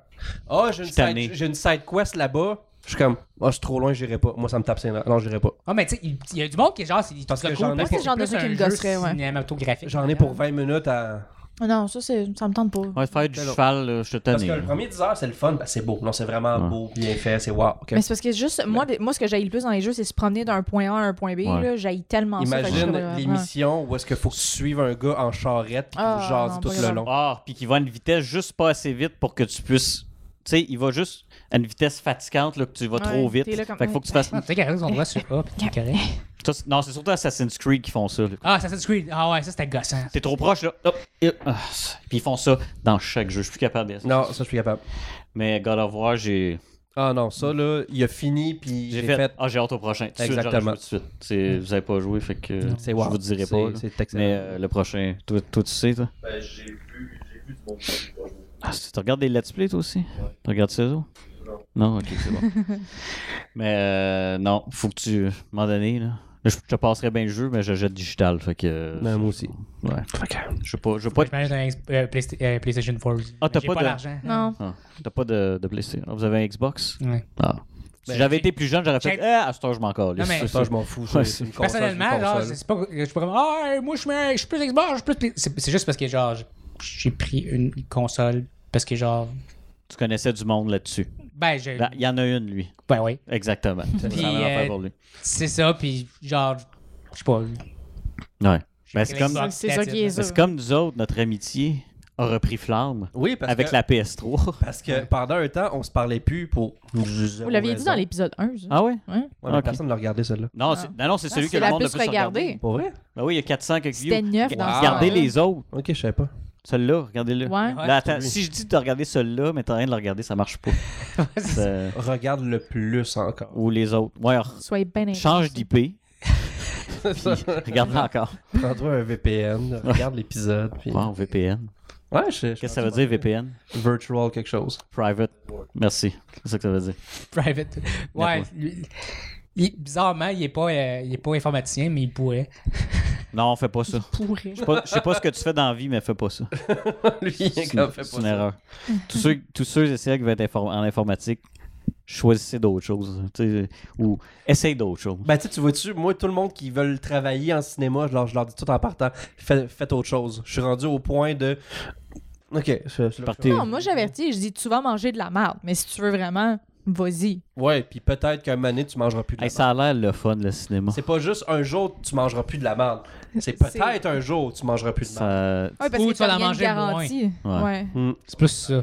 ah, j'ai une, suis tanné. side- j'ai une side quest là-bas. Je suis comme, ah, c'est trop loin, j'irai pas. Moi, ça me tape ses nerfs. Non, j'irai pas. Ah, mais tu sais, il il y a du monde qui est genre, c'est Parce que c'est j'en ai pour- parce que Moi, c'est plus le genre de un truc qui jeu me gosserait, ouais. cinématographique. J'en ai pour 20 minutes à. Non, ça, c'est- ça me tente pas. Ouais, faire du C'était cheval, là, je te Parce que tenais. le premier 10 heures, c'est le fun, ben, c'est beau. Non, c'est vraiment Ouais. beau, bien fait, c'est wow. ok. Mais c'est parce que juste, moi, des- moi ce que j'aille le plus dans les jeux, c'est se promener d'un point A à un point B. Ouais. là. J'haïs tellement ça. fait que je Imagine serais pas- les ouais. missions où est-ce qu'il faut suivre un gars en charrette puis Ah, qu'il jase non, tout pas le grave. long. Ah, puis qui va à une vitesse juste pas assez vite pour que tu puisses. Tu sais, il va juste à une vitesse fatigante, là, que tu vas Ouais, trop vite. t'es là comme- Fait qu'il faut que tu fasses. Ah, Tu sais, qu'il y a raison, on doit sur A, puis t'es correct. Ça, c'est- non, c'est surtout Assassin's Creed qui font ça. là. Ah, Assassin's Creed. Ah ouais, ça c'était gossant. T'es trop proche, là. Hop, hip, ah, c'est- Puis ils font ça dans chaque jeu. Je suis plus capable de ça. Non, ça, je suis capable. Mais God of War, j'ai Ah non, ça, là, il a fini puis j'ai fait. Ah, j'ai hâte au prochain. Tout de suite, Exactement. j'aurais joué tout de suite. C'est- Vous avez pas joué, fait que C'est wow. je vous dirai C'est- pas. là. C'est excellent. Mais euh, le prochain, toi, toi, tu sais, toi. Ben, j'ai vu, j'ai vu du monde qui a pas joué. Ah, c'est- tu regardes des Let's Play, toi aussi Tu regardes ça, toi Non. Non, ok, c'est bon. mais euh, non, faut que tu. À un moment donné, là. là, je te passerai bien le jeu, mais j'achète digital. Fait que. Non, Ben, moi aussi. Ouais. Ok. Je sais pas. Je sais pas. Moi, je manage un ex- euh, Playsta- euh, PlayStation 4. Ah, t'as J'ai pas pas de- l'argent. Non. Ah, T'as pas de, de PlayStation. Ah, Vous avez un Xbox Ouais. Ah. Si j'avais été plus jeune, j'aurais fait J'ai- Ah, à ce temps, je m'en calisse. Non, mais- C'est Ça, ça. je m'en fous. Ouais, c'est- c'est- c'est une console, c'est une Personnellement, genre, console. c'est c'est pas, je suis pas comme, ah, moi, je suis je suis plus Xbox, je suis plus. C'est c'est juste parce que, genre, j'ai pris une console, parce que, genre, Tu connaissais du monde là-dessus. ben, j'ai. Là, Il y en a une, lui. Ben oui. Exactement. C'est Puis, la même affaire euh, pour lui. C'est ça, puis, genre, je sais pas. Ouais. j'ai Ben, pris c'est comme, l'Xbox, C'est ça that's qui it. est- mais c'est comme nous autres, notre amitié a repris flamme Oui, parce avec que, la PS3. parce que pendant un temps, on se parlait plus pour. Vous l'aviez dit dans l'épisode 1, ça. Ah ouais? Ouais. Ouais, mais Ok. Personne ne l'a regardé, celle-là. Non, c'est- ben non, non, c'est celui Ah, que c'est le la monde a plus plus regardé. regardée. Pour vrai? Ben oui, il y a 400 quelques views. C'était neuf dans ce Regardez temps-là. les autres. Ok, je savais pas. Celui-là, regardez-le. Ouais. Ouais. Là, attends, celui. si je dis de regarder celui-là, mais t'as rien de le regarder, ça marche pas. C'est- Regarde le plus encore. Ou les autres. Ouais, alors, Soyez bien change intéressés. d'IP, C'est ça. regarde-le encore. Prends-toi un VPN, regarde l'épisode. puis- Wow, VPN. Ouais, je- je Qu'est-ce que pense ça veut dire, VPN? Virtual quelque chose. Private. Merci. C'est ça que ça veut dire. Private. Ouais. lui- il- bizarrement, il est, pas, euh, il est pas informaticien, mais il pourrait. Non, fais pas ça. Pourrait. Je sais pas- je sais pas ce que tu fais dans la vie, mais fais pas ça. Lui, il est C'est comme, fais c'est pas une ça. erreur. tous ceux, tous ceux et celles qui veulent être inform- en informatique, choisissez d'autres choses. tu sais, Ou essaye d'autres choses. Ben, tu sais, tu vois-tu, moi, tout le monde qui veulent travailler en cinéma, je leur, je leur dis tout en partant, fais- faites autre chose. Je suis rendu au point de. Ok, je, je- Partez. Non, moi j'avertis, je dis tu vas manger de la merde, mais si tu veux vraiment, vas-y. Ouais, puis peut-être qu'un moment donné, tu mangeras plus de la Hey, merde. ça a l'air le fun, le cinéma. C'est pas juste un jour, tu mangeras plus de la merde. C'est peut-être un jour, tu mangeras plus de merde. Hmm. Ça- Ouais, parce Ou que tu vas t'as la rien de manger garantie. moins. Ouais. C'est plus ça.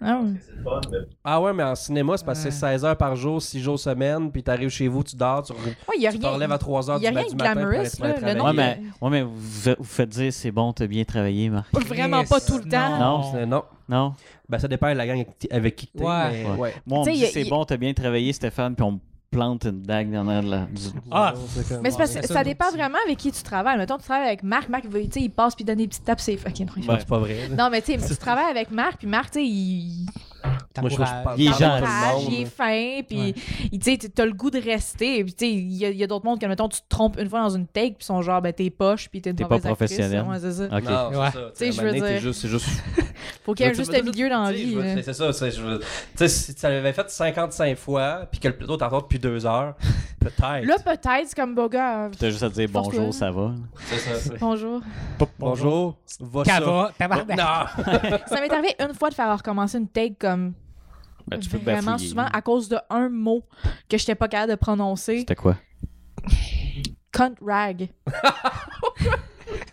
Ah oui. C'est le fun, mais Ah ouais, mais en cinéma, c'est parce que c'est 16 heures par jour, 6 jours semaine, puis t'arrives chez vous, tu dors, tu, re- Ouais, il y a tu rien. te relèves à 3 heures y a du, rien du de matin pour glamorous, aller te mettre là, travailler. le nombre Ouais, de- mais, ouais, mais vous, fa- vous faites dire c'est bon, t'as bien travaillé, Marc. Vraiment pas tout le temps. Non, c'est- Euh, non. Non? Ben, ça dépend de la gang avec qui- avec qui t'es, Ouais. mais Ouais. ouais. Moi, on Tu me sais, dit y a- c'est y- bon, t'as bien travaillé, Stéphane, puis on me plante une dague dans l'air de la. du- Ah! comme- Mais c'est parce que c'est ça, ça nous dépend aussi. vraiment avec qui tu travailles. Mettons, tu travailles avec Marc, Marc, il, tu sais, il passe puis donne des petites tapes, c'est. Ok, non, il- Non, c'est pas vrai. là. Non, mais tu sais, tu travailles avec Marc, puis Marc, tu sais, il. Moi, je trouve que je Euh, parle Il est pas mal t'encourage, tout le il est monde. fin, puis il- tu sais, t'as le goût de rester. Puis tu sais, il y a, il y a d'autres mondes que, mettons, tu te trompes une fois dans une take, puis ils sont genre, ben t'es poche, puis t'es une T'es pas mauvaise actrice. professionnel. Ouais, c'est ça. Ok. Non, c'est ça. Ouais. Tu sais, je à un moment donné, veux t'es dire- juste- c'est juste Faut qu'il y ait un Tu veux- juste tu veux- milieu dans la tu sais, je vie. veux- là. c'est- C'est ça, c'est- je veux- tu sais, si tu l'avais fait 55 fois, puis que le plateau t'attend depuis deux heures, peut-être. Là, peut-être, c'est comme, bon gars, T'as juste à dire Force-toi. bonjour, ça va. C'est ça, c'est- bonjour. Bonjour, va Ça ça. va, tabarnak. Non! ça m'est arrivé une fois de faire recommencer une take comme Ben, tu peux vraiment bafouiller. souvent à cause de un mot que j'étais pas capable de prononcer. C'était quoi? Cunt rag.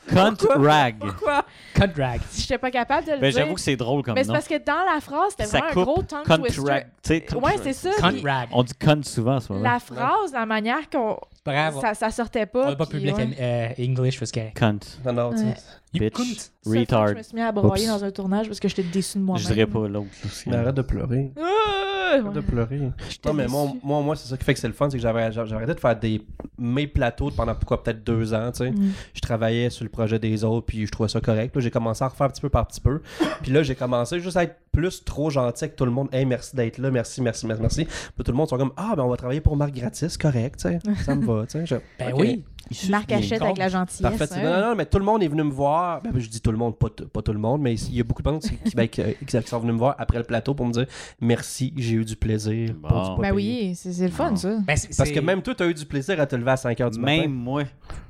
Cunt rag. Quoi? Cut drag. J'étais pas capable de le Ben, dire. j'avoue que c'est drôle comme Mais c'est nom. parce que dans la phrase, c'était Ça vraiment un coupe. gros tongue Cunt twister. Euh, rag. Tu sais, cunt Ouais, rag. c'est ça. Cut puis drag. On dit cunt souvent en ce moment. La phrase, la manière qu'on. Ah, Bravo. Ça, ça sortait pas. On n'a pas puis, public ouais. euh, English parce que. Cunt. Non, non, tu sais. Ouais. You Bitch. couldn't. Ça, Retard. Je me suis mis à broyer Oups. dans un tournage parce que j'étais déçue de moi-même. Je dirais pas l'autre. aussi. Mais arrête de pleurer. Ah, Arrête de ouais. pleurer. Non, mais moi, déçue. moi, moi, c'est ça qui fait que c'est le fun, c'est que j'avais j'avais arrêté de faire des, mes plateaux pendant pourquoi peut-être deux ans, tu sais. Mm. Je travaillais sur le projet des autres, puis je trouvais ça correct. Là, j'ai commencé à refaire petit peu par petit peu. Puis là, j'ai commencé juste à être plus trop gentil avec tout le monde. Hey, merci d'être là, merci, merci, merci, merci. Puis tout le monde sont comme, ah, ben on va travailler pour Marc gratis, correct, tu sais. Ça me va, tu sais. Je- Ben Ok. oui. Marc Hachette avec la gentillesse. Parfait. hein. Non, non, non, mais tout le monde est venu me voir. Ben, ben, je dis tout le monde, pas, t- pas tout le monde, mais il y a beaucoup de gens qui, qui- ben, qui- qui sont venus me voir après le plateau pour me dire merci, j'ai eu du plaisir. Bon. Pas du pas Ben payé. oui, c'est c'est le fun, Non. ça. Ben, c'est- Parce que c'est- même toi, tu as eu du plaisir à te lever à 5 h du matin. Même moi,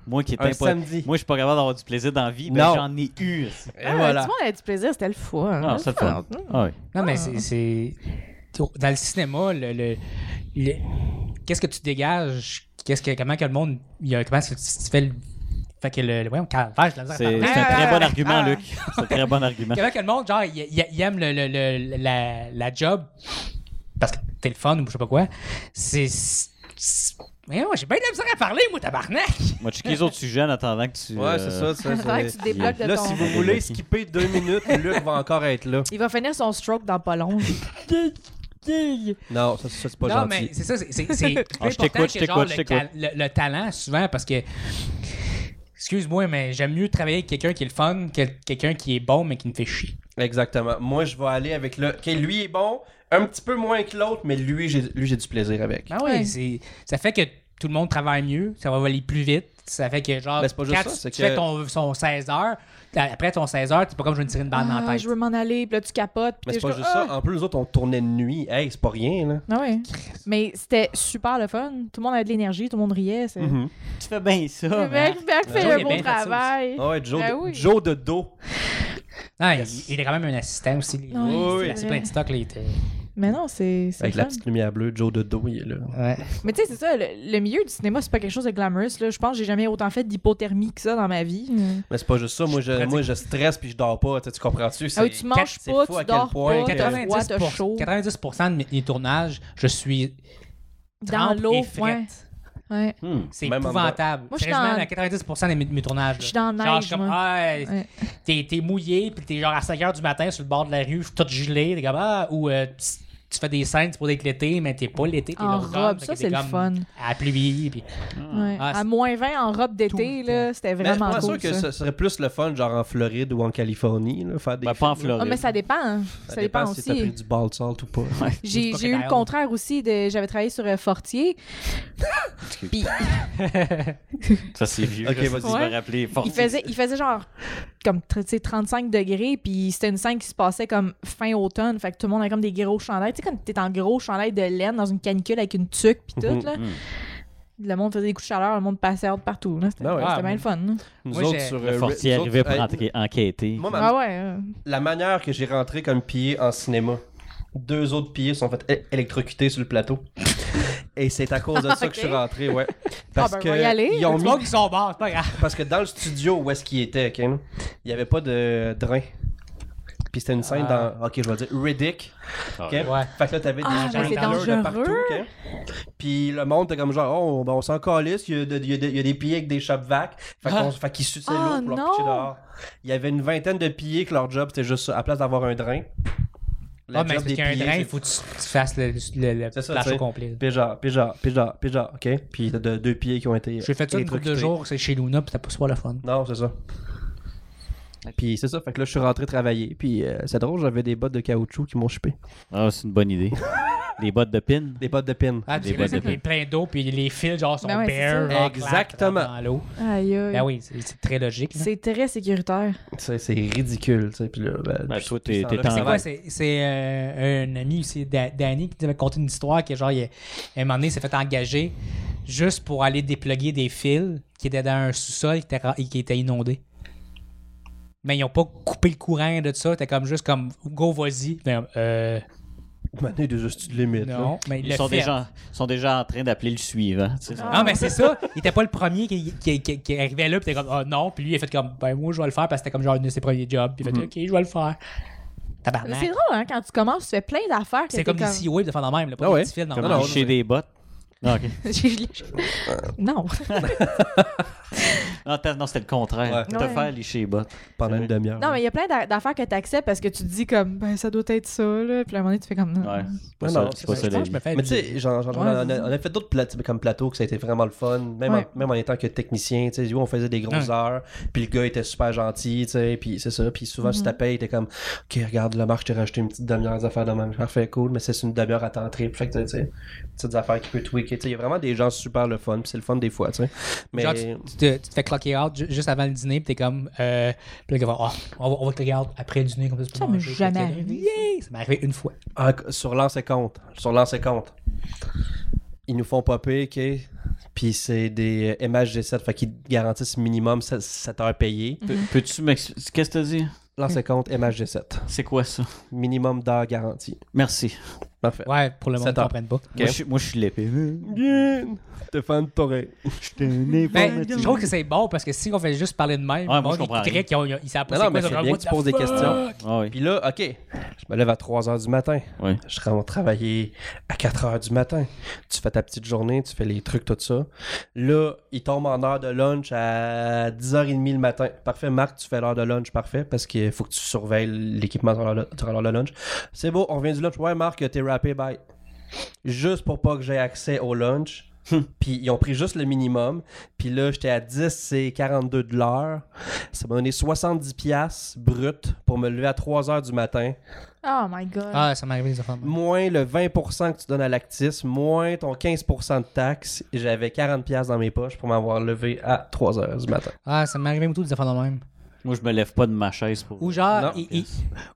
moi qui est un impossible. samedi. Moi, je suis pas capable d'avoir du plaisir dans la vie. Non. Ben, j'en ai eu. Et Ah, voilà. Tout le monde a du plaisir, c'était le fun. Ah, ça le fait. Ah ouais. Non, mais c'est- c'est. Dans le cinéma, le. le- le- Qu'est-ce que tu dégages? Qu'est-ce que, comment que le monde. il y a- comment est-ce que tu fais le. Fait que le. le ouais, on calvaire, je la misère à C'est parler. c'est un très bon argument, ah. Luc. C'est un très bon argument. Comment que le monde, genre, il, il- il aime le, le- le- la, la job parce que t'es le fun ou je sais pas quoi. C'est. c'est- Mais ouais, j'ai bien de la misère à parler, moi, tabarnak! Moi, checker les autres sujets en attendant que tu. Ouais, c'est ça. euh, tu sais, Faudrait que c'est- tu débloques de Là, ton- si vous voulez skipper deux minutes, Luc va encore être là. Il va finir son stroke dans pas Ben, long. Non, ça, ça, c'est pas non, gentil. mais c'est ça, c'est. c'est- c'est Ah, je plus important t'écoute, je que, genre, t'écoute, je le, ta- le, le talent, souvent, parce que. Excuse-moi, mais j'aime mieux travailler avec quelqu'un qui est le fun que quelqu'un qui est bon mais qui me fait chier. Exactement. Moi, je vais aller avec le. OK, lui est bon, un petit peu moins que l'autre, mais lui, j'ai lui, j'ai du plaisir avec. Ben Ouais. oui, c'est ça fait que tout le monde travaille mieux, ça va aller plus vite. Ça fait que, genre, Ben, c'est pas juste quand ça, tu- c'est tu que- fais ton, son 16 heures, après ton 16 heures, c'est pas comme je vais me tirer une balle dans la Ah, tête. je veux m'en aller, puis là, tu capotes. puis Mais t'es c'est pas juste Ah, juste comme, ça. En plus, les autres, on tournait de nuit. Hey, c'est pas rien, là. Ah ouais. Mais c'était super le fun. Tout le monde avait de l'énergie, tout le monde riait. C'est... Mhm. Mm-hmm. Tu fais bien ça. hein. Le man. mec, le mec Ah, Joe, fait il le a bien bon fait ça aussi. travail. Ah ouais, Joe, Ben de, oui. Joe de dos. Non, il, il est quand même un assistant aussi. lui. Ouais, Oui, Il c'est a assez vrai. plein de stock, euh, là, il était- Mais non, c'est, c'est Avec le la fun. petite lumière bleue, Joe de dos, il est là. Ouais. Mais tu sais, c'est ça, le, le milieu du cinéma, c'est pas quelque chose de glamorous. Là. Je pense que j'ai jamais autant fait d'hypothermie que ça dans ma vie. Mm. Mais c'est pas juste ça. Moi, je, pratique. moi, je stresse puis je dors pas. Tu sais, tu comprends-tu? Ah oui, C'est- tu manges c'est pas, fou à tu quel dors point pas, que- t'as froid, t'as 90%, chaud. 90% de mes, mes tournages, je suis Dans trempe l'eau, et frette. ouais. ouais. Hmm, C'est même en épouvantable. Moi, je suis Sérieusement, dans- à 90% de mes, mes tournages. là. Je suis dans la Genre, neige, je suis comme, moi. ah, Hmm. Ouais. t'es, t'es mouillé, puis t'es genre à 5 h du matin sur le bord de la rue, je suis tout gelé, t'es comme, ah, ou euh, tu, tu fais des scènes, pour être l'été, mais t'es pas l'été, t'es En l'automne, robe, fait ça, que c'est t'es le comme fun. À la pluie, puis Hmm. Ouais. Ah, c'est- à moins 20 en robe d'été, Tout le là, c'était Mais je suis vraiment pas sûr cool. que ça. ce serait plus le fun, genre en Floride ou en Californie, là, faire des. Ben, pas en films, là. Floride. Ah, mais ça dépend. hein. Ça, dépend, si t'as pris aussi. du ball salt ou pas. Du J'ai j'ai eu crocodile. le contraire aussi. de- J'avais travaillé sur euh, Fortier. Puis Ça, c'est vieux. Ok, là, ça, vas-y. tu vas Ouais. rappeler fort. il faisait, il faisait genre comme tu sais, 35 degrés, puis c'était une scène qui se passait comme fin automne. Fait que tout le monde a comme des gros chandails. Tu sais, quand t'es en gros chandail de laine dans une canicule avec une tuque, puis tout, là. Mhm. Le monde faisait des coups de chaleur, le monde passait hors partout. là. C'était Ah ouais. c'était Ah, bien le fun. là. Nous Moi, autres j'ai- sur. Le euh, fortier nous autres- arrivait pour Hey, entrer- enquêter. Moi, ben. ma- Ah ouais. euh. la manière que j'ai rentré comme pillé en cinéma, deux autres pillés se sont fait é- électrocuter sur le plateau. Et c'est à cause de ça que je suis Ok. rentré, ouais. Parce ben, on va y aller. que ils ont Tu mis- vois qu'ils sont morts, c'est pas grave. parce que dans le studio où est-ce qu'il était, ok, il n'y avait pas de drain. Puis c'était une scène Ah. dans, ok, je vais le dire, Riddick. ok? Ouais. Fait que là, t'avais des Ah, gens mais c'est de partout. ok? Puis le monde était comme genre, oh, ben, on s'en calisse, il y, a de- il y a de- il y a des pillés avec des chopes vac. Fait, qu'on- fait qu'ils suçaient Ah, l'eau pour leur non. pitcher dehors. Il y avait une vingtaine de pillés que leur job, c'était juste ça, à place d'avoir un drain. la Ah, mais job parce qu'il y a un pillés, drain, c'est- il faut que tu, tu fasses le, le, le C'est ça, plancher tu sais. complet. Péja, péja, péja, péja, ok? Puis t'as de- deux pillés qui ont été. J'ai fait ça une couple de électrocutés. jours, c'est chez Luna, puis t'as pas soit le fun. Non, c'est ça. Puis c'est ça, fait que là je suis rentré travailler. Puis euh, c'est drôle, j'avais des bottes de caoutchouc qui m'ont chupé. Ah, c'est une bonne idée. Des bottes de pin. Des bottes de pin. Ah, Des tu sais, bottes de c'est plein d'eau, puis les fils, genre, sont Ben ouais, c'est bare, ça. genre, clac, Exactement. dans l'eau. Aïe, aïe. Ben oui, Ah, c'est c'est très logique. là. C'est très sécuritaire. C'est c'est ridicule, tu sais. Puis là, ben, Ben, depuis toi, ce t'es- temps-là, t'es en ça C'est va. quoi? C'est c'est, euh, un ami, c'est Da- Danny, qui m'avait conté une histoire que, genre, il, à un moment donné, il s'est fait engager juste pour aller déploguer des fils qui étaient dans un sous-sol qui était ra- et qui était inondé. Mais ils n'ont pas coupé le courant de ça. C'était comme juste comme go, vas-y. Ben, euh, Mané de juste de limite. là. non, mais il Ils l'a sont fait. déjà, ils sont déjà en train d'appeler le suivant. tu sais. Non, mais c'est ça. Il était pas le premier qui, qui, qui- qui arrivait là. Puis était comme, ah non. Puis lui, il a fait comme, ben moi, je vais le faire parce que c'était comme genre un de ses premiers jobs. Puis il a fait, ok, je vais le faire. Mais C'est Tabarnak. drôle, hein, quand tu commences, tu fais plein d'affaires. ben. que C'est t'es comme des E CEO de faire dans même. Là, pas Ah des ouais. petits fils dans Comme le même. non, Licher non. des bottes. Non, ok. J'ai- j'ai- non. Non, t'as- non, c'était le contraire. Ouais. Te Ouais. faire licher les bottes. Pendant une demi-heure. Non, mais il y a plein d'a- d'affaires que tu acceptes parce que tu te dis comme, ben ça doit être ça, là. Puis à un moment donné, tu fais comme, non. Ouais. C'est pas Non, ça, non, c'est pas Je ça, la pense que Ben, je vie. me fais Mais tu sais, genre, genre, Ouais, on, a, on c'est a- on a fait d'autres plateaux comme plateau que ça a été vraiment le fun, même, Ouais. en, même en étant que technicien, tu sais, on faisait des grosses Ouais. heures, puis le gars était super gentil, tu sais, puis c'est ça, puis souvent Mhm. tu tapais, il était comme, ok, regarde, là, Marc, je t'ai rajouté une petite demi-heure des affaires de même, parfait, cool, mais c'est une demi-heure à t'entrer, fait que tu sais, petites affaires qui peut tweaker, tu sais, il y a vraiment des gens super le fun, puis c'est le fun des fois, tu sais, mais Genre, tu, tu te, tu te fais clocker out ju- juste avant le dîner, puis t'es comme. Euh, puis là, il va, oh, on va, on va clocker out après le dîner, comme ça. tu peux Ça m'est manger. jamais Fait que, arrivé, Yay! Ça m'est arrivé une fois. Ah, sur l'an 50, sur l'an 50, ils nous font popper, ok, puis c'est des euh, MHG7, fait qu'ils garantissent minimum 7, heures payées, Pe- Peux-tu m'expliquer? Qu'est-ce que t'as dit? l'an 50, MHG7. C'est quoi ça? minimum d'heures garantie. Merci. Parfait. Ouais, pour le monde Sept qui ne heures. comprenne pas. Moi, je suis- Moi, je suis l'épée. Bien! Stéphane Torrey. Ben, je trouve que c'est bon parce que si on fait juste parler de même, moi, le monde, je comprends ils rien. crient qu'ils ont- ils savent pas Non, c'est non, quoi, mais ils sont c'est comme, bien what que tu the poses des fuck? questions. Ah oui. Puis là, OK, je me lève à 3 h du matin. Ouais. Je rentre travailler à 4 h du matin. Tu fais ta petite journée, tu fais les trucs, tout ça. Là, il tombe en heure de lunch à 10h30 le matin. Parfait, Marc, tu fais l'heure de lunch, parfait, parce qu'il faut que tu surveilles l'équipement durant l'heure durant l'heure de lunch. C'est beau, on revient du lunch. Ouais, Marc, t'es rappé, bye. Juste pour pas que j'aie accès au lunch. Puis ils ont pris juste le minimum. Puis là, j'étais à 10, c'est 42 de l'heure. Ça m'a donné 70 pièces brut pour me lever à 3 heures du matin. Oh my god. Ah, ça m'est arrivé des affaires. de même. Moins le 20% que tu donnes à l'actis, moins ton 15% de taxes. Et J'avais 40 pièces dans mes poches pour m'avoir levé à 3 heures du matin. Ah, ça m'est arrivé tout des affaires de même. Moi, je me lève pas de ma chaise pour. Ou genre, Non. il- il-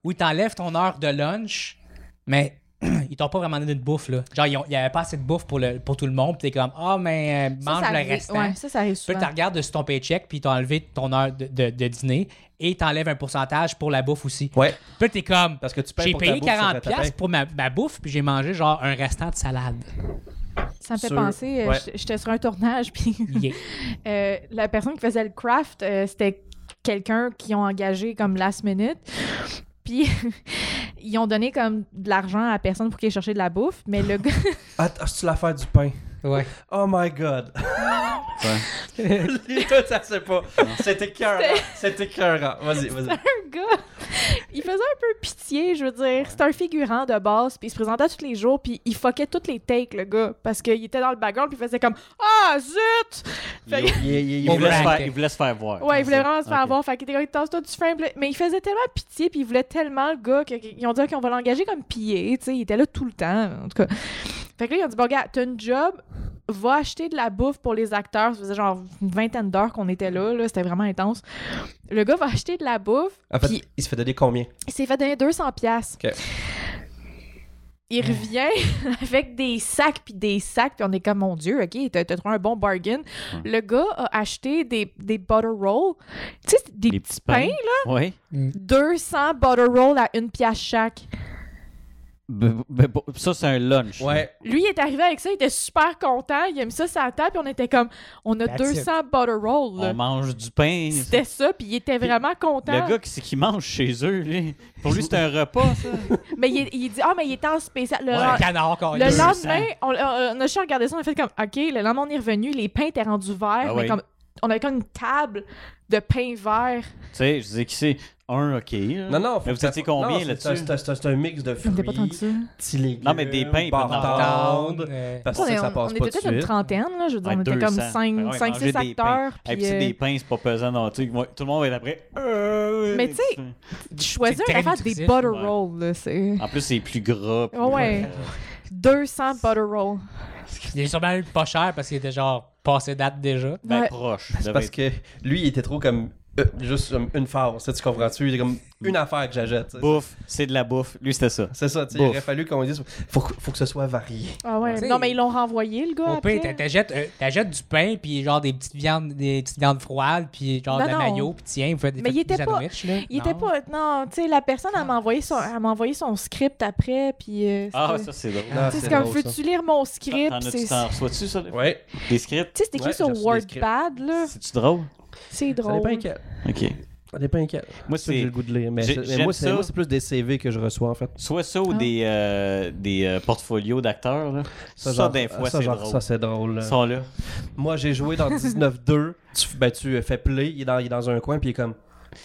ou ils t'enlèvent ton heure de lunch, mais ils t'ont pas vraiment donné de bouffe, là. Genre, ils ont- il y avait pas assez de bouffe pour, le, pour tout le monde, pis t'es comme, ah, mais euh, Ça, mange ça le arrive- restant. Ouais, ça, ça arrive Puis là, tu souvent. regardes sur ton paycheck, puis ils t'ont enlevé ton heure de, de- de dîner, et t'enlèves un pourcentage pour la bouffe aussi. Puis Ouais, là, t'es comme, parce que tu payes j'ai pour payé ta bouffe sur ta 40$ paye. pour ma, ma bouffe, puis j'ai mangé genre un restant de salade. Ça me fait Sur- penser, euh, ouais. j- j'étais sur un tournage, puis Yeah. euh, la personne qui faisait le craft, euh, c'était quelqu'un qui ont engagé comme last minute. Puis ils ont donné comme de l'argent à la personne pour qu'il aille chercher de la bouffe, mais le gars, Attends, Ah, c'est l'affaire du pain. ouais. Oh my god. Les gars, ça se pas. C'était cœur. C'était cœur. Vas-y, vas-y. le gars, il faisait un peu pitié, je veux dire. C'était un figurant de base, puis il se présentait tous les jours, puis il fuckait toutes les takes, le gars, parce qu'il était dans le background, puis il faisait comme Ah, zut! Fait que- Il, il- il- Il voulait, Overacting. se faire, il voulait se faire voir. Ouais, il voulait vraiment se faire Ok. avoir. Fait qu'il était comme, tasse-toi du frame. Puis là- Mais il faisait tellement pitié, puis il voulait tellement le gars que- qu'ils ont dit qu'on va l'engager comme pillé. Tu sais, il était là tout le temps, en tout cas. Fait que là, ils ont dit, bon, gars, t'as une job, va acheter de la bouffe pour les acteurs. Ça faisait genre une vingtaine d'heures qu'on était là, là. C'était vraiment intense. Le gars va acheter de la bouffe, En fait, puis Hum. il se fait donner combien il s'est fait donner 200 pièces. Ok. Il revient avec des sacs puis des sacs puis on est comme mon dieu, OK, t'as t'as trouvé un bon bargain. Le gars a acheté des, des butter rolls, tu sais des, Les petits pains, là, Ouais. 200 butter rolls à une pièce chaque. Ben, ben, bon, ça, c'est un lunch. Ouais. Lui il est arrivé avec ça, il était super content, il a mis ça sur la table puis on était comme on a That's 200 butter rolls. là. On mange du pain. C'était ça puis il était vraiment content. Le gars, qui c'est qui mange chez eux, lui? Pour lui, c'est un repas, ça. Mais il, il dit "Ah mais il était en spécial le Un canard, quand Le deux cents. lendemain, on, on- on a juste regardé ça, on a fait comme, OK, le lendemain, on est revenu, les pains étaient rendus verts, Ah mais oui. comme, on avait comme une table de pain vert. tu sais, je disais qui c'est un, ok. là. Non, non. faut Mais que vous ça- étiez combien non, c'est- là-dessus? c'est- C'est c'est- c'est un mix de On n'était pas tant que fruits, ça. petits légumes. Euh, Non, mais des pains, euh, pas tant. bartendes, Euh, Parce On, que ça, ça passe on pas était tout de peut-être une suite. trentaine, là, je veux dire, Ouais, on était comme 200. Ouais, 5-6 ouais, manger des acteurs. pains. Hey, Puis, puis c'est euh, des pains, c'est pas pesant non tu sais, moi, Tout le monde va être après. Euh, Mais tu sais- tu choisis C'est très un affaire des nutritif, butter ouais. rolls, là, c'est En plus, c'est plus gras. plus- Ouais. 200 butter rolls. Il est sûrement eu pas cher parce qu'il était genre passé date déjà. Ben, Ouais. proche. C'est parce que lui, il était trop comme. euh, juste comme une phase, tu comprends-tu? Il était comme une affaire que j'achète. tu sais. Bouffe, c'est de la bouffe. Lui, c'était ça. C'est ça, tu sais, il Bouffe. aurait fallu qu'on dise. Faut, que- faut que ce soit varié. Ah ouais. Ouais. Non, mais ils l'ont renvoyé, le gars. Au pire, après. t'a- t'achètes euh, t'achètes du pain, puis genre des petites viandes, des petites viandes froides, puis genre Non, de la non. mayo, puis tiens, vous faites des Mais il faites des était pas- sandwichs, là. Il Non. était pas. Non, tu sais, la personne, elle m'a envoyé son, elle m'a envoyé son script après, puis. euh, Ah, c'était- ça, c'est drôle. Ah, tu sais, c'est c'est comme, drôle, ça. veux-tu lire mon T'en script? t'en C'est- as-tu t'en reçois-tu, ça? des- Ouais. Des scripts? Tu sais, c'est écrit Ouais, sur j'ai reçu des scripts. WordPad, là. C'est-tu drôle? C'est Ça drôle. dépend lesquels. Ok. Ça dépend lesquels. Moi, C'est ça que j'ai c'est le goût de lire. Mais, J'ai- c'est- mais j'aime moi, c'est ça. moi, c'est plus des CV que je reçois, en fait. soit ça ou Ah. des, euh, des euh, portfolios d'acteurs. là. Ça, genre- des fois, ça, c'est genre, drôle. Ça, c'est drôle. là. Ils sont là. Moi, j'ai joué dans 19-2. tu, f- ben, tu euh, fais play, il est, dans, il est dans un coin, puis il est comme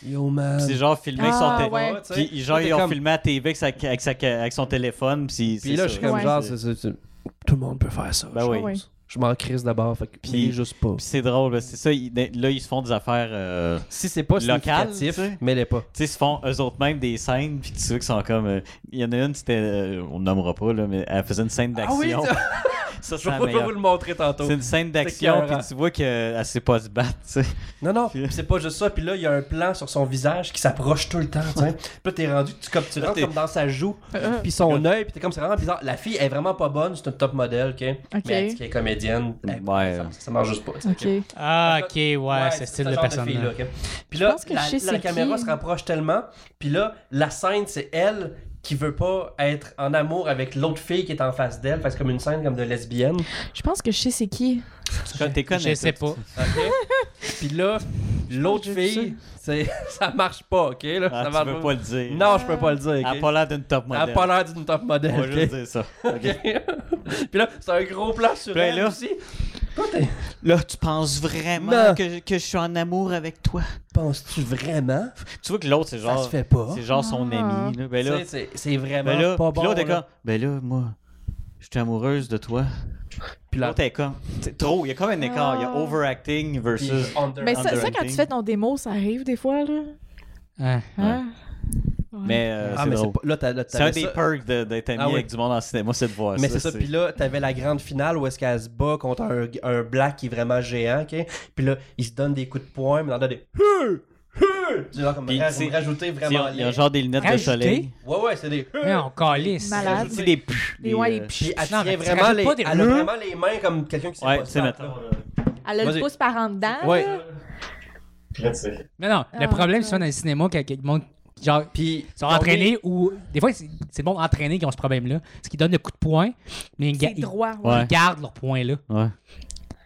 Yo, man. Puis C'est genre filmé avec Ah, son ouais. téléphone. tu sais. Puis genre, Là, t'es ils ont comme- filmé à TV avec, sa- avec sa- avec son téléphone. Puis, Puis là, je suis comme Ouais. genre, c'est- c'est- c'est- tout le monde peut faire ça. Ben je oui. pense. Je m'en crise d'abord, fait que Puis- puis juste pas. Puis c'est drôle, là, c'est ça. ils- là, ils se font des affaires. euh, tu Si c'est pas Local, significatif, tu sais. mais l'est pas. sais, ils se font eux autres même des scènes. Puis tu sais qu'ils sont comme. euh, Il y en a une, c'était. euh, on ne nommera pas, là, mais elle faisait une scène d'action. Ah ça- ça, c'est je la vais vous meilleure. le montrer tantôt. C'est une scène d'action, écœurant. puis tu vois qu'elle ne sait pas se battre, tu sais. Non, non, puis c'est pas juste ça. Puis là, il y a un plan sur son visage qui s'approche tout le temps. tu sais. Puis là, t'es rendu, tu, comme, tu Là, rentres t'es- comme dans sa joue, Euh, puis son œil, puis t'es comme, c'est vraiment bizarre. La fille est vraiment pas bonne, c'est une top modèle, ok? Ok. Mais elle dit qu'elle est comédienne. elle- Ouais. ça, ça marche juste pas. tu sais. OK. Ah, ok, ouais, ce style de genre personne. fille-là, là. ok. Puis là, pense que la, je sais la c'est caméra qui. se rapproche tellement. Puis là, la scène, c'est elle qui veut pas être en amour avec l'autre fille qui est en face d'elle. Fait que c'est comme une scène comme de lesbienne. Je pense que je sais c'est qui. T'es connu. Je sais pas. ok? Puis là, l'autre Je le fille, c'est ça marche pas, ok? Là, Ah, ça tu marche veux pas le dire. Non, je peux pas le dire. Elle ok? n'a pas l'air d'une top Elle modèle. a pas l'air d'une top modèle. On va juste ok? dire ça. Ok? Puis là, c'est un gros plan sur Puis elle là- aussi. Toi, t'es- Là, tu penses vraiment Non. que, que je suis en amour avec toi? Penses-tu vraiment? Tu vois que l'autre, c'est Ça genre. se fait pas. C'est genre son Ah. ami. Là. Ben Tu là, sais, C'est c'est vraiment ben là, pas puis bon. l'autre est là. comme, ben là, moi, je suis amoureuse de toi. Puis là, L'autre est comme. c'est trop. Il y a comme un écart. Il y a Ah. overacting puis versus. under- Mais Ben, ça, ça, underrating. quand tu fais ton démo, ça arrive des fois, là. Hein. Hein? Ouais. Mais euh, Ah, c'est mais drôle. c'est pas- là, t'as- là, C'est un t'avais des ça- perks de- d'être ami Ah oui. avec du monde en cinéma, c'est de voir Mais ça. c'est ça. Puis là, t'avais la grande finale où est-ce qu'elle se bat contre un, un black qui est vraiment géant, ok? Puis là, il se donne des coups de poing, mais dans le temps, des. Hey! Hey! Tu sais, genre, comme Puis ra- c'est- comme rajouter Il y vraiment. a- il y a laid. genre des lunettes de Rajouter? soleil. Ouais, ouais, c'est des. Hey! Ouais, on calisse. Malade. Rajouter des pu. Les- ouais, les euh, Puis elle Non, mais tient tu vraiment rajoutes les, pas des- elle a Hein? vraiment les mains comme quelqu'un qui sait Ouais, pas tu se sais, faire, mettons, là. Elle a Vas-y. le pouce par en dedans. Ouais. là. Mais non, le Ah, problème, ouais. c'est dans le cinéma, quand quelqu'un. Genre, Puis. Ils sont entraînés ou. Des fois, c'est c'est le monde entraîné qui ont ce problème-là. C'est qu'ils donnent le coup de poing, mais ils, ga- C'est ils- droit. ils ouais. Ouais. gardent leur point-là. Ouais.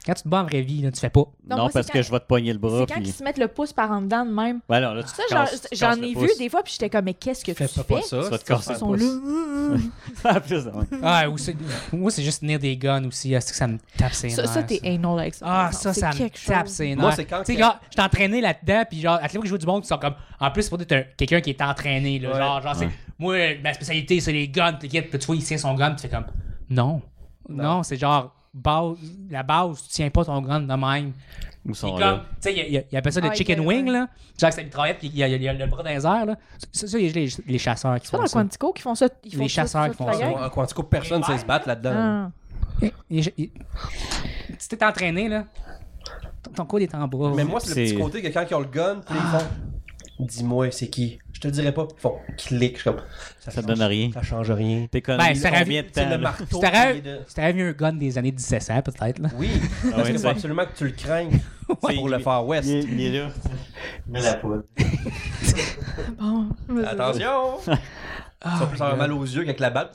Quand tu te bats en vraie vie, là, tu fais pas. Non, non, moi, c'est parce que quand- je vais te pogner le bras. C'est quand ils Puis... se mettent le pouce par en dedans de même. Ouais, alors là, tu te Ça, casses- j'en- tu te j'en casses le ai vu pouce. des fois, puis j'étais comme, mais qu'est-ce que tu Fais fais? pas, pas ça. Tu vas te c'est- casser Ils le sont pouce. là. hum, hum. En plus, ouais. Ah, ou c'est- moi, c'est juste tenir des guns aussi. est-ce que ça me tape ses Ça, nerfs. ça, t'es anal avec ça. Ah, Non, ça, c'est ça quelque me tape chose. ses nerfs. Moi, c'est quand Tu sais, que- genre, je suis entraîné là-dedans, puis genre, à tous les joue du monde, qui sont comme. En plus, c'est pour être un- quelqu'un qui est entraîné, là. Ouais. Genre, genre, c'est. Moi, euh, ma spécialité, c'est les guns, puis tu vois, il tient son gun, puis tu fais comme. Non. Non, c'est genre. Base, la base, tu tiens pas ton gun de même. Où Puis sont comme, là? tu sais, il y a- il y a- il appelle ça le Ah, chicken il y a- wing, là. Genre que ça mitraillette, puis il y, a- il y a le bras dans les airs, là. Ça, ça, il y a les, les chasseurs qui C'est pas dans font le ça. Quantico qui font ça. Ils Les font ça, chasseurs qui font toute la ça. gang. En Quantico, personne ne sait se battre là-dedans. Ah. Et- et- et- Si t'es entraîné, là, ton, ton coude est en bras. Mais moi, c'est Ah. le C'est- petit côté que quand ils ont le gun, puis ils font Dis-moi, c'est qui Je te dirai pas. Ils font clic. Je suis comme Ça, Ça change- donne rien. Ça change rien. T'es comme. Ben, ça combien revient- de C'est temps? le là? marteau. Si t'avais qui est de- Ah si t'avais vu un gun des années 1700, peut-être, là. Oui, ouais, parce qu'il tu faut sais. absolument que tu le craignes Ouais. pour le Far West. Il est- il est là. Mais la poudre. Bon. vas-y. Attention! Ça va plus avoir mal aux yeux qu'avec la batte.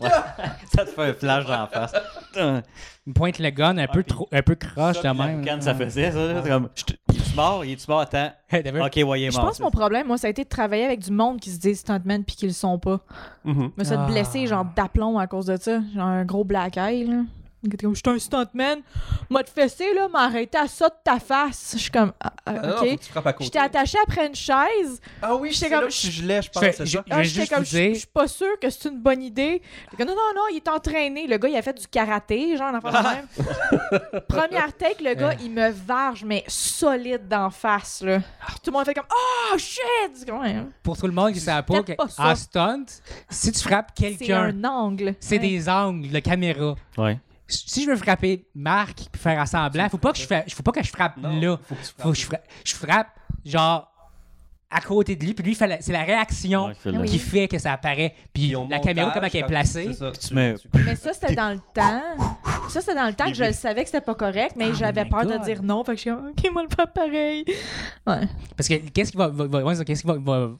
Ça te fait un flash dans la face. Ah, Putain. Il me pointe le gun un peu, puis- trop, un peu croche Ça, de puis la même. canne, ça faisait ça. là. C'est comme. chut, Il est mort, il est mort, attends. Hey, t'as vu? Ok, ouais, il est Je mort. pense que mon problème, moi, ça a été de travailler avec du monde qui se dit stuntman puis qui le sont pas. Mhm. Je me suis Ah. blessé, genre, d'aplomb à cause de ça. J'ai un gros black eye, là. Il était comme, je suis un stuntman. M'a te fessé, là, m'a arrêté à ça de ta face. Je suis comme, ah, ah, Ah non, faut ok. que tu frappes à côté. J'étais attachée après une chaise. Ah oui, J'étais j'étais comme- comme. Je gelais, je pense, fais- c'est je- ça. Ah, juste J'étais comme, vous je je dire- suis pas sûre que c'est une bonne idée. J'étais comme, non, non, non, il est entraîné. Le gars, il a fait du karaté, genre, un enfant de même. Première take, le gars, il me varge, mais solide d'en face, là. Puis tout le monde fait comme, oh shit! Je dis, Ouais, hein. Pour tout le monde qui ne savait pas, Faites que- pas ça. en stunt, si tu frappes C'est quelqu'un, un angle. c'est Ouais. des angles, la caméra. Ouais. si je veux frapper Marc et faire un semblant, faut pas que je fa- faut pas que je frappe Non, là. faut que tu frappes. Faut que je frappe, je frappe genre à côté de lui, puis lui il fait la- c'est la réaction Ouais, il Ah fait la- qui fait que ça apparaît. Puis Puis la au caméra montage, comment elle est quand- placée. c'est ça. Tu mets- Mais ça, c'était dans le temps. Ça, c'était dans le temps que je le savais que c'était pas correct, mais Oh j'avais my peur God. de dire non. Fait que je suis comme, OK, moi, le pas pareil. Ouais. Parce que qu'est-ce qui va, va- va- ouais, qu'est-ce qui va, va-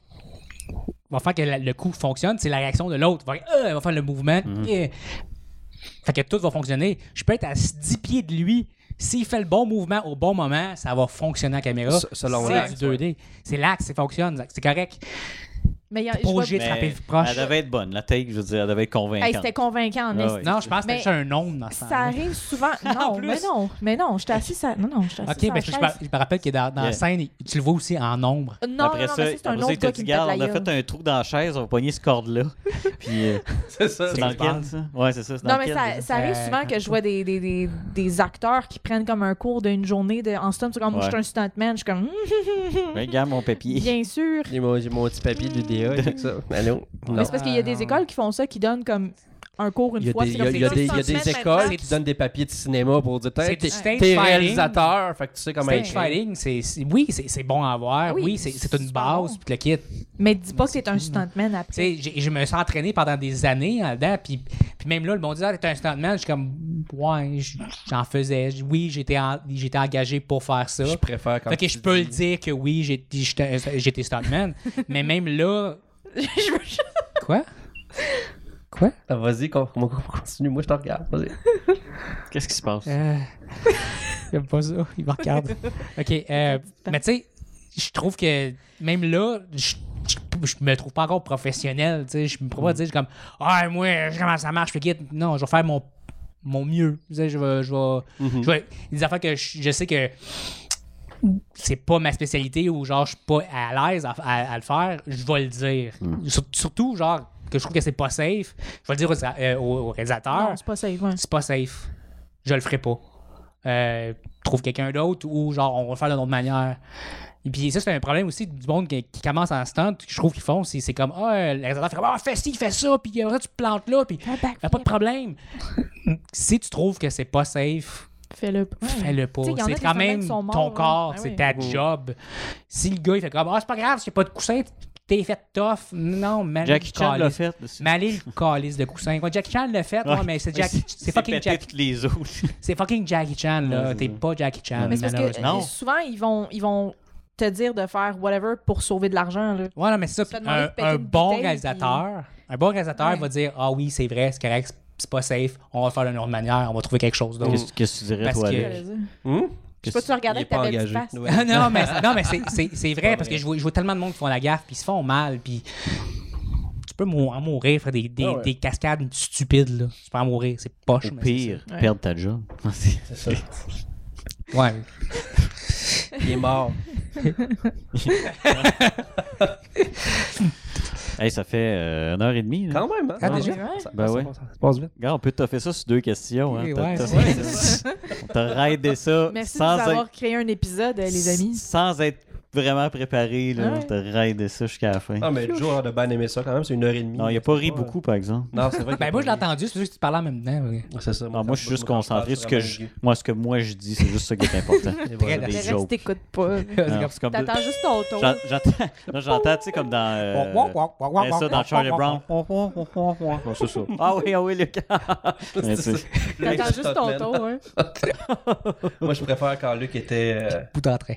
va faire que la- le coup fonctionne, c'est la réaction de l'autre. Il va, faire, Euh, il va faire le mouvement. Mhm. Yeah. Fait que tout va fonctionner. Je peux être à 10 pieds de lui. S'il fait le bon mouvement au bon moment, ça va fonctionner en caméra. Se- selon c'est l'axe, du 2D. C'est l'axe, ça fonctionne. C'est correct. Mais il y a- T'es je pas vois- obligé de frapper le proche. Elle devait être bonne, la take, je veux dire, elle devait être Hey, convaincante. c'était convaincant, en Ah esti. ouais. Non, je pense que Mais- c'est un nom dans ce Ça temps-là. arrive souvent. Non, plus. mais non, mais non, j'étais assise à... Non, non, j'étais assise Ok, mais je, à je la me- chaise. je me rappelle que dans, dans Yeah. la scène, il- tu le vois aussi en nombre. Non, après non, non, ça, mais ça, c'est un après ça, autre il t'a gars dit, qui me pète garde, la on a gueule. fait un trou dans la chaise, on va pogner ce corde-là. Puis, euh, C'est ça. c'est dans lequel, ça? Ouais, c'est ça, c'est dans Non, mais lequel, déjà? ça, ça arrive Euh, souvent que je vois des, des, des, des acteurs qui prennent comme un cours d'une journée de, en stunt. Comme, Moi, je suis Ouais. un stuntman. Je suis comme, Hum, Ben, Regarde mon papier. bien sûr. J'ai mon, j'ai mon petit papier de DA et tout ça. Allô? Mais Non. c'est parce qu'il y a Ah, des non. écoles qui font ça, qui donnent comme un cours une Il y a fois. des, c'est il y comme a- il y a c'est des, tous il y a des centimètres écoles maintenant. qui te donnent des papiers de cinéma pour dire C'est T'es du t'es- stage t'es fighting. réalisateur, fait que tu sais comment Stage être. fighting, c'est, c'est- oui, c'est, c'est bon à voir. Ah Oui, oui, c'est, c'est c'est une super base, bon. puis le kit. Mais dis pas que t'es un stuntman après. Tu sais, j'ai- je me suis entraîné pendant des années en dedans, puis, puis même là, le monde disait, ah, t'es un stuntman. Je suis comme, ouais, je- j'en faisais. Je- Oui, j'étais, en- j'étais engagé pour faire ça. Je préfère quand Fait que tu je peux le dis- dire que oui, j'ai- j'étais, j'étais stuntman. mais même là, Je veux juste- quoi? Quoi? Ah, Vas-y, con- con- continue. Moi, je te regarde. Vas-y. Qu'est-ce qui se passe? Euh, J'aime pas ça. Il me regarde. OK. euh, mais tu sais, je trouve que même là, je je- je me trouve pas encore professionnel. tu sais. Je me trouve pas dire comme Ah, moi, je sais comment ça marche, je guide. Non, je vais faire mon, mon mieux. Tu sais, je vais. Je vais, je vais- Des affaires que je, je sais que c'est pas ma spécialité ou genre je suis pas à l'aise à, à- à le faire, je vais le dire. Sur- Surtout, genre, que je trouve que c'est pas safe, je vais le dire au, au, réalisateur Non, c'est pas safe. ouais. c'est pas safe. je le ferai pas. Euh, trouve quelqu'un d'autre ou genre on va le faire d'une autre manière. Et puis ça, c'est un problème aussi du monde qui, qui commence en stand, que je trouve qu'ils font, c'est c'est comme Ah, euh, l'exercice fait comme Ah, fais ci, fais ça, puis après tu te plantes là, puis Fais un y a backflip. pas de problème. si tu trouves que c'est pas safe, Fais-le pas. fais-le pas. Tu sais, y en a C'est qui quand sont même même sont morts, ton là. corps, Ben c'est oui. ta job. Si le gars il fait comme Ah, c'est pas grave, j'ai pas de coussin, t'es fait tough. Non, mais Jackie Chan l'a fait. c'est- mais allez le calice de coussin. quoi. Jackie Chan l'a fait, ouais, mais c'est Jackie- Oh. il c'est s'est fucking, pété Jack- toutes les autres. c'est fucking Jackie Chan, là. Ouais, T'es c'est ça. pas Jackie Chan, Mais c'est parce que malheureusement. euh, souvent, ils vont, ils vont te dire de faire whatever pour sauver de l'argent. là. Ouais, non, mais c'est Tu te ça. fais demander euh, de Un, péter un une bon bouteille, réalisateur, un bon réalisateur Ouais. va dire Ah oui, c'est vrai, c'est correct, c'est- c'est pas safe, on va le faire d'une autre manière, on va trouver quelque chose d'autre. Qu'est-ce qu'est-ce que tu dirais, Parce toi, que- Je Alex? sais Hum? pas, tu regardais Il est avec ta pas belle petite engagé. face. Ouais. Ah non, mais, c'est- non, mais c'est- c'est c'est vrai, parce que je vois, je vois tellement de monde qui font la gaffe, puis ils se font mal, puis tu peux mou- en mourir, faire des, des, Ah ouais. des cascades stupides, là. Tu peux en mourir, c'est poche. Au mais c'est pire, Ouais. perdre ta job. C'est ça. ça. Ouais. Il est mort. Hey, ça fait euh, une heure et demie. là. Quand même, hein? Ah, déjà? Ouais. Ben ouais. Regarde, on peut t'offrir ça sur deux questions. Hein. Ouais, T'as- t'as- ouais, on t'a raidé ça Merci de sans, nous avoir être, créé un épisode, euh, les amis. Ah sans être vraiment préparé. Là. Ouais. On t'a raidé ça jusqu'à la fin. Ah, mais Joe a de bien aimé ça quand même, c'est une heure et demie. non, il a pas ri beaucoup, par exemple. Non, c'est vrai. qu'il a Ben moi, je pas l'ai ri. entendu, c'est pour ça que tu parlais en même temps. ouais. C'est ça. Non, moi, je suis juste quand parle, concentré sur ce que vraiment je, gay. moi, ce que moi je dis. C'est juste ça qui est important. Et voilà. Des Le reste, jokes. t'écoutes pas. Non, c'est comme- T'attends juste ton tour. J'en- J'entends, non, j'entends, tu sais, comme dans. euh, ben, ça, dans Charlie Brown. Ouais, c'est ça. Ah oui, ah oui, Lucas. Ouais, tu C'est sais. ça. T'attends juste ton tour. hein. Moi, je préfère quand Luc était euh, Bout en train.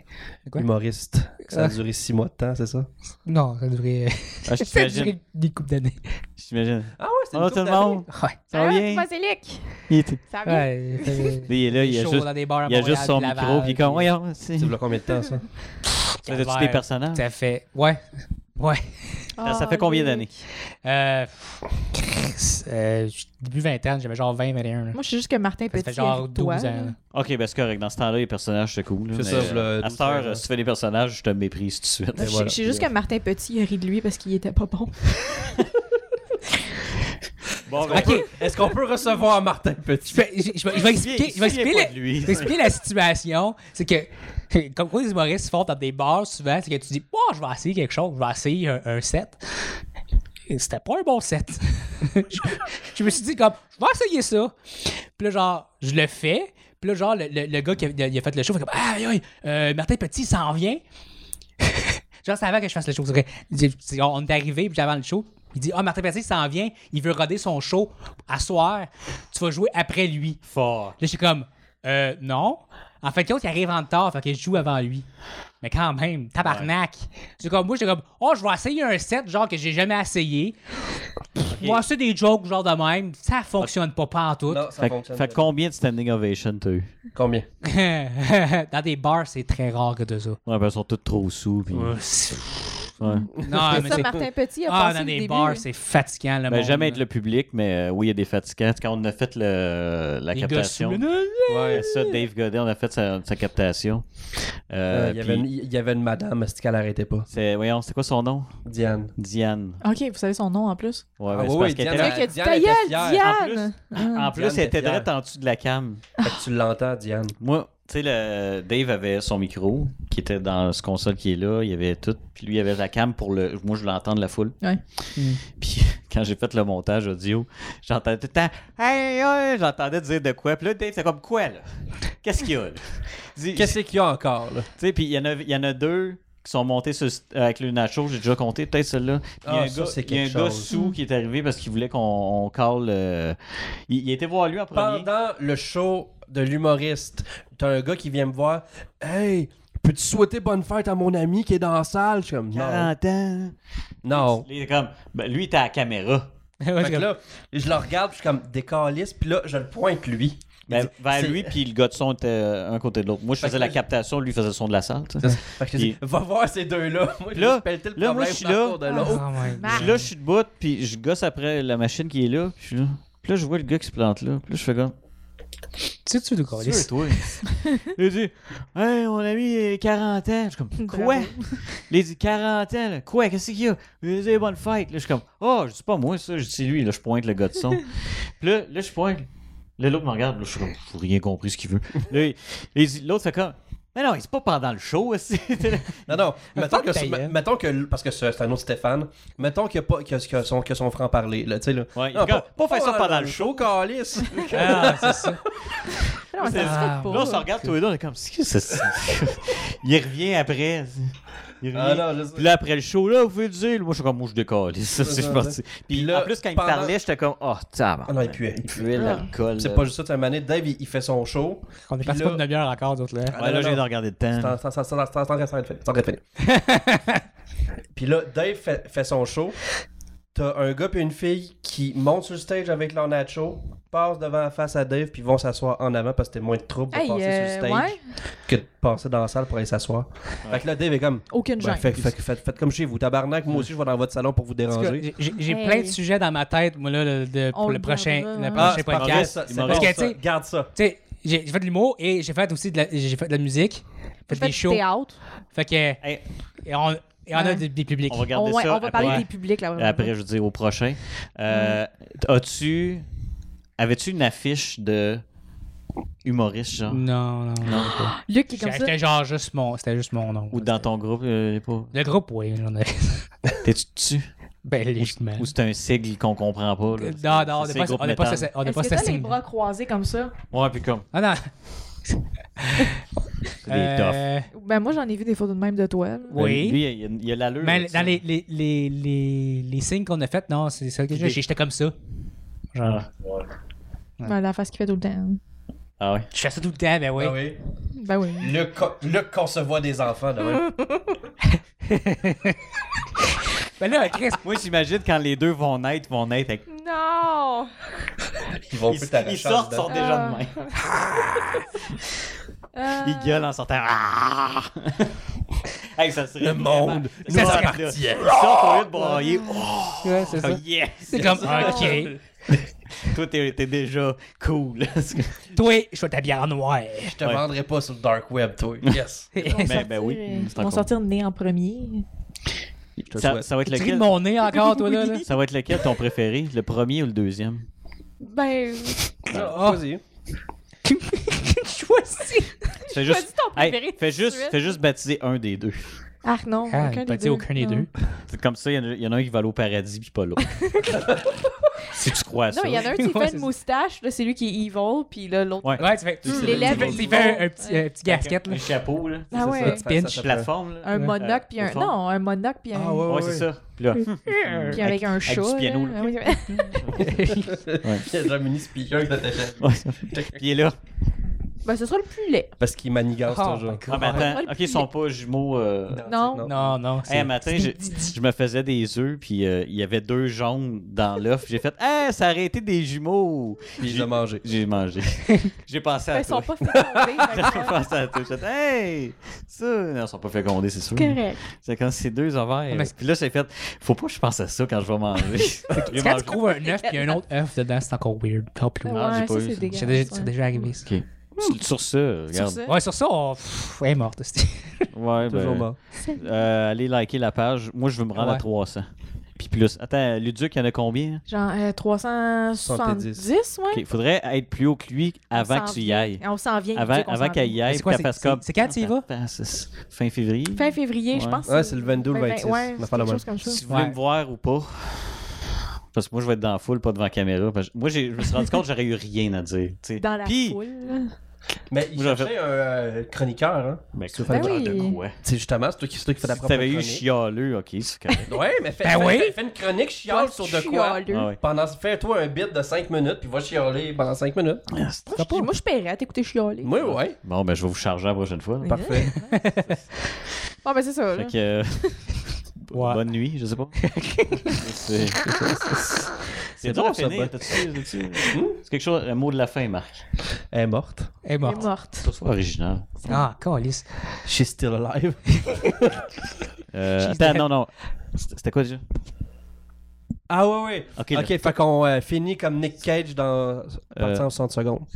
Quoi? humoriste. Que ça a Ah. duré six mois de temps, c'est ça? Non, ça devrait. Ah, je Ça t'imagine. devrait des coupes d'années. Je t'imagine. Ah ouais, c'était Bonjour tout le monde. Ouais. Ça va Ah, bien? moi, c'est Luc. Il est- Ah, Ça va bien? Ouais, ça fait- il est là, il y a chaud juste. dans des bars à Il y a Montréal, juste son puis Laval, micro, puis comme, puis- voyons, c'est. Tu combien de temps, ça? Ça faisait-tu des personnages? Ça fait. Ouais. Ouais. Ça, ça Ah, fait combien Luc. d'années? Euh, Chris, euh, j- début vingtaine, j'avais genre 20, 21. là. Moi, je sais juste que Martin Ça Petit. fait genre rit 12 de toi, ans. là. là. Ok, ben c'est correct. Dans ce temps-là, les personnages, c'est cool. là, C'est mais, ça, euh, le à cette heure, 12-13 euh, si tu fais des personnages, je te méprise tout de suite. Moi, je sais- je sais juste que Martin Petit il rit de lui parce qu'il était pas bon. Bon, ben, Ok, Est-ce qu'on peut recevoir Martin Petit? je vais, je- je vais- je vais expliquer, je vais expliquer le- Je vais expliquer la situation. C'est que, comme quoi les humoristes font dans des bars souvent, c'est que tu dis, oh, je vais essayer quelque chose, je vais essayer un, un set. Et c'était pas un bon set. je, je me suis dit, comme, je vais essayer ça. Puis là, genre, je le fais. Puis là, genre, le, le- le gars qui a, il a fait le show, fait comme, aïe, aïe, euh, Martin Petit il s'en vient. genre, c'est avant que je fasse le show. c'est vrai. Il dit- c'est- On est arrivé, puis j'avais le show. Il dit, ah, Martin Petit il s'en vient, il veut roder son show à soir. Tu vas jouer après lui. Fort. Là, j'étais comme, euh, non. En fait, l'autre, il arrive en retard, fait que je joue avant lui. Mais quand même, tabarnak. C'est comme, moi, j'étais comme, oh, je vais essayer un set, genre, que j'ai jamais essayé. Je vais essayer des jokes, genre, de même. Ça fonctionne pas, pas en tout. Non, ça Fait, fonctionne. fait combien de standing ovation t'as eu? Combien? Dans des bars, c'est très rare que de ça. Ouais, ben, ils sont tous trop sous. Puis, ouais. Mm. Non, C'est Ah, mais ça, c'est... Martin Petit a Ah, passé dans le des début. hein. bars, c'est fatigant, le Ben, monde, jamais être là. le public, mais euh, oui, il y a des fatigants. Quand on a fait le, la Les gars sous- captation. Ouais. Ça, Dave Godet, on a fait sa, sa captation. Euh, Il y, puis avait une, il y avait une madame, est-ce qu'elle arrêtait pas? c'est, voyons, c'est quoi son nom? Diane. Diane. Ok, vous savez son nom en plus. Ouais, Ah ben, oui, c'est oui, parce qu'elle Diane, était- Fait que tu Diane ta était gueule, fière. En Diane! plus, en plus, Diane elle était était fière. direct en dessous de la cam. Fait que tu l'entends, Diane. Moi, tu sais, le- Dave avait son micro qui était dans ce console qui est là. Il y avait tout. Puis lui, il avait la cam pour le. Moi, je voulais entendre la foule. Ouais. Puis quand j'ai fait le montage audio, j'entendais tout le temps. Hey, hey, j'entendais dire de quoi. Puis là, Dave, c'est comme quoi, là Qu'est-ce qu'il y a, là Dis- Qu'est-ce qu'il y a encore, là? Tu sais, puis il y, en a- il y en a deux qui sont montés sur- avec le nacho, j'ai déjà compté peut-être celle-là. Puis Il y a Ah, un, ça, gars, c'est il y a un quelque gars chose. sous qui est arrivé parce qu'il voulait qu'on on call. euh, Il, il était voir lui en premier. Pendant le show de l'humoriste, t'as un gars qui vient me voir. Hey, peux-tu souhaiter bonne fête à mon ami qui est dans la salle? Je suis comme, non. 40 ans. Non. Il est comme, ben, lui, il était à la caméra. Ouais, Fait que là, je le regarde, puis je suis comme décaliste, puis là, je le pointe lui. Ben, Il dit, vers c'est- lui, puis le gars de son était euh, un côté de l'autre. Moi, je Fait faisais que la là, captation, lui faisait le son de la salle. tu sais. Fait que je dis, va voir ces deux-là. Moi, je Là- vais pelleter le là, problème moi, je suis là. autour de l'autre. Oh my Ah. Je suis là, je suis debout, puis je gosse après la machine qui est là. Puis je suis là. Puis là, je vois le gars qui se plante là. Puis là, je fais comme, Tu sais, tu veux Sûr, toi. Il dit Hey, mon ami, il a 40 ans. Je suis comme Quoi Bravo. Il dit 40 ans, là. Quoi Qu'est-ce qu'il y a Il dit Bonne fête. Là, je suis comme Oh, je dis pas moi ça, je dis c'est lui. Là, je pointe le gars de son. Puis là, là, je pointe. Là, l'autre me regarde, là, je n'ai rien compris ce qu'il veut. Là, il- il dit- l'autre fait comme. Mais non, il dit pas pendant le show aussi. Non, non. Mettons Fuck que, ta ce- gueule. mettons que- Parce que c'est c'est un autre Stéphane. Mettons qu'il y a pas, que, que son, que son franc-parler. Là, tu sais, là. Ouais, il Non, dit comme, pas, faire ça pendant le show. calice. Ah, c'est ça. Non, ça se fait Ah, pas. Là, on se regarde tous les deux, on est comme, c'est ça? il revient après. Il revient. Ah non, je sais. Puis là, après le show, là, vous pouvez le dire. Moi, je suis comme, moi, je décolle. Ça, c'est- je suis parti. Puis là, en plus, quand il pendant- parlait, j'étais comme, oh, tabarnak. Ah non, il puait. Il puait l'alcool. C'est là. pas juste ça, tu sais, Mané. Dave, il, il fait son show. On est Puis parti là- pas de 9 heures encore, d'autres là. Ah, Ouais, non, là, j'ai non. de regarder le temps. Sans- sans- sans- sans- sans- sans rien faire de fait- sans rien de fait. Puis là, Dave fait, fait son show. T'as un gars puis une fille qui montent sur le stage avec leur nacho, passent devant la face à Dave, puis vont s'asseoir en avant parce que c'était moins de trouble de Hey, passer euh, sur le stage ouais, que de passer dans la salle pour aller s'asseoir. Fait que là, Dave est comme, aucune ben, gêne. fait- fait- faites- faites comme chez vous, tabarnak, moi aussi je vais dans votre salon pour vous En tout cas, déranger. j'ai- J'ai j'ai Hey. plein de sujets dans ma tête, moi, là, le- de- On pour le le prochain, gardera, le hein. prochain Ah, c'est pas vrai, podcast. ça, c'est Parce bon, que, ça. tu sais- Garde ça. Tu sais, j'ai j'ai fait de l'humour et j'ai fait aussi de la, j'ai fait de la musique, fait Faites des du shows. théâtre. Fait que, et Hey, on, et on a Ouais. des, des publics. on va On, regarder ouais, ça. on va parler après. des publics là. Après, je veux dire, au prochain. Euh, As-tu. Avais-tu une affiche de humoriste, genre Non, non, non. pas. Luc qui est comme ça. C'était genre juste mon, c'était juste mon nom. Ou dans ton groupe euh, pas... Le groupe, oui, j'en ai. T'es-tu dessus Ben, Ou c- légitimement. Ou c'est un sigle qu'on comprend pas là? Non, non, on C'est n'est pas, groupe on n'est pas, métal. ce- on n'est Est-ce pas que ce t'as les signe. bras croisés comme ça? Ouais, puis comme. Ah non. C'est des toughs. Euh, Ben moi j'en ai vu des photos de même de toi. là. Oui. Lui, il y a- il y a l'allure. Mais là, dans les, les, les, les, les signes qu'on a fait, non, c'est ça que j'ai. J'étais comme ça. Genre. Ah. Ouais. Ben, la face qu'il fait tout le temps. Ah ouais. Je fais ça tout le temps, ben oui. Ah oui. Ben oui. Le, co- le concevoir des enfants, de Hum. même. Ben là, Chris, Moi, j'imagine quand les deux vont naître, vont naître avec. Non! Ils vont Ils, plus ta ils recharge sortent, de- sont déjà de main. Euh, Ils gueulent en sortant. Ah! hey, ça serait. Le vraiment- monde Ça nous serait- appartient. Ils sortent au lieu de brailler. Oh, ouais, c'est ça. yes! C'est comme, Ah, ok. Toi, t'es t'es déjà cool. Toi, je vais t'habiller en noir. Je te Ouais. vendrai pas sur le dark web, toi. Yes. ils vont ben, ben sortir, oui, euh, c'est Ils vont encore- sortir nez en premier. te le ça, souhaite. ça va être Tu ris de lequel mon nez encore, toi, là? là? Ça va être lequel ton préféré Le premier ou le deuxième Ben, Ah, Vas-y. choisis! Fais Choisis ton préféré Hey, tout fais de juste, suite. fais juste baptiser un des deux. Ah non, Ah, aucun, ben, des tu sais, aucun des Non. deux. C'est Comme ça, il y en a- il y, en a un qui va aller au paradis puis pas l'autre. si tu crois à Non, ça. il y en a un qui Ouais, fait c'est une ça. moustache, là, c'est lui qui est evil, puis là, l'autre. Ouais. Ouais, tu fais. Tu c'est l'élèves, le- Tu il fais un, vole. un petit, un petit gasket, là. Un chapeau, là. Ah ouais. Un petit pinch. Une plateforme, là. Un Ouais. monocle, puis Euh, un. au fond. Non, un monocle, puis un. Ah ouais, Ouais, c'est ça. Puis là, Puis avec un du chat. là. piano, là. Ah oui, oui. J'ai un mini speaker que t'attachais. ouais. puis il est là. ben, ce sera le plus laid. Parce qu'il manigance Oh toujours. my God. Ah, mais Ouais. attends, ok, ils sont pas jumeaux. euh, Non. Non, non. Hey, un matin, je, je me faisais des œufs, puis euh, il y avait deux jaunes dans l'œuf. J'ai fait, hey, ça aurait été des jumeaux. Puis je l'ai mangé. J'ai mangé. J'ai pensé Ben, à ils sont toi. pas fécondés. fait J'ai que, euh, pensé à toi. J'ai fait, hey, ça. Non, ils sont pas fécondés, c'est sûr. Correct. C'est quand c'est deux ovaires. Mais- Puis là, j'ai fait, faut pas que je pense à ça quand je vais manger. J'ai Tu quand mangé. tu trouves un œuf puis un autre œuf dedans, c'est encore weird. Encore plus Ouais, weird. j'ai pas ça, eu c'est ça. dégueulasse. C'est déjà, c'est ouais. déjà arrivé. ça. Ok. Sur- Sur ça, Sur regarde. ça, Ouais, sur ça, on... pff, elle est morte. c'est- Ouais, Toujours ben, mort. euh, allez liker la page. Moi, je veux me rendre à Ouais. 300. Puis plus. Attends, Luduc, il y en a combien? Genre euh, 370, ouais. Il faudrait être plus haut que lui On avant que s'en tu y vient. ailles. On s'en vient. Avant, Dieu, qu'on avant s'en qu'elle y aille, C'est quoi, puis qu'elle c'est- fasse comme. c'est quand tu y vas? Ah, c'est Fin février. vient. Fin février, je Ouais. pense. Ouais, c'est le 22 ou le 26, Ouais, une c'est affaire de quelque même. chose comme ça. Si vous voulez Ouais. me voir ou pas. Parce que moi, je vais être dans la foule, pas devant la caméra. Parce que moi, j'ai- je me suis rendu compte que j'aurais eu rien à dire. tu sais. Dans la Puis- foule. là. Mais il Moi, j'en fais- cherchait un euh, chroniqueur, hein. Mais Tu veux Ben faire oui. de quoi? C'est justement, c'est toi qui, c'est toi qui fais ta Si propre t'avais eu chronique. chialeux, ok, c'est correct. Ouais, mais fais, Ben fais- oui. fais- fais une chronique chiale sur de quoi. Chialeux. Ah ouais. Pendant, fais-toi un bit de 5 minutes, puis va chialer pendant 5 minutes. Moi, je- Moi, je paierais à t'écouter chialer. Moi, ouais. Bon, ben, je vais vous charger la prochaine fois. là. Parfait. Bon, ben, c'est ça. là. Fait que. euh, Ouais. Bonne nuit, je sais pas. c'est. C'est drôle, drôle, ça. ça, ben. C'est quelque chose, un mot de la fin, Marc. Elle est morte. Elle est Elle est morte. morte. C'est original. Ah, calice. She's still alive. Euh, She's attends, dead. non, non. C'était c'était quoi déjà? Ah ouais, ouais. Ok, Ok, là. fait qu'on euh, finit Euh, comme Nick Cage dans... Partir Euh. en 60 secondes.